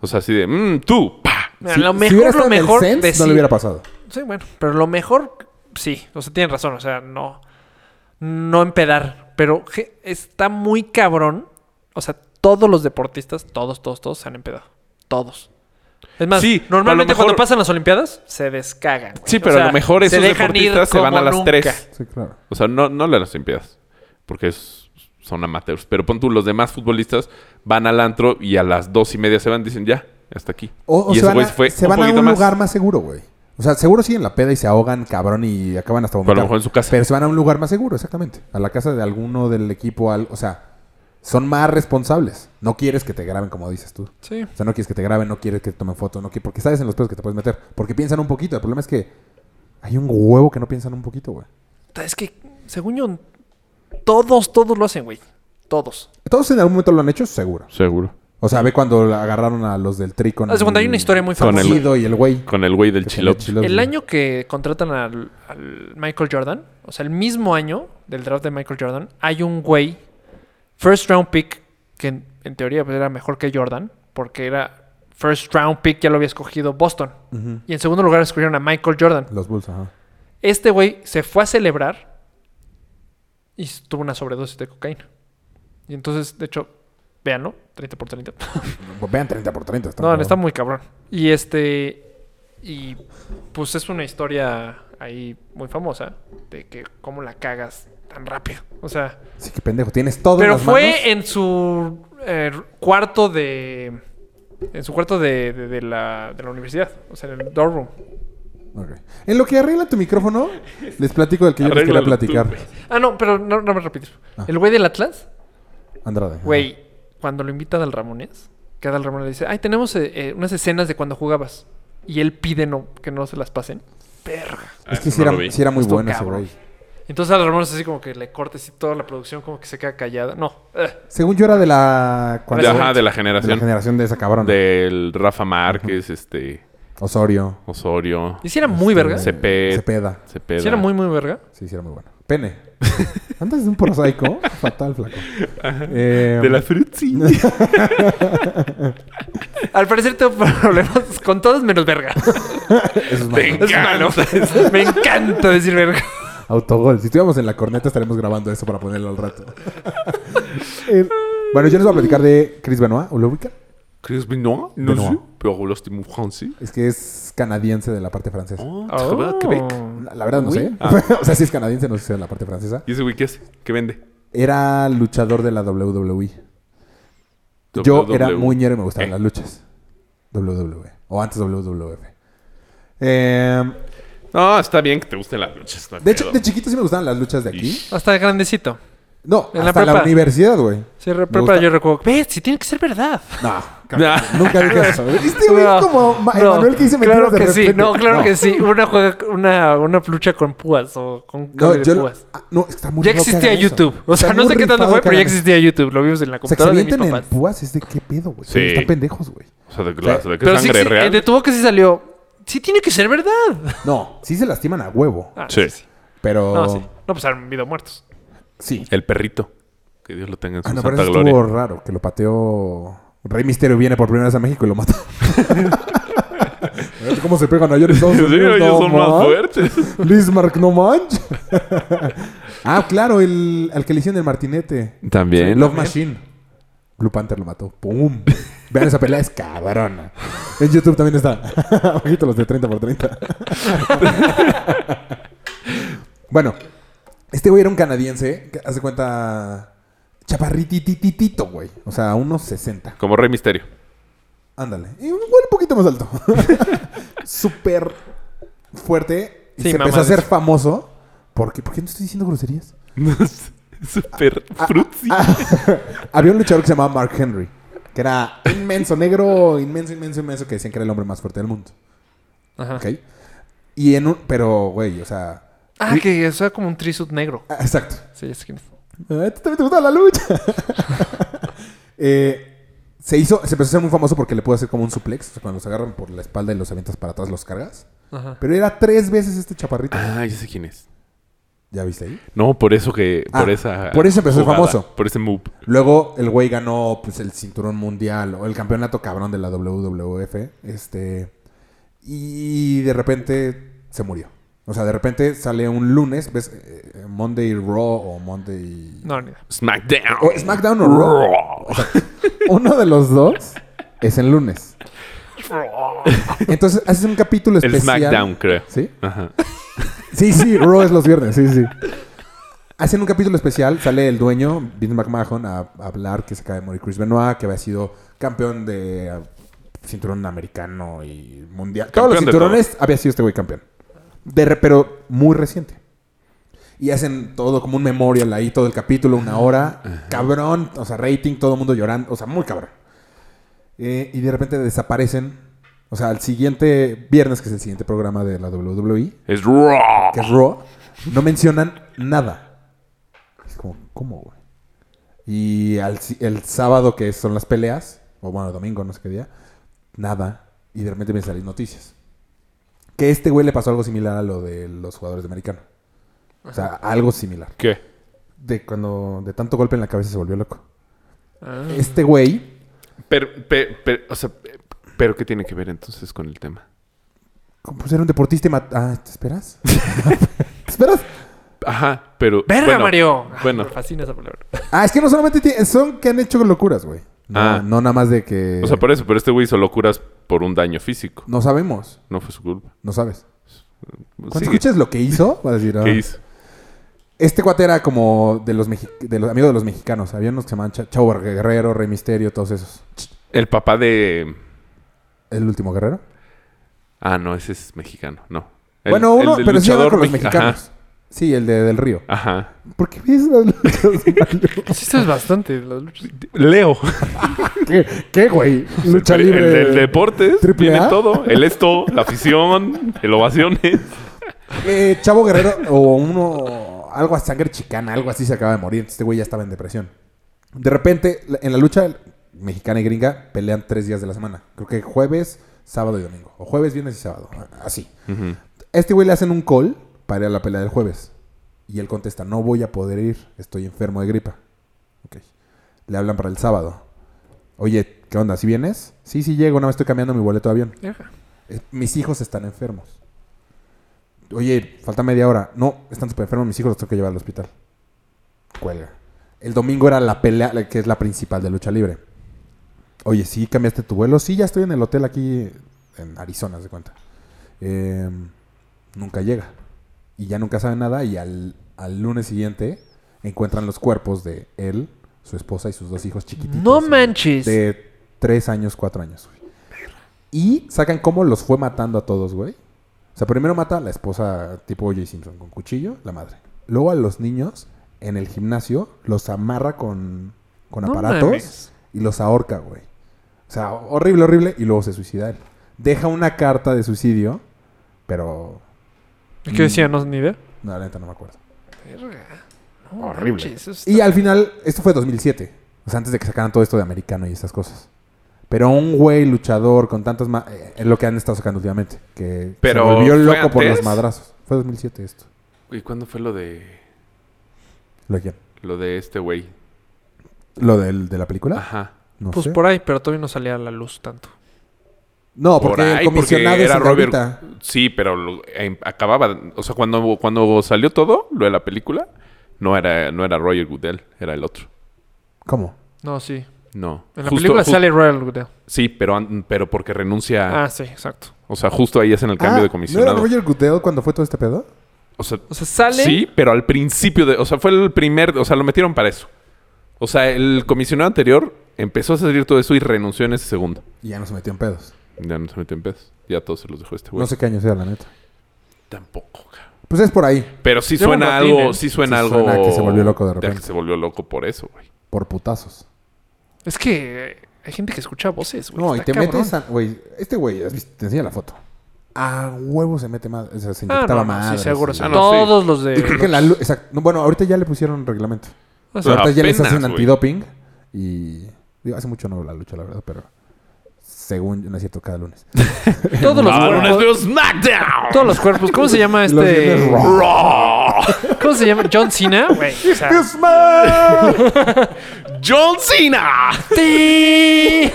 Speaker 5: O sea, así de, mmm, tú, pa.
Speaker 3: Mira, lo mejor, lo mejor. de
Speaker 4: no
Speaker 3: sí-
Speaker 4: le hubiera pasado.
Speaker 3: Sí, bueno, pero lo mejor, sí, o sea, tienen razón, o sea, no, no empedar, pero je- está muy cabrón, o sea, todos los deportistas, todos, todos, todos se han empedado, todos. Es más,
Speaker 5: Sí, pero a lo
Speaker 3: normalmente
Speaker 5: mejor-
Speaker 3: cuando pasan las Olimpiadas, se descagan. güey.
Speaker 5: Sí,
Speaker 3: O
Speaker 5: pero a
Speaker 3: sea,
Speaker 5: lo mejor
Speaker 3: se
Speaker 5: esos
Speaker 3: dejan ir
Speaker 5: deportistas se
Speaker 3: como
Speaker 5: van a las
Speaker 3: nunca.
Speaker 5: tres.
Speaker 4: Sí, claro.
Speaker 5: O sea, no, no las impidas. Porque es- son amateurs. Pero pon tú, los demás futbolistas van al antro y a las dos y media se van, dicen ya, hasta aquí.
Speaker 4: O, o
Speaker 5: y
Speaker 4: se
Speaker 5: ese
Speaker 4: van,
Speaker 5: güey
Speaker 4: a,
Speaker 5: se fue
Speaker 4: se
Speaker 5: un
Speaker 4: van a
Speaker 5: poquito
Speaker 4: un
Speaker 5: más.
Speaker 4: lugar más seguro, güey. O sea, seguro siguen la peda y se ahogan, cabrón, y acaban hasta vomitar.
Speaker 5: mejor en su casa.
Speaker 4: Pero se van a un lugar más seguro, exactamente. A la casa de alguno del equipo. al- o sea, son más responsables. No quieres que te graben, como dices tú.
Speaker 3: Sí.
Speaker 4: O sea, no quieres que te graben, no quieres que te tomen fotos, no quieres, porque sabes en los pedos que te puedes meter. Porque piensan un poquito. El problema es que hay un huevo que no piensan un poquito, güey.
Speaker 3: Es que, según yo, todos, todos lo hacen, güey. Todos.
Speaker 4: Todos en algún momento lo han hecho, seguro.
Speaker 5: Seguro.
Speaker 4: O sea, ve cuando la agarraron a los del tri con
Speaker 3: Haz de cuenta, hay una historia muy
Speaker 5: Con
Speaker 4: con
Speaker 5: el-
Speaker 4: el
Speaker 3: famosa.
Speaker 4: Guido y el güey.
Speaker 5: Con el güey del
Speaker 4: Que se
Speaker 5: chilop.
Speaker 4: le chiló,
Speaker 3: El
Speaker 4: güey.
Speaker 3: año que contratan al, al Michael Jordan, o sea, el mismo año del draft de Michael Jordan, hay un güey, first round pick, que en, en teoría pues, era mejor que Jordan, porque era first round pick, ya lo había escogido Boston.
Speaker 4: Ujú.
Speaker 3: Y en segundo lugar escogieron a Michael Jordan.
Speaker 4: Los Bulls, ajá.
Speaker 3: Este güey se fue a celebrar y tuvo una sobredosis de cocaína. Y entonces, de hecho, véanlo, 30 por 30.
Speaker 4: Vean 30 por 30.
Speaker 3: No,
Speaker 4: cabrón.
Speaker 3: está muy cabrón. Y este. Y pues es una historia ahí muy famosa de que cómo la cagas tan rápido. O sea,
Speaker 4: Sí, qué pendejo. Tienes todo en
Speaker 3: pero
Speaker 4: las manos.
Speaker 3: fue en su eh, cuarto de. En su cuarto de, de- de la, de la universidad. O sea, en el dorm room.
Speaker 4: Ok. En lo que arregla tu micrófono, les platico del que yo
Speaker 5: Arréglalo
Speaker 4: les
Speaker 5: tú,
Speaker 4: quería platicar.
Speaker 5: güey.
Speaker 3: Ah, no, pero no, no me repites.
Speaker 4: Ah.
Speaker 3: El güey del Atlas,
Speaker 4: Andrade. ajá.
Speaker 3: güey, cuando lo invita a Dal Ramones, que Dal Ramones le dice: Ay, tenemos eh, eh, unas escenas de cuando jugabas. Y él pide no, que no se las pasen. Perra.
Speaker 4: Es que
Speaker 5: Ah,
Speaker 4: sí,
Speaker 5: no lo
Speaker 4: era,
Speaker 5: vi.
Speaker 4: sí era muy
Speaker 3: Justo
Speaker 4: bueno ese
Speaker 3: cabrón.
Speaker 4: güey.
Speaker 3: Entonces a los Ramones así como que le cortes y toda la producción como que se queda callada. No. eh.
Speaker 4: Según yo era de la...
Speaker 5: De-
Speaker 4: cuando-
Speaker 5: ajá, de la
Speaker 4: de la
Speaker 5: generación.
Speaker 4: generación de esa cabrón.
Speaker 5: Del Rafa Márquez, este.
Speaker 4: Osorio. Eh,
Speaker 5: Osorio.
Speaker 3: Y si era muy verga.
Speaker 5: Se- Cepeda.
Speaker 4: Cepeda.
Speaker 5: Cepeda.
Speaker 3: Si era muy, muy verga.
Speaker 4: Sí, sí, era muy bueno. Pene. Antes de un prosaico. fatal, flaco. Eh,
Speaker 5: De la Frutzi.
Speaker 3: Al parecer tengo problemas con todos menos verga.
Speaker 4: eso es
Speaker 5: Te
Speaker 4: malo.
Speaker 3: Es malo. Me encanta decir verga.
Speaker 4: Autogol. Si estuviéramos en la corneta estaremos grabando eso para ponerlo al rato. Eh, bueno, yo les voy a platicar de Chris Benoit. ¿O lo ubican?
Speaker 5: Chris Benoit. No
Speaker 4: Benoit.
Speaker 5: sé. Pero hablaste muy francés.
Speaker 4: Es que es canadiense de la parte francesa.
Speaker 5: Oh, Ah.
Speaker 3: Oh.
Speaker 5: Quebec.
Speaker 4: La, la verdad no sé. o sea, si es canadiense, no sé si es de la parte francesa.
Speaker 5: ¿Y ese güey qué hace? ¿Qué vende?
Speaker 4: Era luchador de la WWE. Yo era
Speaker 5: WWE.
Speaker 4: muñero y me gustaban
Speaker 5: Eh.
Speaker 4: las luchas. WWE. O antes WWF. Eh,
Speaker 5: No, está bien que te gusten las luchas. no hay
Speaker 4: de hecho,
Speaker 5: pedo.
Speaker 4: de chiquito sí me gustaban las luchas de aquí.
Speaker 5: Ish.
Speaker 3: Hasta grandecito.
Speaker 4: No,
Speaker 3: En la
Speaker 4: hasta la
Speaker 3: prepa.
Speaker 4: universidad, güey.
Speaker 3: Si re-
Speaker 4: Me
Speaker 3: prepa
Speaker 4: gusta-
Speaker 3: yo recuerdo. Ves, si tiene que ser verdad.
Speaker 4: No,
Speaker 5: Nah.
Speaker 4: nunca dije eso. Este güey
Speaker 3: No,
Speaker 4: es como Ma-
Speaker 3: no,
Speaker 4: Emanuel que dice
Speaker 3: Claro
Speaker 4: mentiras
Speaker 3: que
Speaker 4: de
Speaker 3: sí,
Speaker 4: repente.
Speaker 3: no, claro que sí. Una juega, una, una lucha con púas o con
Speaker 4: No,
Speaker 3: cable de
Speaker 4: yo lo-
Speaker 3: púas.
Speaker 4: ah, no, es que está muy
Speaker 3: Ya
Speaker 4: raro que
Speaker 3: existía
Speaker 4: hagan eso.
Speaker 3: YouTube. O sea,
Speaker 4: Está
Speaker 3: no
Speaker 4: muy
Speaker 3: sé qué tanto
Speaker 4: rifado
Speaker 3: fue,
Speaker 4: que
Speaker 3: pero ya
Speaker 4: hagan eso.
Speaker 3: existía YouTube. Lo vimos en la
Speaker 4: O sea, que
Speaker 3: computadora de
Speaker 4: se
Speaker 3: mis
Speaker 4: avienten en
Speaker 3: papás.
Speaker 4: púas es de qué pedo, güey.
Speaker 5: Sí.
Speaker 4: Están pendejos, güey.
Speaker 5: O sea, de, la- de que
Speaker 3: Pero sí,
Speaker 5: sangre
Speaker 3: sí,
Speaker 5: real.
Speaker 3: el de tu boca sí salió. Sí tiene que ser verdad.
Speaker 4: No, sí se lastiman a huevo.
Speaker 3: Ah,
Speaker 5: Sí.
Speaker 4: Pero.
Speaker 3: No, sí. No, pues han habido muertos.
Speaker 4: Sí.
Speaker 5: El perrito. Que Dios lo tenga en su
Speaker 4: Ah, no, pero
Speaker 5: santa
Speaker 4: eso
Speaker 5: gloria.
Speaker 4: estuvo raro, que lo pateó. Rey Misterio viene por primera vez a México y lo mata. A ver ¿Cómo se pegan ayer en Estados
Speaker 5: Sí,
Speaker 4: Unidos?
Speaker 5: ellos
Speaker 4: no
Speaker 5: son más
Speaker 4: manches.
Speaker 5: fuertes.
Speaker 4: Lismarck, no manches. ah, claro, el, al que le hicieron el martinete.
Speaker 5: También.
Speaker 4: Love Machine. Blue Panther lo mató. ¡Pum! Vean esa pelea, es cabrona. En YouTube también está. Ojito los de 30 por 30. bueno, este güey era un canadiense. que Hace cuenta. Chaparritititito, güey. O sea, unos 60.
Speaker 5: Como Rey Misterio.
Speaker 4: Ándale. Y igual un poquito más alto. Súper fuerte. Y
Speaker 3: Sí,
Speaker 4: se empezó
Speaker 3: mamá,
Speaker 4: a hacer
Speaker 3: de-
Speaker 4: famoso. Porque, ¿Por qué no estoy diciendo groserías?
Speaker 5: Super
Speaker 4: Ah,
Speaker 5: frutzi.
Speaker 4: Había un luchador que se llamaba Mark Henry, que era inmenso, negro, inmenso, inmenso, inmenso, que decían que era el hombre más fuerte del mundo.
Speaker 3: Ajá.
Speaker 4: ¿Ok? Y en un. Pero, güey, o sea.
Speaker 3: Ah, que eso era como un trisuit negro.
Speaker 4: ah, Exacto.
Speaker 3: Sí, es que...
Speaker 4: Ah, ¿tú también te gusta la lucha? Eh, se hizo, se empezó a ser muy famoso porque le pudo hacer como un suplex, o sea, cuando los agarran por la espalda y los avientas para atrás, los cargas.
Speaker 3: Ajá.
Speaker 4: Pero era tres veces este chaparrito.
Speaker 5: Ah, ya sé quién es.
Speaker 4: ¿Ya viste ahí?
Speaker 5: No, por eso que.
Speaker 4: Ah,
Speaker 5: por esa.
Speaker 4: por eso empezó el
Speaker 5: jugada,
Speaker 4: famoso.
Speaker 5: Por ese move.
Speaker 4: Luego el güey ganó pues, el cinturón mundial o el campeonato cabrón de la WWF. Este. Y de repente se murió. O sea, de repente sale un lunes, ves eh, eh, Monday Raw o Monday.
Speaker 3: No, ni idea.
Speaker 5: SmackDown.
Speaker 4: O Oh, SmackDown o Raw. Uno de los dos es el lunes. Entonces haces un capítulo
Speaker 5: El
Speaker 4: especial.
Speaker 5: SmackDown, creo.
Speaker 4: ¿Sí?
Speaker 5: Ajá.
Speaker 4: Sí, sí, Raw es los viernes, sí, sí. Hacen un capítulo especial, sale el dueño, Vince McMahon, a, a hablar que se acaba de morir Chris Benoit, que había sido campeón de ah, cinturón americano y mundial. Todos los
Speaker 5: Campeón de
Speaker 4: cinturones había sido este güey campeón. De re- pero muy reciente. Y hacen todo como un memorial ahí, todo el capítulo, una hora. Cabrón, o sea, rating, todo el mundo llorando, o sea, muy cabrón. Eh, y de repente desaparecen. O sea, al siguiente viernes, que es el siguiente programa de la E, WWE,
Speaker 5: Es Raw.
Speaker 4: que es Raw, no mencionan nada. Es como, ¿cómo, güey? Y al si- el sábado, que son las peleas, o bueno, domingo, no sé qué día, nada. Y de repente me salen noticias. Que a este güey le pasó algo similar a lo de los jugadores de americano. O sea, algo similar.
Speaker 5: ¿Qué?
Speaker 4: De cuando de tanto golpe en la cabeza se volvió loco.
Speaker 3: Ah.
Speaker 4: Este güey
Speaker 5: Pero, pero, pero, o sea, pero ¿qué tiene que ver entonces con el tema?
Speaker 4: Como Pues era un deportista y mat- Ah, ¿te esperas? ¿Te esperas?
Speaker 5: Ajá, pero.
Speaker 3: ¡Verga,
Speaker 5: bueno,
Speaker 3: Mario! Ay,
Speaker 5: Bueno,
Speaker 3: Me fascina esa palabra.
Speaker 4: Ah, es que no solamente ti- son que han hecho locuras, güey. No,
Speaker 5: Ah.
Speaker 4: no nada más de que...
Speaker 5: o sea, por eso, pero este güey hizo locuras por un daño físico.
Speaker 4: No sabemos.
Speaker 5: No fue su culpa.
Speaker 4: No sabes. Cuando
Speaker 5: Pues Sigue.
Speaker 4: escuches lo que hizo, vas a decir... ah.
Speaker 5: ¿Qué hizo?
Speaker 4: Este cuate era como de los, mexi- de los amigos de los mexicanos. Había unos que se llamaban Cha- Chavo Guerrero, Rey Misterio, todos esos.
Speaker 5: El papá de.
Speaker 4: ¿El último guerrero?
Speaker 5: Ah, no, ese es mexicano, no. El-
Speaker 4: bueno, uno...
Speaker 5: el del
Speaker 4: pero sí andaba
Speaker 5: luchador
Speaker 4: con los
Speaker 5: mexi- Ah.
Speaker 4: mexicanos. Sí, el de Del Río.
Speaker 5: Ajá. ajá.
Speaker 4: ¿Por qué ves las luchas, Mario?
Speaker 3: Sí, esto es bastante. las luchas.
Speaker 5: Leo.
Speaker 4: ¿Qué- ¿Qué, güey? Lucha
Speaker 5: el, el-
Speaker 4: libre.
Speaker 5: el deportes
Speaker 4: ¿Triple
Speaker 5: tiene
Speaker 4: A?
Speaker 5: todo. El esto, la afición, el ovaciones.
Speaker 4: Eh, Chavo Guerrero o uno, algo a sangre chicana, algo así se acaba de morir. Entonces, Este güey ya estaba en depresión. De repente, la- en la lucha mexicana y gringa pelean tres días de la semana. Creo que jueves, sábado y domingo. O jueves, viernes y sábado. Así. A Este güey le hacen un call para ir a la pelea del jueves. Y él contesta, no voy a poder ir, estoy enfermo de gripa. Ok. Le hablan para el sábado. Oye, ¿qué onda? ¿Si vienes? Sí, sí llego, no me estoy cambiando mi boleto de avión.
Speaker 3: Ajá.
Speaker 4: Eh, Mis hijos están enfermos. Oye, falta media hora. No, están súper enfermos. Mis hijos los tengo que llevar al hospital. Cuelga. El domingo era la pelea, la- que es la principal de lucha libre. Oye, ¿sí cambiaste tu vuelo? Sí, ya estoy en el hotel aquí en Arizona, haz de cuenta. Eh, nunca llega. Y ya nunca sabe nada. Y al, al lunes siguiente encuentran los cuerpos de él, su esposa y sus dos hijos chiquititos.
Speaker 3: ¡No
Speaker 4: eh,
Speaker 3: manches!
Speaker 4: De tres años, cuatro años. güey. Y sacan cómo los fue matando a todos, güey. O sea, primero mata a la esposa tipo O.J. Simpson con cuchillo, la madre. Luego a los niños en el gimnasio los amarra con, con
Speaker 3: No
Speaker 4: aparatos
Speaker 3: mames.
Speaker 4: y los ahorca, güey. O sea, horrible, horrible. Y luego se suicida él. Deja una carta de suicidio, pero...
Speaker 3: ¿Qué
Speaker 4: Mm.
Speaker 3: decía? No, ni idea.
Speaker 4: No, la neta no me acuerdo.
Speaker 3: No
Speaker 5: Horrible.
Speaker 3: manches, eso está-
Speaker 4: Y al final, esto fue 2007. O sea, antes de que sacaran todo esto de americano y estas cosas. Pero un güey luchador con tantas... ma- eh, es lo que han estado sacando últimamente. Que
Speaker 5: Pero,
Speaker 4: se volvió
Speaker 5: ¿fue
Speaker 4: loco por
Speaker 5: antes?
Speaker 4: los madrazos. Fue 2007 esto.
Speaker 5: ¿Y cuándo fue lo de.
Speaker 4: ¿Lo de quién?
Speaker 5: Lo de este güey?
Speaker 4: ¿Lo del- de la película?
Speaker 5: Ajá.
Speaker 4: No
Speaker 3: Pues
Speaker 4: sé.
Speaker 3: por ahí, pero todavía no salía a la luz tanto.
Speaker 4: No,
Speaker 5: Por
Speaker 4: porque
Speaker 5: ahí,
Speaker 4: el comisionado
Speaker 5: porque
Speaker 4: es
Speaker 5: era
Speaker 4: el de
Speaker 5: Robert.
Speaker 4: ahorita.
Speaker 5: Sí, pero lo- em, acababa. O sea, cuando, cuando salió todo, lo de la película, no era, no era Roger Goodell, era el otro.
Speaker 4: ¿Cómo?
Speaker 3: No, sí.
Speaker 5: No.
Speaker 3: En la
Speaker 5: Justo-
Speaker 3: película
Speaker 5: ju-
Speaker 3: sale Royal Goodell.
Speaker 5: Sí, pero, an- pero porque renuncia.
Speaker 3: Ah, sí, exacto.
Speaker 5: O sea, justo ahí hacen el cambio
Speaker 4: Ah,
Speaker 5: de comisionado.
Speaker 4: ¿No era Roger Goodell cuando fue todo este pedo?
Speaker 5: O sea,
Speaker 3: O sea, sale.
Speaker 5: Sí, pero al principio de. O sea, fue el primer. O sea, lo metieron para eso. O sea, el comisionado anterior empezó a salir todo eso y renunció en ese segundo.
Speaker 4: Y ya no se metió en pedos.
Speaker 5: Ya no se metió en pedos. Ya todos se los dejó este güey.
Speaker 4: No sé qué año sea, la neta.
Speaker 5: Tampoco, cabrón.
Speaker 4: Pues es por ahí.
Speaker 5: Pero sí
Speaker 3: Lleva un
Speaker 5: suena
Speaker 3: ratín,
Speaker 5: algo.
Speaker 3: ¿eh?
Speaker 5: Sí suena
Speaker 4: Sí
Speaker 5: algo.
Speaker 4: suena que se volvió loco de repente.
Speaker 5: que se volvió loco por eso, güey.
Speaker 4: Por putazos.
Speaker 3: Es que eh, hay gente que escucha voces, güey.
Speaker 4: No, y
Speaker 3: Está
Speaker 4: te
Speaker 3: cabrón.
Speaker 4: metes a... Güey, este güey, has visto- te enseña la foto. A huevo se mete más. O sea, se
Speaker 3: Ah,
Speaker 4: inyectaba
Speaker 3: no, no,
Speaker 4: más.
Speaker 3: sí, seguro. sí.
Speaker 5: Ah, no, sí.
Speaker 3: Todos los de.
Speaker 4: Y creo que en la lu- exacto. No, bueno, ahorita ya le pusieron reglamento.
Speaker 3: O sea,
Speaker 5: Pero
Speaker 4: ahorita ya les
Speaker 5: apenas,
Speaker 4: hacen
Speaker 5: güey.
Speaker 4: antidoping. Y. Digo, hace mucho no veo la lucha, la verdad, pero. Según, no es cierto, cada lunes.
Speaker 3: todos los
Speaker 5: Ahora
Speaker 3: cuerpos.
Speaker 5: nos veo SmackDown.
Speaker 3: Todos los cuerpos. ¿Cómo se llama
Speaker 4: Los
Speaker 3: este?
Speaker 4: viernes Raw.
Speaker 3: ¿Cómo se llama? John Cena, güey. O sea,
Speaker 5: John Cena.
Speaker 3: ¡Ti!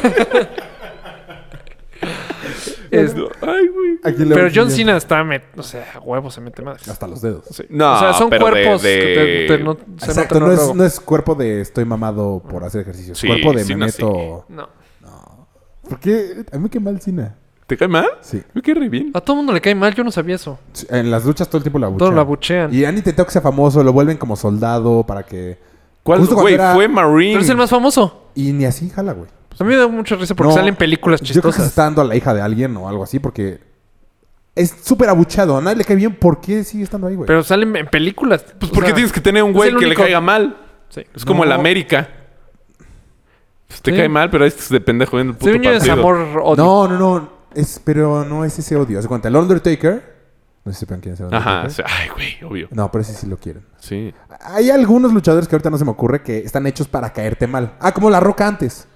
Speaker 3: Es-
Speaker 5: Ay, güey.
Speaker 4: Aquí le
Speaker 3: pero
Speaker 4: voy
Speaker 3: John
Speaker 4: a-
Speaker 3: Cena está. met- O sea, a huevo se mete madres.
Speaker 4: Hasta los dedos.
Speaker 3: Sí.
Speaker 5: No,
Speaker 3: o sea, son
Speaker 5: Ah, pero de-
Speaker 3: cuerpos
Speaker 5: de-
Speaker 3: que te, te no, se
Speaker 4: Exacto,
Speaker 3: notan
Speaker 4: no es,
Speaker 3: luego.
Speaker 4: no es cuerpo de estoy mamado por hacer ejercicio. Es
Speaker 5: Sí,
Speaker 4: cuerpo de me
Speaker 5: Cena sí.
Speaker 4: meto.
Speaker 3: No.
Speaker 4: ¿Por qué? A mí me quema el cine.
Speaker 5: ¿Te cae mal?
Speaker 4: Sí.
Speaker 5: Me cae re bien.
Speaker 3: A todo mundo le cae mal, yo no sabía eso.
Speaker 4: Sí, En las luchas todo el tiempo la abuchean.
Speaker 3: Todo lo abuchean.
Speaker 4: Y han intentado que sea famoso, lo vuelven como soldado para que.
Speaker 5: ¿Cuál,
Speaker 4: Justo cuando
Speaker 5: güey?
Speaker 4: era-
Speaker 5: Fue Marine.
Speaker 3: Pero es el más famoso.
Speaker 4: Y ni así jala, güey.
Speaker 3: A mí me da mucha risa porque
Speaker 4: No,
Speaker 3: salen películas
Speaker 4: Yo creo que se
Speaker 3: chistosas.
Speaker 4: está dando a la hija de alguien o algo así, porque es súper abuchado. A nadie le cae bien. ¿Por qué sigue estando ahí, güey?
Speaker 3: Pero salen en películas.
Speaker 5: Pues porque tienes que tener un
Speaker 3: es
Speaker 5: güey
Speaker 3: el
Speaker 5: que le
Speaker 3: único-
Speaker 5: caiga mal.
Speaker 3: Sí.
Speaker 5: Es como el América. Pues te
Speaker 3: Sí.
Speaker 5: cae mal, pero este es de pendejo viendo el puto
Speaker 3: Según yo, es
Speaker 5: partido.
Speaker 3: amor odio.
Speaker 4: No, no, no. Es, pero no es ese odio. Haz de cuenta, el Undertaker. No sé si sepan quién es el Undertaker.
Speaker 5: Ajá. o sea, ay, güey, obvio.
Speaker 4: No, pero ese sí lo quieren.
Speaker 5: Sí.
Speaker 3: Ah,
Speaker 4: Hay algunos luchadores que ahorita no se me ocurre que están hechos para caerte mal. Ah, como La Roca antes.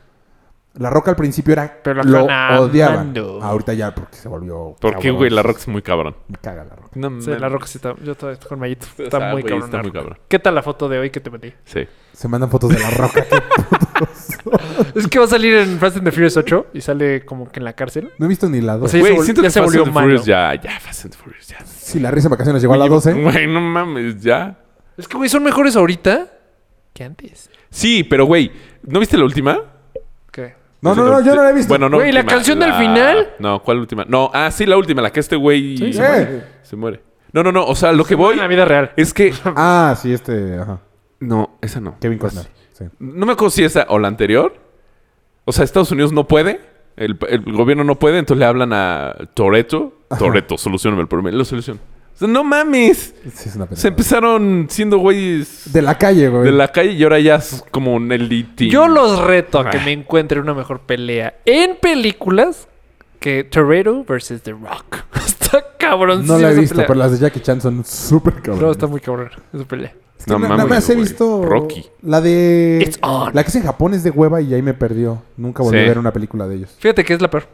Speaker 4: La Roca al principio era...
Speaker 3: Pero la
Speaker 4: lo
Speaker 3: están
Speaker 4: odiaban.
Speaker 3: amando.
Speaker 4: Ahorita ya porque se volvió...
Speaker 5: Porque,
Speaker 4: cabrón.
Speaker 5: güey, la Rock es muy cabrón.
Speaker 4: Me caga La Roca.
Speaker 5: No,
Speaker 3: Sí,
Speaker 5: mames.
Speaker 3: la roca sí está. Yo todavía estoy con Mayito. Está
Speaker 5: Ah,
Speaker 3: muy
Speaker 5: güey,
Speaker 3: cabrón.
Speaker 5: está
Speaker 3: la
Speaker 5: muy
Speaker 3: Roca.
Speaker 5: cabrón.
Speaker 3: ¿Qué tal la foto de hoy que te metí?
Speaker 5: Sí.
Speaker 4: Se mandan fotos de La Roca. qué putos.
Speaker 3: Es que va a salir en Fast and the Furious 8 y sale como que en la cárcel.
Speaker 4: no he visto ni la 2.
Speaker 3: Sí,
Speaker 5: Güey,
Speaker 3: se vol-
Speaker 5: siento
Speaker 3: ya
Speaker 5: que
Speaker 3: se
Speaker 5: Fast
Speaker 3: volvió
Speaker 5: and the Furious
Speaker 3: malo.
Speaker 5: ya, ya, Fast and the Furious ya.
Speaker 4: Si la risa en vacaciones llegó a la 12.
Speaker 5: Güey, no mames, ya.
Speaker 3: Es que, güey, son mejores ahorita que antes.
Speaker 5: Sí, pero güey, ¿no viste la última?
Speaker 3: ¿Qué?
Speaker 4: No, no, no, yo no la he visto.
Speaker 5: Bueno, no.
Speaker 3: Güey, ¿la canción del final?
Speaker 5: No, ¿cuál última? No, ah, sí, la última, la que este güey
Speaker 4: Sí.
Speaker 5: se, muere. Se muere. No, no, no, o sea, lo que voy
Speaker 3: En la vida real.
Speaker 5: es que.
Speaker 4: Ah, sí, este... Ajá.
Speaker 5: No, esa no.
Speaker 4: Kevin Costner. Sí.
Speaker 5: No me acuerdo si esa o la anterior. O sea, Estados Unidos no puede. El, el gobierno no puede, entonces le hablan a Toreto. Toreto, solucioname el problema. Y Lo soluciona. O sea, no mames.
Speaker 4: Sí, es una
Speaker 5: Se
Speaker 4: película.
Speaker 5: empezaron siendo güeyes
Speaker 4: De la calle, güey.
Speaker 5: de la calle y ahora ya es como un elite.
Speaker 3: Yo los reto a que
Speaker 5: Ah.
Speaker 3: me encuentren una mejor pelea en películas que Toretto versus The Rock. está cabrón.
Speaker 4: No la he visto, pero las de Jackie Chan son súper cabronas.
Speaker 3: No, está muy cabrón esa pelea.
Speaker 4: Es que
Speaker 5: No
Speaker 4: na-
Speaker 5: mames,
Speaker 4: nada más he
Speaker 5: güey.
Speaker 4: visto
Speaker 5: Rocky.
Speaker 4: la de
Speaker 3: It's on.
Speaker 4: la que es en Japón es de hueva y ahí me perdió. Nunca volví
Speaker 5: Sí.
Speaker 4: a ver una película de ellos.
Speaker 3: Fíjate que es la peor.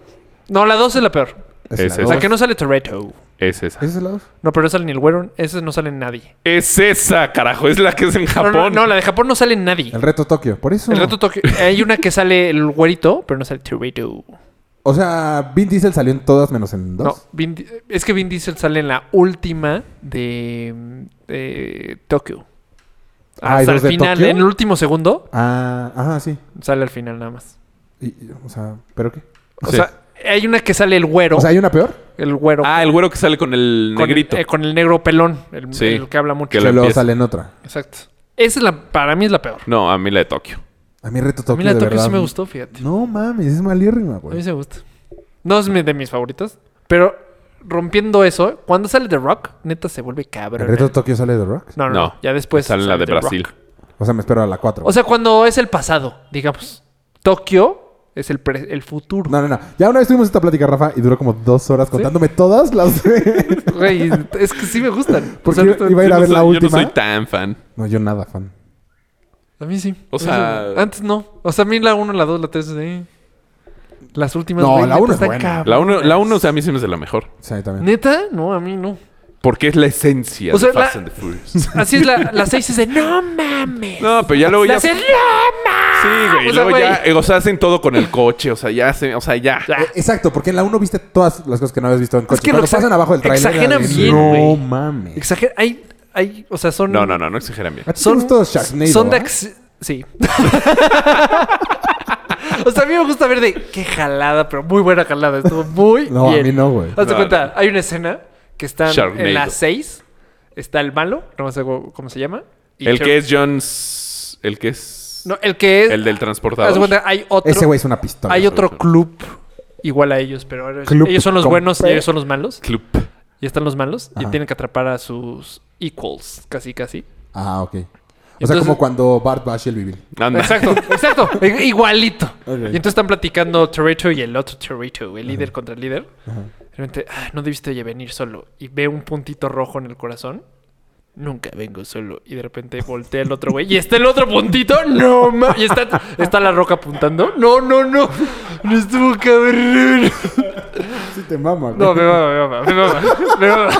Speaker 3: No, la 2 es la peor.
Speaker 5: Es
Speaker 4: la
Speaker 5: esa.
Speaker 3: O sea,
Speaker 4: dos.
Speaker 3: que no sale Toretto.
Speaker 5: Es esa.
Speaker 4: ¿Es la dos?
Speaker 3: No, pero no sale ni el Weron. Ese no sale nadie.
Speaker 5: Es esa, carajo. Es la que es en
Speaker 3: No,
Speaker 5: Japón.
Speaker 3: No, no, la de Japón no sale nadie.
Speaker 4: El reto Tokio. Por eso.
Speaker 3: El reto Tokio. Hay una que sale el güerito, pero no sale Toretto.
Speaker 4: O sea, Vin Diesel salió en todas menos en dos.
Speaker 3: No, Vin Di- es que Vin Diesel sale en la última de, mm, de Tokio.
Speaker 4: Ah, ¿hay
Speaker 3: Hasta el
Speaker 4: dos de
Speaker 3: final,
Speaker 4: Tokio?
Speaker 3: en el último segundo,
Speaker 4: Ah, ajá, sí.
Speaker 3: sale al final nada más.
Speaker 4: Y- y- o sea, ¿pero qué?
Speaker 3: O
Speaker 5: Sí.
Speaker 3: sea, hay una que sale el güero,
Speaker 4: O sea, ¿hay una peor?
Speaker 3: el güero
Speaker 5: Ah, el güero que sale con el
Speaker 3: con,
Speaker 5: negrito.
Speaker 3: eh, con el negro pelón, el,
Speaker 5: Sí.
Speaker 3: el que habla mucho.
Speaker 5: Que
Speaker 4: Que
Speaker 5: la
Speaker 4: luego
Speaker 5: empieza.
Speaker 4: sale en otra.
Speaker 3: Exacto. Esa es la, para mí es la peor.
Speaker 5: No, a mí la de Tokio.
Speaker 4: A mí Reto
Speaker 3: A
Speaker 4: Tokio,
Speaker 3: mí la de
Speaker 4: de
Speaker 3: Tokio
Speaker 4: verdad.
Speaker 3: sí me gustó, fíjate.
Speaker 4: No mames, es malírrima,
Speaker 3: A mí
Speaker 4: güey.
Speaker 3: se me gusta. No es mi- de mis favoritas, pero rompiendo eso, cuando sale The Rock, neta se vuelve
Speaker 4: ¿El
Speaker 3: cabrón. eh.
Speaker 4: Reto Tokio sale de Rock?
Speaker 3: No, no, no, ya después
Speaker 5: Sale la de
Speaker 3: The Rock.
Speaker 5: Brasil.
Speaker 4: O sea, me espero a la 4.
Speaker 3: O sea, cuando es el pasado, digamos. Tokio es el, pre- el futuro.
Speaker 4: no, no, no. Ya una vez tuvimos esta plática, Rafa, y duró como dos horas contándome todas las de-
Speaker 3: Güey, es que sí me gustan.
Speaker 4: Porque
Speaker 3: O sea,
Speaker 4: yo iba a ir
Speaker 5: Yo
Speaker 4: a
Speaker 5: no
Speaker 4: ver
Speaker 5: soy-
Speaker 4: la
Speaker 5: Yo no
Speaker 4: última.
Speaker 5: soy tan fan.
Speaker 4: No, yo nada, fan.
Speaker 3: A mí sí.
Speaker 5: O sea-
Speaker 3: Eso- Antes no. O sea, a mí la 1, la 2, la 3. eh. Las últimas.
Speaker 4: No,
Speaker 3: güey,
Speaker 4: la
Speaker 3: neta,
Speaker 4: uno es
Speaker 3: están
Speaker 4: buena.
Speaker 3: cabronas.
Speaker 5: La uno, la uno, o sea, a mí se me hace la mejor.
Speaker 4: Sí, a mí también.
Speaker 3: Neta, no, a mí no.
Speaker 5: Porque es la esencia
Speaker 3: O sea,
Speaker 5: de Fast
Speaker 3: la-
Speaker 5: and the Furious.
Speaker 3: Así es, la, la 6 es de no mames.
Speaker 5: No, pero ya luego ya.
Speaker 3: la 6 no mames.
Speaker 5: Sí, güey.
Speaker 3: O sea,
Speaker 5: luego ya,
Speaker 3: güey.
Speaker 5: eh, o sea, hacen todo con el coche. O sea, ya hacen, o sea, ya.
Speaker 3: Ya.
Speaker 4: Eh, Exacto, porque en la 1 viste todas las cosas que no habías visto en coche.
Speaker 3: que
Speaker 4: Cuando
Speaker 3: lo exa-
Speaker 4: pasan abajo del trailer.
Speaker 3: exageran bien,
Speaker 4: No
Speaker 3: güey".
Speaker 4: mames.
Speaker 3: Exager- Hay, hay, o sea, son.
Speaker 5: No, no, no, no exageran bien.
Speaker 4: ¿A ti te
Speaker 3: Son-
Speaker 4: gustó Sharknado?
Speaker 3: Son de
Speaker 4: ah?
Speaker 3: acci- Sí. o sea, a mí me gusta ver de qué jalada, pero muy buena jalada. Estuvo muy
Speaker 4: No, a
Speaker 3: bien.
Speaker 4: mí no, güey.
Speaker 3: Hazte
Speaker 5: No,
Speaker 3: cuenta,
Speaker 5: no.
Speaker 3: hay una escena que están
Speaker 5: Sharknado.
Speaker 3: en las 6. Está el malo, no me sé cómo cómo se llama. y
Speaker 5: El
Speaker 3: Shark-
Speaker 5: que es John. S- El que es.
Speaker 3: No, el que es.
Speaker 5: El del
Speaker 3: Hazte
Speaker 5: transportador.
Speaker 3: cuenta, hay otro.
Speaker 4: Ese güey es una pistola.
Speaker 3: Hay otro club igual a ellos, pero ahora-
Speaker 4: Club
Speaker 3: ellos son los
Speaker 4: con
Speaker 3: buenos y
Speaker 4: P.
Speaker 3: ellos son los malos.
Speaker 5: Club.
Speaker 3: Y están los malos y
Speaker 4: Ajá.
Speaker 3: tienen que atrapar a sus equals, casi, casi.
Speaker 4: Ah, ok. O sea,
Speaker 3: Entonces-
Speaker 4: como cuando Bart va a Shelbyville.
Speaker 5: Anda.
Speaker 3: Exacto, exacto, i- igualito.
Speaker 4: Ok.
Speaker 3: Y entonces están platicando Toretto y el otro Toretto, el líder contra el líder. Realmente, "Ah, no debiste ya venir solo. Y ve un puntito rojo en el corazón. Nunca vengo solo. Y de repente voltea el otro güey. Y está el otro puntito. No, ma. Y está, está la roca apuntando. No, no, no. No estuvo cabrón.
Speaker 4: Sí, te mama,
Speaker 3: No, me mama, me mama, me mama, me mama.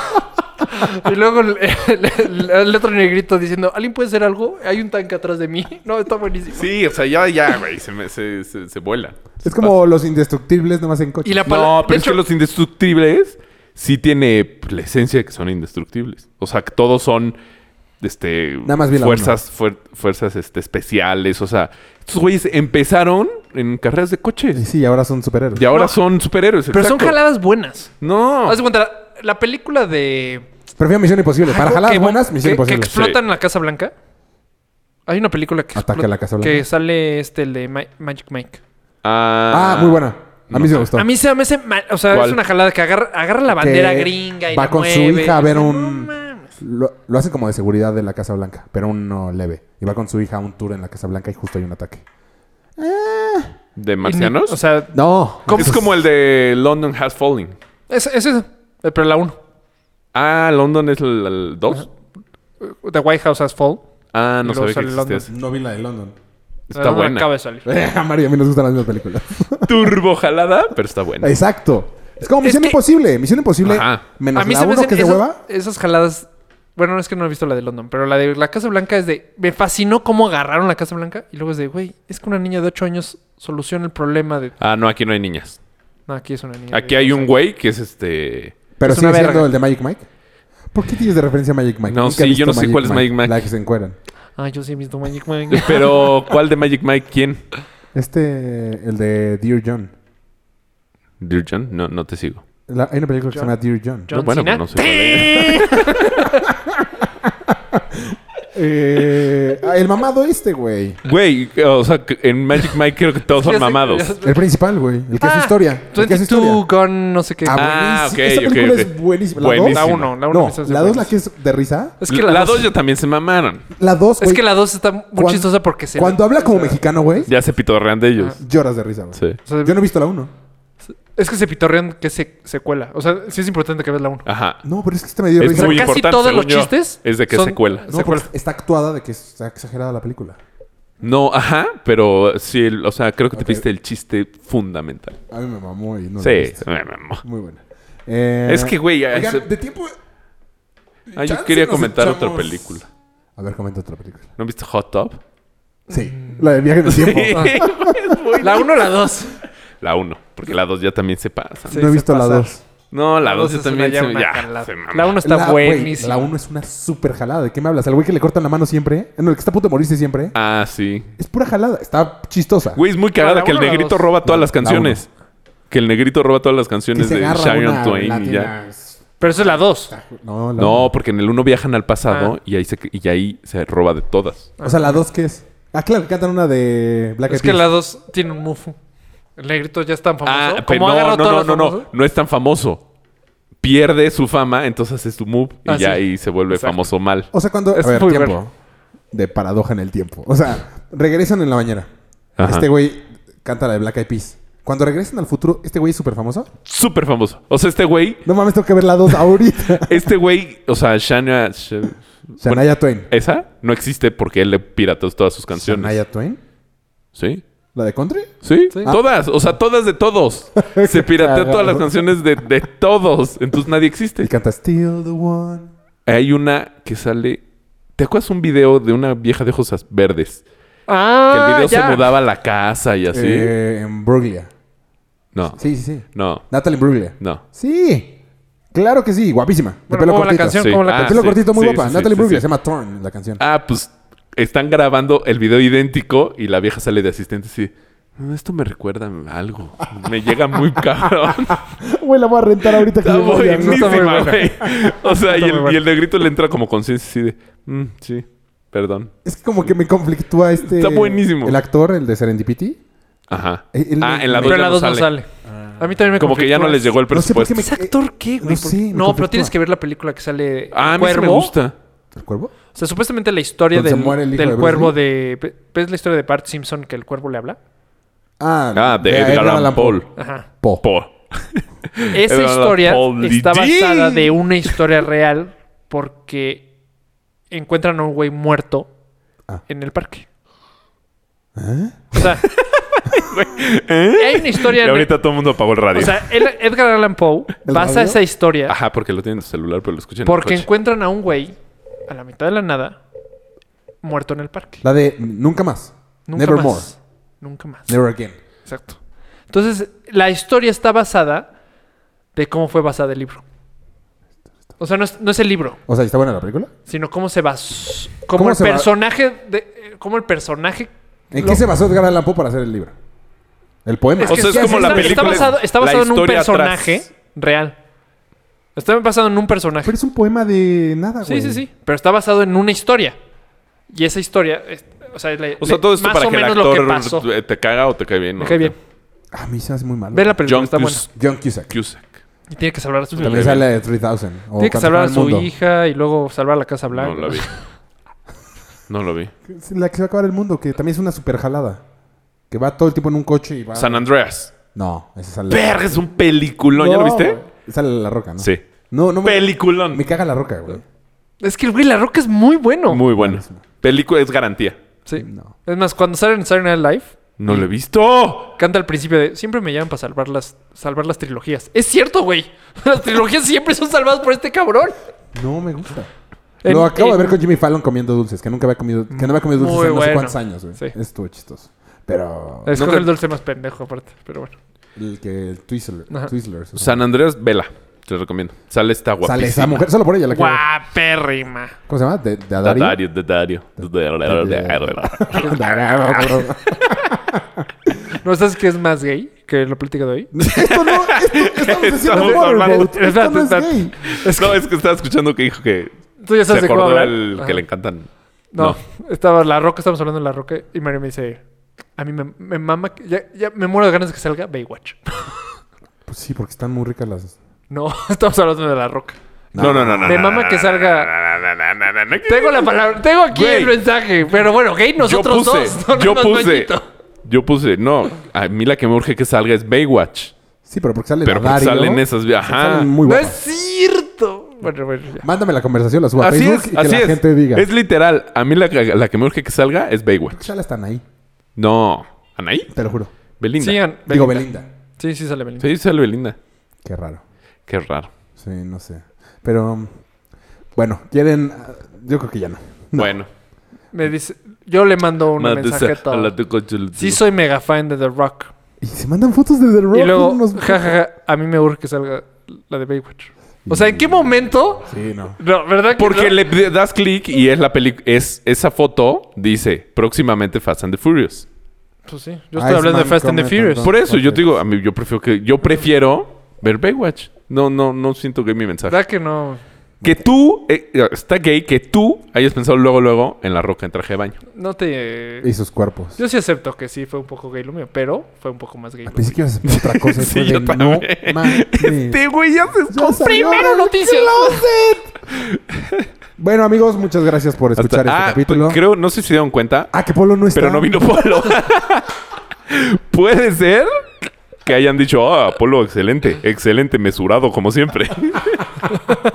Speaker 3: Y luego el, el- el otro negrito diciendo, ¿alguien puede hacer algo? Hay un tanque atrás de mí. No, está buenísimo.
Speaker 5: Sí, o sea, ya, ya, güey. Se, me- se, se, se vuela.
Speaker 4: Es como los indestructibles nomás en coche.
Speaker 3: Y la pala-
Speaker 5: No,
Speaker 3: Ah, de
Speaker 5: pero es
Speaker 3: hecho-
Speaker 5: que los indestructibles sí tiene pues, la esencia de que son indestructibles. O sea, que todos son este
Speaker 4: Nada más vi la
Speaker 5: fuerzas fuer- fuerzas este, especiales, o sea, estos güeyes empezaron en carreras de
Speaker 4: Y
Speaker 5: coches
Speaker 4: sí, ahora son superhéroes.
Speaker 5: y ahora
Speaker 3: No.
Speaker 5: son superhéroes.
Speaker 3: Pero son Ah,
Speaker 5: exacto.
Speaker 3: jaladas buenas.
Speaker 5: No.
Speaker 3: Haz de cuenta, la, la película de.
Speaker 4: Prefiero Misión Imposible. Para jalar
Speaker 3: que-
Speaker 4: buenas,
Speaker 3: que-
Speaker 4: Misión
Speaker 3: Que
Speaker 4: Imposible.
Speaker 3: explotan la Casa Blanca. Hay una película que.
Speaker 4: Ataque a la Casa Blanca.
Speaker 3: Que sale este, el de Ma- Magic Mike.
Speaker 5: Ah,
Speaker 4: Ah, muy buena. A mí sí me gustó.
Speaker 3: A mí se me hace mal. O sea,
Speaker 5: ¿Cuál?
Speaker 3: es una jalada que agarra, agarra la
Speaker 4: Que
Speaker 3: bandera gringa y
Speaker 4: Va
Speaker 3: la
Speaker 4: con su
Speaker 3: mueve.
Speaker 4: hija a ver
Speaker 3: No
Speaker 4: un...
Speaker 3: mames.
Speaker 4: Lo, lo hace como de seguridad de la Casa Blanca, pero uno leve. Y va con su hija a un tour en la Casa Blanca y justo hay un ataque.
Speaker 5: ¿De
Speaker 3: Y ni-
Speaker 5: marcianos?
Speaker 3: O sea,
Speaker 4: No.
Speaker 3: ¿Cómo?
Speaker 5: es como el de London Has Fallen.
Speaker 3: es, es eso. Eh, Pero la 1.
Speaker 5: Ah, London es el 2.
Speaker 3: The White House has fall.
Speaker 5: Ah, no
Speaker 3: Y luego
Speaker 5: sabía que
Speaker 3: sale
Speaker 5: existía
Speaker 3: London.
Speaker 5: ese.
Speaker 4: No vi la de London. Eh,
Speaker 5: Está
Speaker 3: No,
Speaker 5: buena.
Speaker 3: Acaba de salir.
Speaker 4: a Mario a mí nos gustan las mismas películas.
Speaker 5: Turbojalada, pero está buena.
Speaker 4: Exacto. Es como
Speaker 3: Es
Speaker 4: Misión
Speaker 3: que-
Speaker 4: Imposible. Misión Imposible
Speaker 5: Ajá.
Speaker 4: menos
Speaker 3: a mí
Speaker 4: la
Speaker 3: se me
Speaker 4: uno
Speaker 3: hacen
Speaker 4: que es de
Speaker 3: esas,
Speaker 4: hueva.
Speaker 3: esas jaladas. Bueno, no es que no he visto la de London, pero la de la Casa Blanca es de. Me fascinó cómo agarraron la Casa Blanca y luego es de, güey, es que una niña de 8 años soluciona el problema de.
Speaker 5: Ah, no, aquí no hay niñas.
Speaker 3: No, aquí es una niña.
Speaker 5: Aquí
Speaker 3: de-
Speaker 5: hay un güey que es este.
Speaker 4: Pero
Speaker 3: es
Speaker 4: sigue
Speaker 3: una
Speaker 4: siendo
Speaker 3: verga.
Speaker 4: el de Magic Mike. ¿Por qué tienes de referencia a Magic Mike?
Speaker 5: No,
Speaker 4: Nunca
Speaker 5: sí,
Speaker 4: he visto
Speaker 5: yo no sé cuál es Magic Mike.
Speaker 4: La que se encueran.
Speaker 3: Ah, yo sí he visto Magic Mike.
Speaker 5: Pero, ¿cuál de Magic Mike? ¿Quién?
Speaker 4: Este, el de Dear John.
Speaker 5: Dear John, no, no te sigo.
Speaker 4: La- hay una película que se
Speaker 3: John.
Speaker 4: llama Dear John.
Speaker 3: John
Speaker 5: No, bueno,
Speaker 3: Cena.
Speaker 5: pero no sé cuál es.
Speaker 4: Eh, ah, el mamado este, güey.
Speaker 5: Güey, o sea, que en Magic Mike creo que todos
Speaker 3: Ya
Speaker 5: son
Speaker 3: sé-
Speaker 5: mamados.
Speaker 4: El principal, güey. El que hace
Speaker 3: Ah,
Speaker 4: historia. El que hace
Speaker 3: 22
Speaker 4: historia.
Speaker 3: Gun, no sé qué.
Speaker 5: Ah,
Speaker 4: buenísimo.
Speaker 5: ok,
Speaker 4: Esa
Speaker 5: ok,
Speaker 4: película
Speaker 5: ok.
Speaker 4: es buenísima. ¿La
Speaker 5: Buenísima.
Speaker 3: la
Speaker 4: dos?
Speaker 3: 1, la 1
Speaker 4: No, la dos la que es de risa.
Speaker 3: Es que
Speaker 5: La
Speaker 3: la
Speaker 5: 2
Speaker 3: 2
Speaker 5: ya también se mamaron.
Speaker 4: La dos, güey.
Speaker 3: Es que la 2 está muy
Speaker 4: Cuando-
Speaker 3: chistosa porque se.
Speaker 4: Cuando habla como mexicano, güey,
Speaker 5: Ya se pitorrean de ellos.
Speaker 4: lloras de risa, güey.
Speaker 5: Sí.
Speaker 3: o sea,
Speaker 4: Yo no he visto la uno.
Speaker 3: Es que se pitorrean que se, se cuela. O sea, sí es importante que veas la 1.
Speaker 5: Ajá.
Speaker 4: No, pero es que este me dio
Speaker 5: Es
Speaker 4: risa.
Speaker 5: muy
Speaker 3: casi
Speaker 5: importante.
Speaker 3: todos
Speaker 5: según
Speaker 3: los
Speaker 5: yo,
Speaker 3: chistes
Speaker 5: Es de que
Speaker 3: son-
Speaker 5: se cuela.
Speaker 4: No, porque
Speaker 3: secuela.
Speaker 4: está actuada de que está exagerada la película.
Speaker 5: No, ajá, pero sí, el- o sea, creo que te viste el chiste fundamental.
Speaker 4: A mí me mamó y no la he
Speaker 5: sí,
Speaker 4: visto.
Speaker 5: me mamó.
Speaker 4: Muy buena. Eh,
Speaker 5: Es que, güey, ya
Speaker 4: oigan,
Speaker 5: se-
Speaker 4: de tiempo...
Speaker 5: Ah, yo
Speaker 4: chance
Speaker 5: quería
Speaker 4: nos
Speaker 5: comentar
Speaker 4: echamos-
Speaker 5: otra película.
Speaker 4: A ver, comenta otra película.
Speaker 5: ¿No viste Hot Top?
Speaker 4: Sí, la de viaje en el tiempo.
Speaker 3: La 1 o la 2.
Speaker 5: La 1, porque la 2 ya también se pasa.
Speaker 3: Sí.
Speaker 4: no he visto la
Speaker 3: pasar.
Speaker 4: dos.
Speaker 5: No, la
Speaker 3: La
Speaker 5: 2
Speaker 3: dos
Speaker 5: ya
Speaker 3: es una-
Speaker 5: también
Speaker 3: ya
Speaker 5: se,
Speaker 3: una
Speaker 5: ya,
Speaker 3: jalada.
Speaker 5: se mama.
Speaker 3: La 1 está
Speaker 4: La- güey,
Speaker 3: buenísima.
Speaker 4: La 1 es una súper jalada. ¿De qué me hablas? Al güey que le cortan la mano siempre. No, el que está a punto de morirse siempre.
Speaker 5: Ah, sí.
Speaker 4: Es pura jalada. Está chistosa.
Speaker 5: Güey, es muy cagada
Speaker 3: la
Speaker 5: que el
Speaker 3: uno o la
Speaker 5: negrito
Speaker 3: dos?
Speaker 5: roba todas
Speaker 4: No,
Speaker 5: las
Speaker 4: la uno.
Speaker 5: canciones. Que el negrito roba todas las
Speaker 4: que
Speaker 5: canciones
Speaker 4: se
Speaker 5: de
Speaker 4: agarra
Speaker 5: Sharon
Speaker 4: una
Speaker 5: Twain y ya.
Speaker 4: latina.
Speaker 3: Pero eso es la 2.
Speaker 4: No, la
Speaker 5: No,
Speaker 4: uno.
Speaker 5: porque en el 1 viajan al pasado
Speaker 3: Ah.
Speaker 5: y, ahí se, y ahí se roba de todas.
Speaker 4: O sea, la 2 qué es. Ah, claro, que cantan una de Black
Speaker 3: Es
Speaker 4: Eyed
Speaker 3: que
Speaker 4: Peas.
Speaker 3: la 2 tiene un mufu. El negrito ya es tan famoso.
Speaker 5: Ah,
Speaker 3: como
Speaker 5: pero
Speaker 3: ha
Speaker 5: no,
Speaker 3: agarrado todos
Speaker 5: no, no,
Speaker 3: los
Speaker 5: no, no,
Speaker 3: famosos.
Speaker 5: no es tan famoso. Pierde su fama, entonces hace su move y
Speaker 3: Ah,
Speaker 5: ya
Speaker 3: sí.
Speaker 5: ahí se vuelve
Speaker 3: Exacto.
Speaker 5: famoso mal.
Speaker 4: O sea, cuando...
Speaker 3: Es
Speaker 4: a ver,
Speaker 3: muy
Speaker 4: tiempo.
Speaker 3: verga.
Speaker 4: De paradoja en el tiempo. O sea, regresan en la mañana.
Speaker 5: Ajá.
Speaker 4: Este güey canta la de Black Eyed Peas. Cuando regresan al futuro, ¿este güey es súper famoso?
Speaker 5: Súper famoso. O sea, este güey,
Speaker 4: No mames, tengo que ver la 2 ahorita.
Speaker 3: Eh,
Speaker 5: este güey, o sea, Shania. Sh-
Speaker 4: Shania Twain.
Speaker 3: eh,
Speaker 5: Esa no existe porque él le pirató todas sus canciones.
Speaker 4: ¿Shania Ah. Twain?
Speaker 5: ¿Sí?
Speaker 4: ¿La de country?
Speaker 5: ¿Sí?
Speaker 3: Sí.
Speaker 5: Todas, o sea, todas de todos. Se pirateó
Speaker 4: Cagado.
Speaker 5: todas las canciones de, de todos. Entonces nadie
Speaker 4: Y
Speaker 5: existe.
Speaker 4: canta Still the One.
Speaker 5: Hay una que sale. ¿Te acuerdas un video de una vieja de ojos as- verdes? Que
Speaker 3: Ah,
Speaker 5: el video
Speaker 3: ya.
Speaker 5: se mudaba a la casa
Speaker 3: ¿Ah,
Speaker 5: y así.
Speaker 4: Eh, en Bruglia.
Speaker 5: no.
Speaker 4: Sí, sí, sí.
Speaker 5: No.
Speaker 4: Natalie Bruglia.
Speaker 5: No.
Speaker 4: Sí. Claro que sí. Guapísima. De
Speaker 3: Bueno,
Speaker 4: pelo
Speaker 3: ¿cómo la
Speaker 4: cortito.
Speaker 3: canción?
Speaker 5: Sí.
Speaker 3: ¿Cómo la
Speaker 5: Ah,
Speaker 4: De
Speaker 3: canción?
Speaker 4: pelo cortito, muy
Speaker 5: sí,
Speaker 4: guapa.
Speaker 5: sí, sí,
Speaker 4: Natalie
Speaker 5: sí,
Speaker 4: Bruglia.
Speaker 5: sí.
Speaker 4: Se llama Torn la canción.
Speaker 5: Ah, pues están grabando el video idéntico y la vieja sale de asistente así. "Ah, Esto me recuerda a algo. Me lega muy cabrón.
Speaker 4: Güey, la voy a rentar ahorita.
Speaker 5: Está
Speaker 4: me voy a-
Speaker 5: buenísima,
Speaker 3: buena.
Speaker 5: güey. O sea, y
Speaker 3: muy
Speaker 5: el,
Speaker 3: buena.
Speaker 5: y el negrito le entra como conciencia así de. "Mm, sí, perdón.
Speaker 4: Es que como que me conflictúa este...
Speaker 5: Está buenísimo.
Speaker 4: El actor, el de Serendipity.
Speaker 5: Ajá.
Speaker 4: Eh, él
Speaker 5: ah,
Speaker 4: no-
Speaker 5: en la
Speaker 4: Pero
Speaker 3: Pero
Speaker 5: 2
Speaker 3: en la 2 no sale. A mí también me
Speaker 5: Como que ya no les llegó el
Speaker 4: No sé por qué
Speaker 5: presupuesto.
Speaker 4: me-
Speaker 3: Ah. ¿Ese actor qué, güey?
Speaker 4: No sé, me
Speaker 3: No,
Speaker 4: conflictúa.
Speaker 3: pero tienes que ver la película que sale
Speaker 5: Ah, a mí sí
Speaker 3: Cuervo.
Speaker 5: me gusta.
Speaker 4: ¿El cuervo?
Speaker 3: O sea, supuestamente la historia
Speaker 4: Donde
Speaker 3: del,
Speaker 4: se muere el hijo
Speaker 3: del
Speaker 4: de Bruce
Speaker 3: cuervo
Speaker 4: Lee.
Speaker 3: de... ve- ¿Ves la historia de Bart Simpson que el cuervo le habla?
Speaker 4: Ah,
Speaker 5: Ah, de Edgar Allan Poe.
Speaker 3: Ajá.
Speaker 4: Po.
Speaker 5: Poe.
Speaker 3: Esa
Speaker 5: Edgar Allan
Speaker 3: historia
Speaker 5: Poe,
Speaker 3: está
Speaker 5: Lee
Speaker 3: basada
Speaker 5: Ding.
Speaker 3: de una historia real porque encuentran a un güey muerto
Speaker 4: Ah.
Speaker 3: en el parque.
Speaker 4: ¿Eh?
Speaker 3: O sea, hay una
Speaker 5: Y
Speaker 3: historia... en-
Speaker 5: ahorita todo el mundo apagó el radio.
Speaker 3: o sea, el- Edgar Allan Poe
Speaker 4: ¿El
Speaker 3: basa
Speaker 4: radio?
Speaker 3: esa historia
Speaker 5: Ajá, porque lo tienen en su celular, pero lo escuchan
Speaker 3: porque
Speaker 5: en el coche.
Speaker 3: encuentran a un güey a la mitad de la nada muerto en el parque.
Speaker 4: La de Nunca Más.
Speaker 3: Nunca
Speaker 4: Never
Speaker 3: más.
Speaker 4: More.
Speaker 3: Nunca más.
Speaker 4: Never Again.
Speaker 3: Exacto. Entonces, la historia está basada de cómo fue basada el libro. O sea, no es, no es el libro,
Speaker 4: O sea, ¿está buena la película?
Speaker 3: sino cómo se basó. Cómo,
Speaker 4: ¿Cómo
Speaker 3: el
Speaker 4: se ba-
Speaker 3: personaje. De, eh, cómo el personaje.
Speaker 4: ¿En
Speaker 3: lo-
Speaker 4: qué se basó Edgar Allan Poe para hacer el libro? El poema.
Speaker 5: O sea, es
Speaker 3: sí,
Speaker 5: como la
Speaker 3: está-
Speaker 5: película,
Speaker 3: Está basado, está
Speaker 5: la
Speaker 3: basado en un
Speaker 5: historia
Speaker 3: personaje
Speaker 5: atrás.
Speaker 3: real. Está basado en un personaje.
Speaker 4: Pero es un poema de nada,
Speaker 3: Sí,
Speaker 4: güey.
Speaker 3: sí, sí. Pero está basado en una historia. Y esa historia. es- o sea, le-
Speaker 5: O sea,
Speaker 3: le-
Speaker 5: todo esto
Speaker 3: más
Speaker 5: para
Speaker 3: o
Speaker 5: que el
Speaker 3: menos lo que pasó.
Speaker 5: actor eh, te caga o te cae bien. ¿no?
Speaker 3: Me cae bien.
Speaker 4: Ah, A mí se me hace muy malo.
Speaker 3: Ve la película,
Speaker 5: John
Speaker 3: está buena.
Speaker 5: Cus-
Speaker 4: John Cusack.
Speaker 5: Cusack.
Speaker 3: Y tiene que salvar a su
Speaker 4: También
Speaker 5: Está
Speaker 4: sale de 3000. o
Speaker 3: Tiene que
Speaker 4: Capitán
Speaker 3: salvar a
Speaker 4: del
Speaker 3: su
Speaker 4: Mundo.
Speaker 3: hija y luego salvar la Casa Blanca.
Speaker 5: No la vi. No lo vi.
Speaker 4: Es La que se va a acabar el mundo, que también es una super jalada. Que va todo el tiempo en un coche y va.
Speaker 5: San Andreas.
Speaker 4: No, esa sale.
Speaker 5: Verga, es un peliculón. ¿Ya lo
Speaker 4: No,
Speaker 5: viste?
Speaker 4: Sale la roca, ¿no?
Speaker 5: Sí.
Speaker 4: No, no me.
Speaker 5: Peliculón.
Speaker 4: Me caga la roca, güey.
Speaker 3: Es que, güey, La Roca es muy bueno.
Speaker 5: Muy bueno. Película es garantía.
Speaker 3: Sí.
Speaker 4: No.
Speaker 3: Es más, cuando sale en Saturday Night Live,
Speaker 5: No lo he visto.
Speaker 3: canta al principio de siempre me llaman para salvar las, salvar las trilogías. Es cierto, güey. Las trilogías siempre son salvadas por este cabrón.
Speaker 4: No me gusta.
Speaker 3: En-
Speaker 4: lo acabo
Speaker 3: en-
Speaker 4: de ver con Jimmy Fallon comiendo dulces, que nunca había comido, que no había comido dulces
Speaker 3: Muy
Speaker 4: en no sé
Speaker 3: bueno.
Speaker 4: cuántos años, güey.
Speaker 3: Sí.
Speaker 4: Estuvo chistoso. Pero
Speaker 3: Escoge
Speaker 5: Nunca-
Speaker 3: el dulce más pendejo, aparte. Pero bueno.
Speaker 4: el que el Twizzler,
Speaker 3: Ajá.
Speaker 4: Twizzlers, o sea,
Speaker 5: San Andreas, vela. Te lo recomiendo. Sale esta guapísima.
Speaker 4: sale esa mujer solo por ella la quiero ver.
Speaker 3: Guapérrima.
Speaker 4: ¿Cómo se llama? De, de Adario.
Speaker 5: Dadario, Dadario. Dadario.
Speaker 3: ¿No sabes qué es más gay que la plática de hoy?
Speaker 4: esto no, esto, estamos haciendo
Speaker 5: Estamos
Speaker 4: Motorboat.
Speaker 5: hablando-
Speaker 4: Esto no es
Speaker 3: Espérate,
Speaker 4: gay.
Speaker 5: No, es que estaba escuchando que dijo que
Speaker 3: Tú ya
Speaker 5: se
Speaker 3: sabes de cómo
Speaker 5: acordó
Speaker 3: hablar.
Speaker 5: el
Speaker 3: Ajá.
Speaker 5: que le encantan.
Speaker 3: No,
Speaker 5: No.
Speaker 3: estaba La Roca, estamos hablando de La Roca. Y Mario me dice: A mí me, me mama, que- ya, ya me muero de ganas de que salga Baywatch.
Speaker 4: Pues sí, porque están muy ricas las.
Speaker 3: No, estamos hablando de La Roca.
Speaker 5: No, no, no, no.
Speaker 3: Me
Speaker 5: no,
Speaker 3: mama
Speaker 5: no,
Speaker 3: que
Speaker 5: no, no,
Speaker 3: salga-
Speaker 5: no, no, no, no, no, no.
Speaker 3: Tengo la palabra, tengo aquí
Speaker 5: Güey.
Speaker 3: el mensaje. Pero bueno, gay nosotros
Speaker 5: yo puse,
Speaker 3: dos. no
Speaker 5: yo
Speaker 3: nos
Speaker 5: puse,
Speaker 3: bañito.
Speaker 5: yo puse, no, a mí la que me urge que salga es Baywatch,
Speaker 4: Sí, pero porque sale
Speaker 5: pero porque
Speaker 4: Dario.
Speaker 5: salen esas, ajá.
Speaker 4: Salen muy
Speaker 3: No
Speaker 4: guapas.
Speaker 3: es cierto. Bueno, bueno, ya.
Speaker 4: Mándame la conversación, la suba a
Speaker 5: Así
Speaker 4: Facebook
Speaker 5: es,
Speaker 4: y que
Speaker 5: así
Speaker 4: la
Speaker 5: es.
Speaker 4: gente diga.
Speaker 5: Es literal, a mí la, que- la que me urge que salga es Baywatch.
Speaker 4: Ya la están ahí,
Speaker 5: No, Anaí,
Speaker 4: te lo juro.
Speaker 5: Belinda.
Speaker 3: Sí,
Speaker 5: Sí,
Speaker 3: an-
Speaker 4: Digo,
Speaker 3: Belinda.
Speaker 4: Belinda.
Speaker 3: Sí, sí, sale Belinda.
Speaker 5: sale Belinda.
Speaker 4: Qué raro.
Speaker 5: Qué raro.
Speaker 4: Sí, no sé. Pero um, bueno, quieren. ah, Yo creo que ya no.
Speaker 5: Bueno,
Speaker 3: Me dice, yo le mando un mensaje a
Speaker 5: a la
Speaker 3: todo.
Speaker 5: tu coche, el-
Speaker 3: Sí, soy mega fan de The Rock.
Speaker 4: Y se mandan fotos de The Rock.
Speaker 3: Y luego,
Speaker 4: unos-
Speaker 3: jajaja, a mí me urge que salga la de Baywatch. O sea, ¿en qué momento?
Speaker 4: Sí, no.
Speaker 3: No, ¿verdad? que
Speaker 5: Porque
Speaker 3: no?
Speaker 5: le das clic y es la peli es esa foto dice próximamente Fast and the Furious.
Speaker 3: Pues sí, yo estoy
Speaker 4: Iceman
Speaker 3: hablando de Fast and the
Speaker 4: Comet
Speaker 3: Furious.
Speaker 4: and
Speaker 5: Por eso yo
Speaker 4: ok.
Speaker 5: te digo, a mí yo prefiero que yo prefiero ver Baywatch. No, no, no siento que mi mensaje.
Speaker 3: ¿Verdad que no?
Speaker 5: Que tú, eh, está gay, que tú hayas pensado luego, luego en la roca en traje de baño.
Speaker 3: No te...
Speaker 4: Y sus cuerpos.
Speaker 3: Yo sí acepto que sí fue un poco gay lo mío, pero fue un poco más gay. lo
Speaker 4: Al principio ibas a hacer otra cosa. y
Speaker 5: Sí,
Speaker 4: fue
Speaker 5: yo
Speaker 4: de,
Speaker 5: también.
Speaker 4: No, mames.
Speaker 5: Este güey ya se
Speaker 4: Ya salió
Speaker 3: primero
Speaker 4: del
Speaker 3: noticias.
Speaker 4: closet. bueno, amigos, muchas gracias por escuchar este
Speaker 5: ah,
Speaker 4: capítulo.
Speaker 5: pues, creo, no sé si se dieron cuenta,
Speaker 4: Ah, que Polo no está.
Speaker 5: pero no vino Polo. Puede ser que hayan dicho, ah, Polo, excelente, excelente, mesurado, como siempre.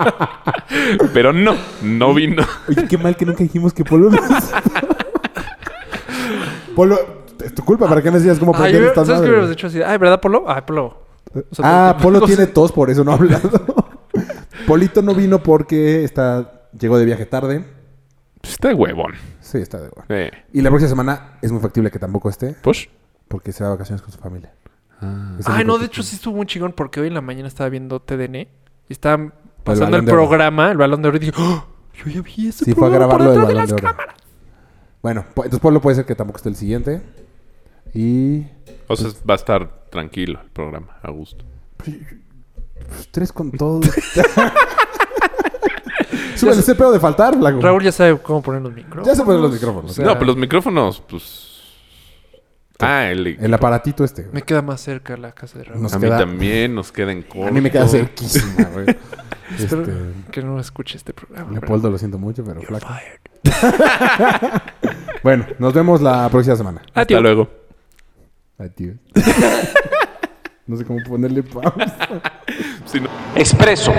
Speaker 5: pero no, no vino.
Speaker 4: Oye, qué mal que nunca dijimos que Polo no está. Polo, es tu culpa. ¿Para qué me decías cómo
Speaker 3: mío. Ay,
Speaker 4: aprender
Speaker 3: Ah, yo-
Speaker 4: estas
Speaker 3: ¿Sabes qué
Speaker 4: madres?
Speaker 3: hubiéramos dicho así? Ay, ¿verdad, Polo? Ay, Polo. O sea,
Speaker 4: Ah,
Speaker 3: no-
Speaker 4: Polo
Speaker 3: no sé.
Speaker 4: tiene tos, por eso no ha hablado. Polito no vino porque está, llegó de viaje tarde.
Speaker 5: Está huevón.
Speaker 4: Sí, está de bueno.
Speaker 5: Eh,
Speaker 4: Y la próxima semana es muy factible que tampoco esté
Speaker 5: pues,
Speaker 4: porque se va de vacaciones con su familia. Es el
Speaker 3: Ay,
Speaker 4: único
Speaker 3: Ah. no, de
Speaker 4: que-
Speaker 3: hecho sí estuvo muy chingón porque hoy en la mañana estaba viendo TDN y estaban pasando
Speaker 4: Balón
Speaker 3: el
Speaker 4: de Oro.
Speaker 3: programa, el balón de oro, y dije, "¡Ah! yo ya vi ese
Speaker 4: Sí, fue a
Speaker 3: programa por
Speaker 4: grabarlo
Speaker 3: detrás
Speaker 4: del
Speaker 3: de
Speaker 4: balón
Speaker 3: las
Speaker 4: de oro.
Speaker 3: cámaras.
Speaker 4: Bueno, po- entonces Polo puede ser que tampoco esté el siguiente. Y.
Speaker 5: o sea, va a estar tranquilo el programa, a gusto.
Speaker 4: pues, tres con todo. Súbele ese pedo de faltar, Flaco.
Speaker 3: Raúl ya sabe cómo poner los micros.
Speaker 4: Ya se ponen los micrófonos.
Speaker 3: O sea,
Speaker 5: no, pero los micrófonos, pues... Ah, el...
Speaker 4: El aparatito este.
Speaker 3: Me queda más cerca la casa de Raúl.
Speaker 4: Nos
Speaker 5: a mí
Speaker 4: queda-
Speaker 5: también nos queda en corto.
Speaker 4: A mí me queda cerquísima, güey.
Speaker 3: Espero
Speaker 4: este,
Speaker 3: que no escuche este programa. pero-
Speaker 4: Leopoldo, lo siento mucho, pero
Speaker 3: You're
Speaker 4: Flaco.
Speaker 3: fired.
Speaker 4: Bueno, nos vemos la próxima semana.
Speaker 5: Hasta
Speaker 3: Adiós.
Speaker 5: luego.
Speaker 4: Adiós. no sé cómo ponerle pausa.
Speaker 6: Expreso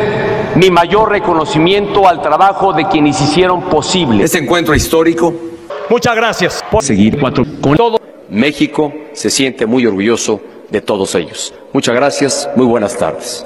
Speaker 6: mi mayor reconocimiento al trabajo de quienes hicieron posible
Speaker 7: Este encuentro histórico,
Speaker 8: Muchas gracias.
Speaker 7: seguir cuatro con todo. México se siente muy orgulloso de todos ellos. Muchas gracias, muy buenas tardes.